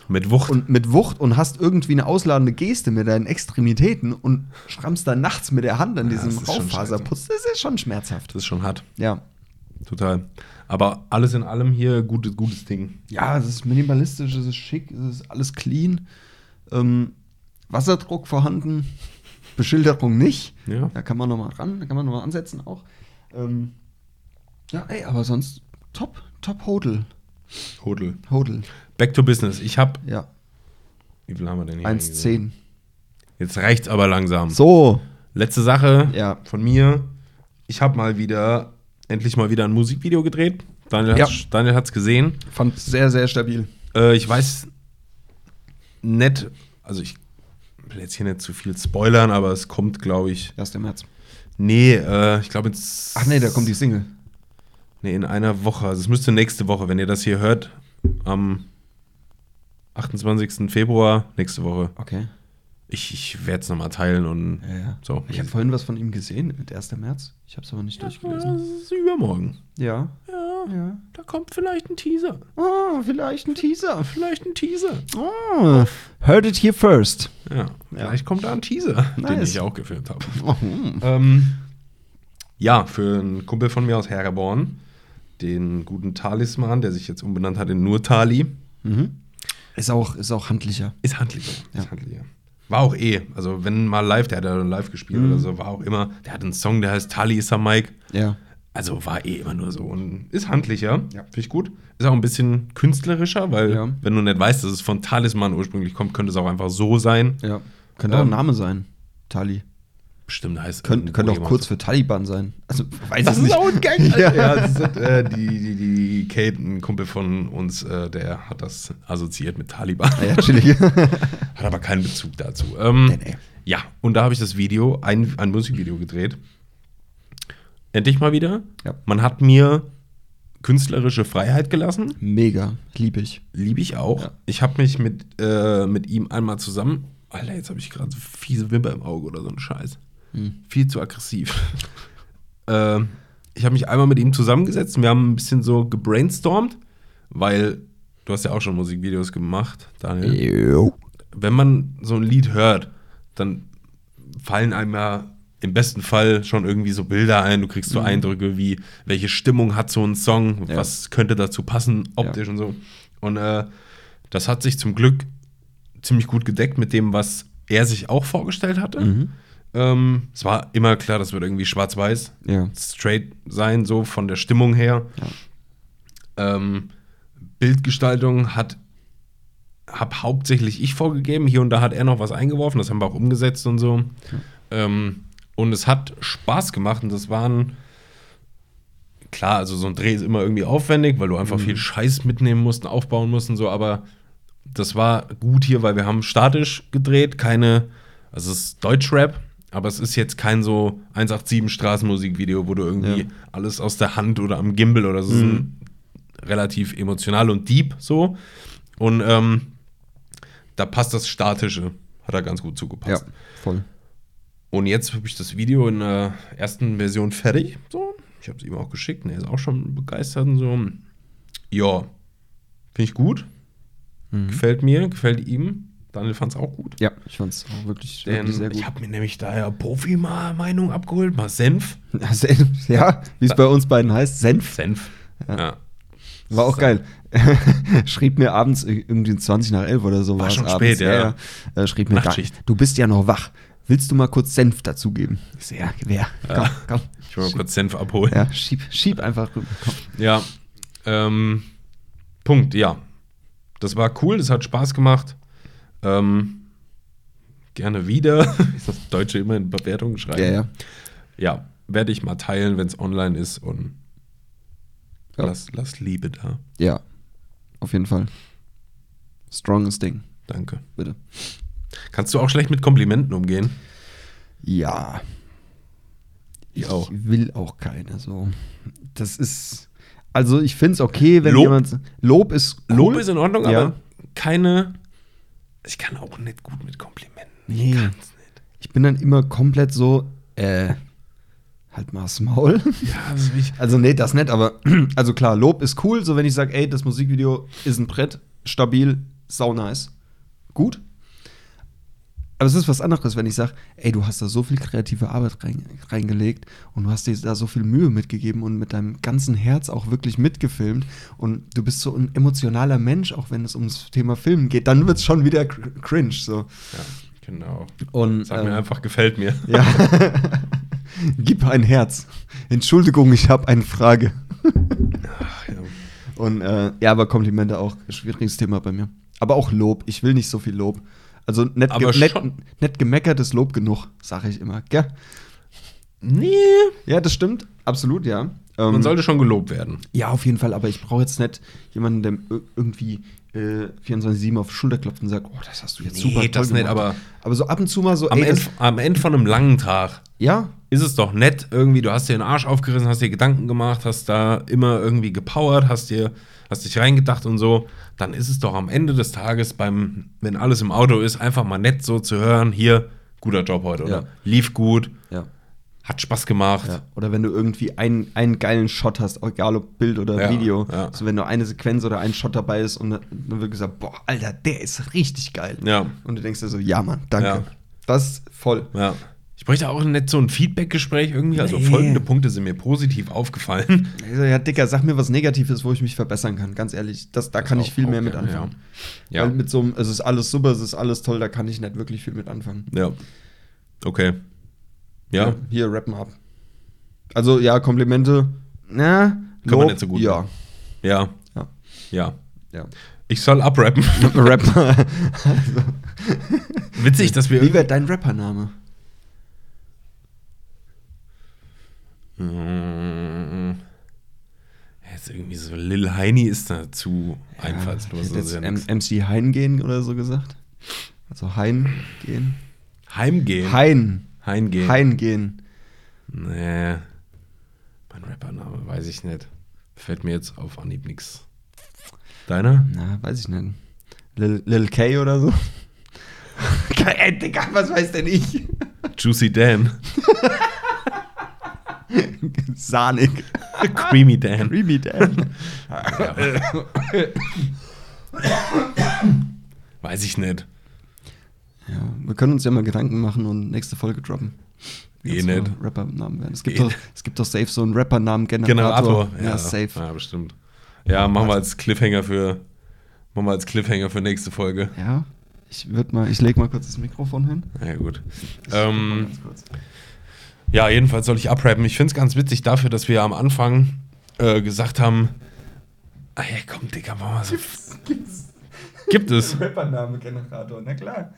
Speaker 2: Mit Wucht.
Speaker 1: und mit Wucht und hast irgendwie eine ausladende Geste mit deinen Extremitäten und schrammst dann nachts mit der Hand an
Speaker 2: Ja,
Speaker 1: diesem
Speaker 2: das ist schon
Speaker 1: Raufaserputz, das ist ja schon schmerzhaft.
Speaker 2: das ist schon hart.
Speaker 1: Ja.
Speaker 2: Total. Aber alles in allem hier gutes, gutes Ding.
Speaker 1: Ja, es ist minimalistisch, es ist schick, es ist alles clean. Ähm, Wasserdruck vorhanden, Beschilderung nicht.
Speaker 2: Ja.
Speaker 1: Da kann man nochmal ran, da kann man nochmal ansetzen auch. Ähm, ja, ey, aber sonst top, top Hodel.
Speaker 2: Hodel.
Speaker 1: Hodel,
Speaker 2: Back to business. Ich habe.
Speaker 1: ja.
Speaker 2: Wie viel haben wir denn hier? eingesetzt?
Speaker 1: 1,10.
Speaker 2: Jetzt reicht's aber langsam.
Speaker 1: So.
Speaker 2: Letzte Sache
Speaker 1: Ja.
Speaker 2: von mir. Ich habe mal wieder, endlich mal wieder ein Musikvideo gedreht. Daniel
Speaker 1: Ja.
Speaker 2: hat's, Daniel hat's gesehen.
Speaker 1: Fand sehr, sehr stabil.
Speaker 2: Äh, ich weiß nicht, also ich will jetzt hier nicht zu viel spoilern, aber es kommt, glaube ich.
Speaker 1: 1. März.
Speaker 2: Nee, äh, ich glaube jetzt.
Speaker 1: Ach nee, da kommt die Single.
Speaker 2: Nee, in einer Woche. Also es müsste nächste Woche, wenn ihr das hier hört, am 28. Februar, nächste Woche.
Speaker 1: Okay.
Speaker 2: Ich, ich werde es nochmal teilen und
Speaker 1: Ja, ja.
Speaker 2: so.
Speaker 1: Ich habe vorhin was von ihm gesehen, mit 1. März. Ich habe es aber nicht
Speaker 2: Ja,
Speaker 1: durchgelesen.
Speaker 2: das ist übermorgen.
Speaker 1: Ja.
Speaker 2: Ja,
Speaker 1: Ja.
Speaker 2: da kommt vielleicht ein Teaser.
Speaker 1: Oh, vielleicht ein Teaser.
Speaker 2: Vielleicht ein Teaser.
Speaker 1: Oh, heard it here first.
Speaker 2: Ja, vielleicht kommt da ein Teaser, den
Speaker 1: Nice.
Speaker 2: ich auch
Speaker 1: [LAUGHS]
Speaker 2: gefilmt habe.
Speaker 1: Mhm.
Speaker 2: ähm, ja, für einen Kumpel von mir aus Herreborn, den guten Talisman, der sich jetzt umbenannt hat in nur Tali.
Speaker 1: Ist auch, ist auch handlicher.
Speaker 2: Ist handlicher.
Speaker 1: Ja.
Speaker 2: Ist handlicher. War auch eh. Also, wenn mal live, der hat ja dann live gespielt
Speaker 1: Mhm.
Speaker 2: oder so, war auch immer. Der hat einen Song, der heißt Tali ist am Mike.
Speaker 1: Ja.
Speaker 2: Also war eh immer nur so. Und ist handlicher.
Speaker 1: Ja.
Speaker 2: Finde ich gut. Ist auch ein bisschen künstlerischer, weil,
Speaker 1: Ja.
Speaker 2: wenn du nicht weißt, dass es von Talisman ursprünglich kommt, könnte es auch einfach so sein.
Speaker 1: ja. Könnte auch
Speaker 2: Ähm,
Speaker 1: ein Name sein. Tali.
Speaker 2: Bestimmt heißt
Speaker 1: Könnt,
Speaker 2: ein
Speaker 1: könnte auch
Speaker 2: Pokémon
Speaker 1: kurz
Speaker 2: so.
Speaker 1: für Taliban sein. Also, [LAUGHS] weiß
Speaker 2: Das
Speaker 1: ich
Speaker 2: ist
Speaker 1: nicht.
Speaker 2: auch ein Gang.
Speaker 1: [LAUGHS]
Speaker 2: Alter.
Speaker 1: Ja.
Speaker 2: ja, das ist, äh, die, die, die Kate, ein Kumpel von uns, äh, der hat das assoziiert mit Taliban. [LAUGHS]
Speaker 1: Ja, chillig. [LAUGHS]
Speaker 2: Hat aber keinen Bezug dazu. Ähm,
Speaker 1: Nee, nee.
Speaker 2: Ja, und da habe ich das Video, ein, ein Musikvideo gedreht. Endlich mal wieder.
Speaker 1: Ja.
Speaker 2: Man hat mir künstlerische Freiheit gelassen.
Speaker 1: Mega. Lieb ich.
Speaker 2: Liebe ich auch.
Speaker 1: Ja.
Speaker 2: Ich habe mich mit, äh, mit ihm einmal zusammen. Alter, jetzt habe ich gerade so fiese Wimper im Auge oder so ein Scheiß. Viel zu aggressiv. [LAUGHS] ähm, ich habe mich einmal mit ihm zusammengesetzt und wir haben ein bisschen so gebrainstormt, weil du hast ja auch schon Musikvideos gemacht, Daniel
Speaker 1: Jo.
Speaker 2: wenn man so ein Lied hört, dann fallen einem ja im besten Fall schon irgendwie so Bilder ein. Du kriegst so Eindrücke wie, welche Stimmung hat so ein Song,
Speaker 1: Ja.
Speaker 2: was könnte dazu passen, optisch und so. Und äh, das hat sich zum Glück ziemlich gut gedeckt mit dem, was er sich auch vorgestellt hatte. Ähm, es war immer klar, das wird irgendwie schwarz-weiß
Speaker 1: Ja.
Speaker 2: straight sein, so von der Stimmung her. Ähm, Bildgestaltung hat hab hauptsächlich ich vorgegeben. Hier und da hat er noch was eingeworfen, das haben wir auch umgesetzt und so. Ähm, und es hat Spaß gemacht und das waren. Klar, also so ein Dreh ist immer irgendwie aufwendig, weil du einfach viel Scheiß mitnehmen musst und aufbauen musst und so, aber das war gut hier, weil wir haben statisch gedreht, keine, also es ist Deutschrap, aber es ist jetzt kein so 187 Straßenmusikvideo, wo du irgendwie
Speaker 1: Ja.
Speaker 2: alles aus der Hand oder am Gimbal oder so, es ist ein relativ emotional und deep so und ähm, da passt das Statische, hat da ganz gut
Speaker 1: Ja.
Speaker 2: zugepasst.
Speaker 1: Voll.
Speaker 2: Und jetzt habe ich das Video in der ersten Version fertig. So, ich habe es ihm auch geschickt. und Er ist auch schon begeistert und so. Ja, finde ich gut.
Speaker 1: Mhm.
Speaker 2: Gefällt mir, gefällt ihm. Daniel fand es auch gut.
Speaker 1: Ja, ich fand's auch wirklich,
Speaker 2: Denn
Speaker 1: wirklich sehr gut.
Speaker 2: ich habe mir nämlich da ja Profi-Meinung abgeholt. Mal Senf.
Speaker 1: [LAUGHS] Ja, Senf, ja, wie es bei uns beiden heißt, Senf.
Speaker 2: Senf. Ja.
Speaker 1: War auch geil. [LAUGHS] schrieb mir abends ir- irgendwie 20 nach 11 oder so
Speaker 2: War
Speaker 1: war's
Speaker 2: schon
Speaker 1: abends.
Speaker 2: spät, ja.
Speaker 1: Äh, schrieb mir, da,
Speaker 2: Nachtschicht.
Speaker 1: du bist ja noch wach. Willst du mal kurz Senf dazugeben? Ich so, Ja, wer? Komm, komm.
Speaker 2: Ich will mal kurz Senf abholen.
Speaker 1: Ja, schieb, schieb einfach rüber. Komm.
Speaker 2: Ja. Ähm, Punkt, ja. Das war cool, das hat Spaß gemacht. Ähm, gerne wieder. [LAUGHS] Ist das Deutsche immer in Bewertungen schreiben?
Speaker 1: Ja, ja.
Speaker 2: Ja, werde ich mal teilen, wenn es online ist und
Speaker 1: Ja.
Speaker 2: lass, lass Liebe da.
Speaker 1: Ja, auf jeden Fall. Strongest Ding,
Speaker 2: Danke.
Speaker 1: bitte.
Speaker 2: Kannst du auch schlecht mit Komplimenten umgehen?
Speaker 1: Ja.
Speaker 2: Ich auch.
Speaker 1: will auch keine so. Das ist. Also ich finde es okay, wenn
Speaker 2: Lob-
Speaker 1: jemand. Lob ist. Cool.
Speaker 2: Lob ist in
Speaker 1: Ja.
Speaker 2: Ordnung, aber keine. Ich kann auch nicht gut mit Komplimenten.
Speaker 1: Nee.
Speaker 2: Kann's nicht.
Speaker 1: Ich bin dann immer komplett so, äh, halt mal das [LAUGHS] Maul.
Speaker 2: Ja, also ich,
Speaker 1: Also nee, das nicht, aber [CLEARS THROAT] also klar, Lob ist cool, so wenn ich sage, ey, das Musikvideo ist ein Brett, stabil, sau nice. Gut. Aber es ist was anderes, wenn ich sage, ey, du hast da so viel kreative Arbeit rein, reingelegt und du hast dir da so viel Mühe mitgegeben und mit deinem ganzen Herz auch wirklich mitgefilmt und du bist so ein emotionaler Mensch, auch wenn es ums Thema Filmen geht, dann wird es schon wieder cr- cringe. So.
Speaker 2: ja, genau.
Speaker 1: Und,
Speaker 2: Sag
Speaker 1: ähm,
Speaker 2: mir einfach, gefällt mir.
Speaker 1: Ja. [LAUGHS] Gib ein Herz. Entschuldigung, ich habe eine Frage.
Speaker 2: Ach, ja.
Speaker 1: Und äh, ja, aber Komplimente auch schwieriges Thema bei mir. Aber auch Lob. Ich will nicht so viel Lob. Also nett,
Speaker 2: Aber
Speaker 1: ge nett,
Speaker 2: schon-
Speaker 1: nett gemeckertes Lob genug, sage ich immer. Gell?
Speaker 2: Nee.
Speaker 1: Ja, das stimmt. Absolut, ja. Ähm,
Speaker 2: Man sollte schon gelobt werden.
Speaker 1: ja, auf jeden Fall. Aber ich brauche jetzt nicht jemanden, der ir- irgendwie äh, 24-7 auf die Schulter klopft und sagt, oh, das hast du jetzt
Speaker 2: Nee,
Speaker 1: super toll
Speaker 2: das nicht,
Speaker 1: gemacht.
Speaker 2: aber-
Speaker 1: aber so ab und zu mal so,
Speaker 2: Am,
Speaker 1: ey, das,
Speaker 2: End, am Ende von einem langen Tag
Speaker 1: ja,
Speaker 2: ist es doch nett, irgendwie, du hast dir den Arsch aufgerissen, hast dir Gedanken gemacht, hast da immer irgendwie gepowert, hast dir, hast dich reingedacht und so, dann ist es doch am Ende des Tages beim, wenn alles im Auto ist, einfach mal nett so zu hören, hier, guter Job heute, oder?
Speaker 1: Ja.
Speaker 2: Lief gut,
Speaker 1: ja.
Speaker 2: hat Spaß gemacht.
Speaker 1: Ja. Oder wenn du irgendwie einen, einen geilen Shot hast, egal ob Bild oder
Speaker 2: Ja,
Speaker 1: Video.
Speaker 2: ja.
Speaker 1: Also wenn nur eine Sequenz oder ein Shot dabei ist und dann wird gesagt, boah, Alter, der ist richtig geil.
Speaker 2: Ja.
Speaker 1: Und du denkst dir so, ja, Mann, danke.
Speaker 2: Ja.
Speaker 1: Das ist voll.
Speaker 2: Ja. Ich bräuchte auch nicht so ein Feedback-Gespräch irgendwie. Also
Speaker 1: Nee.
Speaker 2: folgende Punkte sind mir positiv aufgefallen. [LAUGHS]
Speaker 1: Ich so, Also, ja, Dicker, sag mir was Negatives, wo ich mich verbessern kann, ganz ehrlich. Das, da kann
Speaker 2: auch-
Speaker 1: ich viel
Speaker 2: auch
Speaker 1: mehr mit
Speaker 2: gerne, ja.
Speaker 1: anfangen.
Speaker 2: Ja.
Speaker 1: Weil mit so einem, es ist alles super, es ist alles toll, da kann ich nicht wirklich viel mit anfangen.
Speaker 2: Ja. Okay. Ja.
Speaker 1: Hier, rappen ab. Also, ja, Komplimente, na,
Speaker 2: man nicht so gut. ne?
Speaker 1: Ja,
Speaker 2: Ja.
Speaker 1: ja,
Speaker 2: Ja. [LAUGHS]
Speaker 1: ja.
Speaker 2: Ich soll abrappen.
Speaker 1: Rapper. [LAUGHS]
Speaker 2: Witzig, dass wir.
Speaker 1: Wie wäre dein Rappername?
Speaker 2: Mm. Jetzt irgendwie so Lil Heini ist da zu einfallslos.
Speaker 1: Ja,
Speaker 2: das ist
Speaker 1: hätte
Speaker 2: ja
Speaker 1: jetzt
Speaker 2: nix.
Speaker 1: M MC Hein gehen oder so gesagt. Also Hein gehen.
Speaker 2: Heimgehen.
Speaker 1: Hein.
Speaker 2: Heimgehen.
Speaker 1: Hein gehen.
Speaker 2: Nee. Mein Rappername weiß ich nicht. Fällt mir jetzt auf Anhieb nix. Deiner?
Speaker 1: Na, weiß ich nicht. Lil, Lil K oder so. [LAUGHS] Ey, Digga, was weiß denn ich? [LAUGHS]
Speaker 2: Juicy Dan.
Speaker 1: Sonic.
Speaker 2: Creamy Dan.
Speaker 1: Creamy Dan.
Speaker 2: [LAUGHS] Weiß ich nicht.
Speaker 1: ja, wir können uns ja mal Gedanken machen und nächste Folge droppen.
Speaker 2: Geh
Speaker 1: Ganz viele
Speaker 2: nicht.
Speaker 1: Rappernamen werden. Es gibt,
Speaker 2: Geh
Speaker 1: doch,
Speaker 2: nicht.
Speaker 1: es gibt doch safe so einen Rappernamen-Generator.
Speaker 2: Generator.
Speaker 1: Ja, safe.
Speaker 2: Ja, bestimmt. Ja, machen wir als Cliffhanger für. Machen wir als Cliffhanger für nächste Folge.
Speaker 1: Ja, ich würde mal, ich lege mal kurz das Mikrofon hin.
Speaker 2: Na ja, gut.
Speaker 1: Ich guck mal
Speaker 2: Ähm,
Speaker 1: ganz kurz. [LAUGHS]
Speaker 2: Ja, jedenfalls soll ich abrappen. Ich find's ganz witzig dafür, dass wir am Anfang äh, gesagt haben: Ah ja, komm, Digga, mach mal so. Gibt es.
Speaker 1: Rappername-Generator, na klar.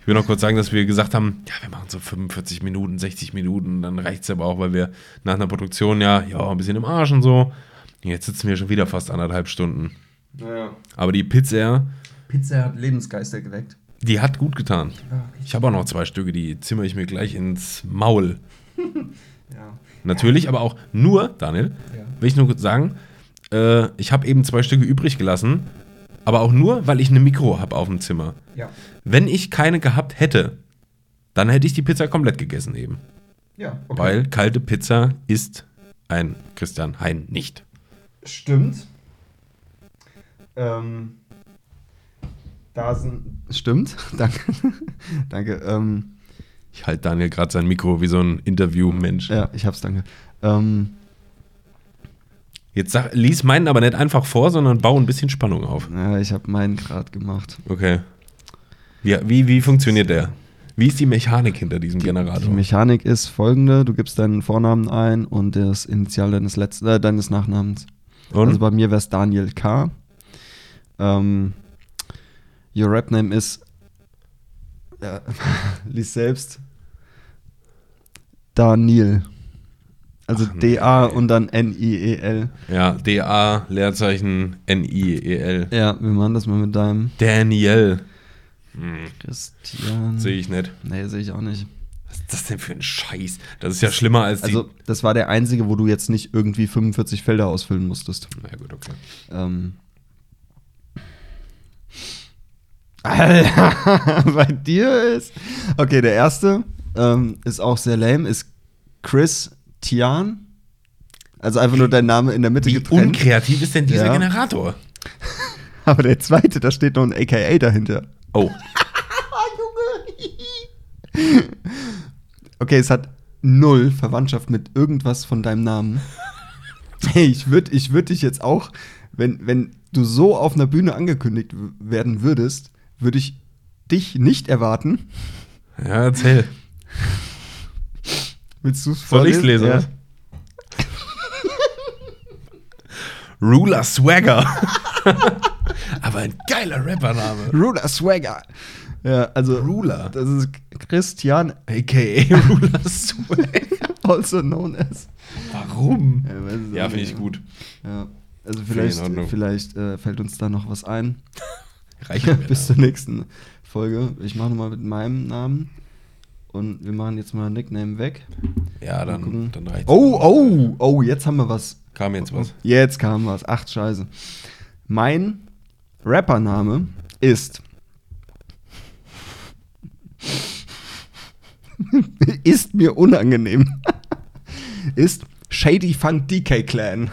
Speaker 2: Ich will noch kurz sagen, dass wir gesagt haben: Ja, wir machen so 45 Minuten, 60 Minuten, dann reicht's aber auch, weil wir nach einer Produktion ja, ja, ein bisschen im Arsch und so. Jetzt sitzen wir schon wieder fast anderthalb Stunden.
Speaker 1: Naja.
Speaker 2: Aber die Pizza,
Speaker 1: Pizza hat Lebensgeister geweckt.
Speaker 2: die hat gut getan. Ich habe auch noch zwei Stücke, die zimmer ich mir gleich ins Maul.
Speaker 1: Ja.
Speaker 2: Natürlich, aber auch nur, Daniel,
Speaker 1: Ja.
Speaker 2: will ich nur kurz sagen, äh, ich habe eben zwei Stücke übrig gelassen, aber auch nur, weil ich eine Mikro habe auf dem Zimmer.
Speaker 1: Ja.
Speaker 2: Wenn ich keine gehabt hätte, dann hätte ich die Pizza komplett gegessen eben.
Speaker 1: Ja.
Speaker 2: Weil kalte Pizza ist ein Christian Hein nicht.
Speaker 1: Stimmt. Ähm, da sind. Stimmt, [LAUGHS] danke. danke. Ähm,
Speaker 2: Ich halte Daniel gerade sein Mikro wie so ein Interview-Mensch.
Speaker 1: ja, ich hab's, danke. Ähm,
Speaker 2: Jetzt sag, lies meinen aber nicht einfach vor, sondern bau ein bisschen Spannung auf.
Speaker 1: ja, ich habe meinen Grad gemacht.
Speaker 2: Okay. Wie, wie, wie funktioniert der? Wie ist die Mechanik hinter diesem Generator?
Speaker 1: Die Mechanik ist folgende: Du gibst deinen Vornamen ein und das Initial deines, letzten, äh, deines Nachnamens.
Speaker 2: Und?
Speaker 1: Also bei mir wäre es Daniel K. Ähm, your Rap Name ist Ja, [LAUGHS] lies selbst. Daniel. Also
Speaker 2: Ach,
Speaker 1: D-A und dann E N-I-E-L.
Speaker 2: Ja, D-A, Leerzeichen, E N-I-E-L.
Speaker 1: Ja, wir machen das mal mit deinem
Speaker 2: Daniel. Hm,
Speaker 1: Christian.
Speaker 2: Sehe ich nicht.
Speaker 1: Nee, sehe ich auch nicht.
Speaker 2: Was ist das denn für ein Scheiß? Das ist ja schlimmer als die.
Speaker 1: Also, das war der einzige, wo du jetzt nicht irgendwie 45 Felder ausfüllen musstest.
Speaker 2: Na gut, okay.
Speaker 1: Ähm. Alter, [LAUGHS] bei dir ist. Okay, der erste ähm, ist auch sehr lame, ist Chris Tian. Also einfach nur dein Name in der Mitte
Speaker 2: Wie
Speaker 1: getrennt.
Speaker 2: unkreativ ist denn dieser
Speaker 1: Ja.
Speaker 2: Generator?
Speaker 1: [LAUGHS] Aber der zweite, da steht noch ein AKA dahinter.
Speaker 2: Oh.
Speaker 1: [LAUGHS] Okay, es hat null Verwandtschaft mit irgendwas von deinem Namen. Hey, ich würde ich würd dich jetzt auch, wenn, wenn du so auf einer Bühne angekündigt w- werden würdest, würde ich dich nicht erwarten.
Speaker 2: Ja, erzähl.
Speaker 1: Willst du es
Speaker 2: Soll ich's lesen?
Speaker 1: Ja.
Speaker 2: Ruler Swagger. [LAUGHS] Aber ein geiler Rappername.
Speaker 1: Ruler Swagger. Ja, also.
Speaker 2: Ruler.
Speaker 1: Das ist Christian, [LAUGHS]
Speaker 2: AKA Ruler Swagger.
Speaker 1: also known as.
Speaker 2: Warum?
Speaker 1: Ja, weiß es
Speaker 2: Ja,
Speaker 1: auch
Speaker 2: finde
Speaker 1: nicht.
Speaker 2: ich gut.
Speaker 1: Ja. Also
Speaker 2: Finde ich in
Speaker 1: vielleicht,
Speaker 2: Ordnung.
Speaker 1: vielleicht äh, fällt uns da noch was ein.
Speaker 2: Reicht [LAUGHS]
Speaker 1: [LAUGHS]
Speaker 2: mir.
Speaker 1: Bis
Speaker 2: dann.
Speaker 1: zur nächsten Folge. Ich mache nochmal mit meinem Namen. Und wir machen jetzt mal Nickname weg.
Speaker 2: Ja,
Speaker 1: Mal gucken.
Speaker 2: dann, dann reicht
Speaker 1: Oh, oh, oh, jetzt haben wir was.
Speaker 2: Kam jetzt was.
Speaker 1: Jetzt kam was. Ach, scheiße. Mein Rappername ist. [LAUGHS] ist mir unangenehm. [LAUGHS] ist Shady Funk DK Clan.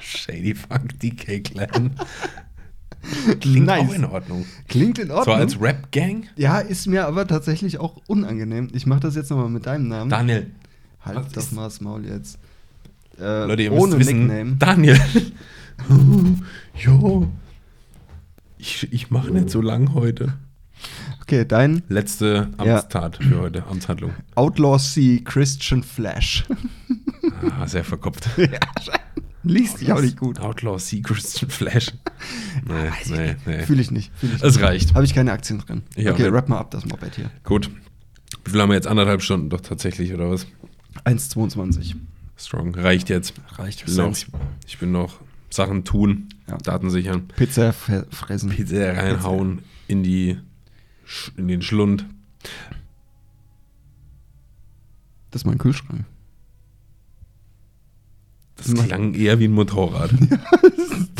Speaker 2: Shady Funk DK
Speaker 1: [LAUGHS]
Speaker 2: Clan. Klingt
Speaker 1: Klingt nice.
Speaker 2: auch in Ordnung.
Speaker 1: Klingt in
Speaker 2: So
Speaker 1: Ordnung.
Speaker 2: als Rap Gang?
Speaker 1: ja, ist mir aber tatsächlich auch unangenehm. Ich mache das jetzt nochmal mit deinem Namen.
Speaker 2: Daniel.
Speaker 1: Halt
Speaker 2: Was
Speaker 1: doch
Speaker 2: ist-
Speaker 1: mal das Maul jetzt. Äh,
Speaker 2: Leute, ihr
Speaker 1: ohne
Speaker 2: müsst wissen,
Speaker 1: Nickname.
Speaker 2: Daniel. [LAUGHS] jo. Ich, ich mache nicht so lang heute.
Speaker 1: Okay, dein
Speaker 2: Letzte
Speaker 1: Ja.
Speaker 2: Amtstat für heute, Amtshandlung.
Speaker 1: Outlaw Sea Christian Flash. [LAUGHS]
Speaker 2: Ah, sehr verkopft.
Speaker 1: Liest dich auch nicht gut.
Speaker 2: Outlaw Sea Christian [LAUGHS] Flash. Nee, nee, nee.
Speaker 1: Fühle ich nicht. Fühl ich
Speaker 2: Es reicht.
Speaker 1: Habe ich keine Aktien drin.
Speaker 2: Ja,
Speaker 1: okay,
Speaker 2: ne.
Speaker 1: rap mal ab das Moped hier.
Speaker 2: Gut. Wie viel haben wir jetzt? Anderthalb Stunden doch tatsächlich, oder was?
Speaker 1: 1,22.
Speaker 2: Strong. Reicht jetzt.
Speaker 1: Reicht.
Speaker 2: Ich will noch, ich will noch Sachen tun,
Speaker 1: Ja.
Speaker 2: Daten sichern,
Speaker 1: Pizza fe- fressen.
Speaker 2: Pizza reinhauen in die Sch- in den Schlund.
Speaker 1: Das ist mein Kühlschrank. [LAUGHS]
Speaker 2: Das klang eher wie ein Motorrad.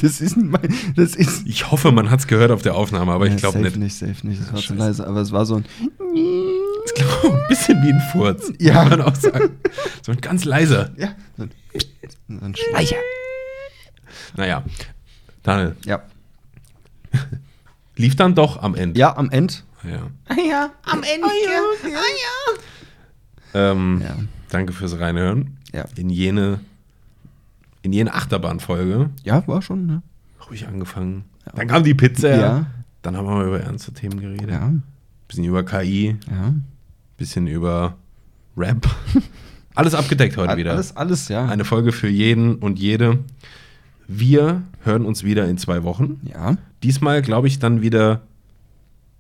Speaker 1: Das ist mein. Das ist.
Speaker 2: Ich hoffe, man hat es gehört auf der Aufnahme, aber ich
Speaker 1: Ja,
Speaker 2: glaube
Speaker 1: safe
Speaker 2: nicht.
Speaker 1: nicht, safe nicht. Das war zu
Speaker 2: Scheiße.
Speaker 1: leise, aber es war so ein.
Speaker 2: Es klang auch ein bisschen wie ein Furz.
Speaker 1: Ja.
Speaker 2: Kann man auch sagen. So ein ganz leiser.
Speaker 1: Ja, so ein, so ein Schleicher.
Speaker 2: Naja. Daniel,
Speaker 1: Ja.
Speaker 2: lief dann doch am Ende.
Speaker 1: Ja, am Ende.
Speaker 2: Ja.
Speaker 3: Ah Ja, am Ende. Ah ja,
Speaker 2: Ähm,
Speaker 1: Ja.
Speaker 2: Danke fürs Reinhören.
Speaker 1: Ja.
Speaker 2: In jene, in jene Achterbahnfolge.
Speaker 1: Ja, war schon, ne?
Speaker 2: Ruhig angefangen. Dann kam die Pizza.
Speaker 1: Ja.
Speaker 2: Dann haben wir mal über ernste Themen geredet.
Speaker 1: Ja.
Speaker 2: Bisschen über KI,
Speaker 1: Ja.
Speaker 2: bisschen über Rap. [LAUGHS] Alles abgedeckt heute wieder.
Speaker 1: Alles, alles, ja.
Speaker 2: [LAUGHS] Eine Folge für jeden und jede. Wir hören uns wieder in zwei Wochen.
Speaker 1: ja.
Speaker 2: Diesmal, glaube ich, dann wieder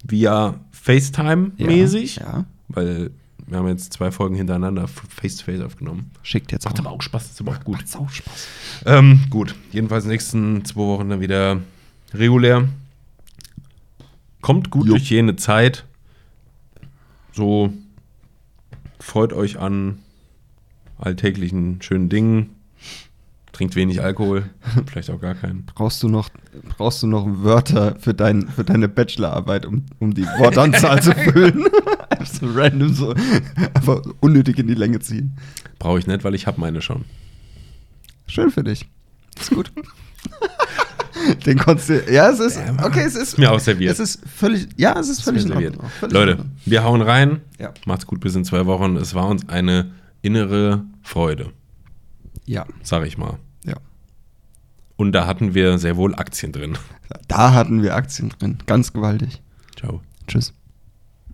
Speaker 2: via
Speaker 1: ja,
Speaker 2: FaceTime-mäßig.
Speaker 1: Ja.
Speaker 2: Weil wir haben jetzt zwei Folgen hintereinander face-to-face aufgenommen.
Speaker 1: Schickt jetzt
Speaker 2: Macht
Speaker 1: auch.
Speaker 2: aber auch Spaß, ist aber auch gut.
Speaker 1: Macht's auch Spaß.
Speaker 2: Ähm, gut, jedenfalls nächsten zwei Wochen dann wieder regulär. Kommt gut
Speaker 1: Jo.
Speaker 2: durch jene Zeit. So freut euch an alltäglichen schönen Dingen. Trinkt wenig
Speaker 1: [LAUGHS]
Speaker 2: Alkohol, vielleicht auch gar keinen.
Speaker 1: Brauchst du noch, brauchst du noch Wörter für, dein, für deine Bachelorarbeit, um, um die Wortanzahl [LAUGHS] zu füllen? so random, so einfach unnötig in die Länge ziehen.
Speaker 2: Brauche ich nicht, weil ich habe meine schon.
Speaker 1: Schön für dich. Ist [LAUGHS] gut. Den konntest du, ja, es ist, okay, es ist,
Speaker 2: Ist mir auch serviert.
Speaker 1: es ist völlig, ja, es ist völlig in
Speaker 2: reserviert.
Speaker 1: Ordnung. auch, Völlig in
Speaker 2: Leute,
Speaker 1: Ordnung.
Speaker 2: wir hauen rein.
Speaker 1: Ja.
Speaker 2: Macht's gut bis in zwei Wochen. Es war uns eine innere Freude,
Speaker 1: Ja,
Speaker 2: sag ich mal.
Speaker 1: ja.
Speaker 2: Und da hatten wir sehr wohl Aktien drin.
Speaker 1: Da hatten wir Aktien drin. Ganz gewaltig.
Speaker 2: Ciao.
Speaker 1: Tschüss.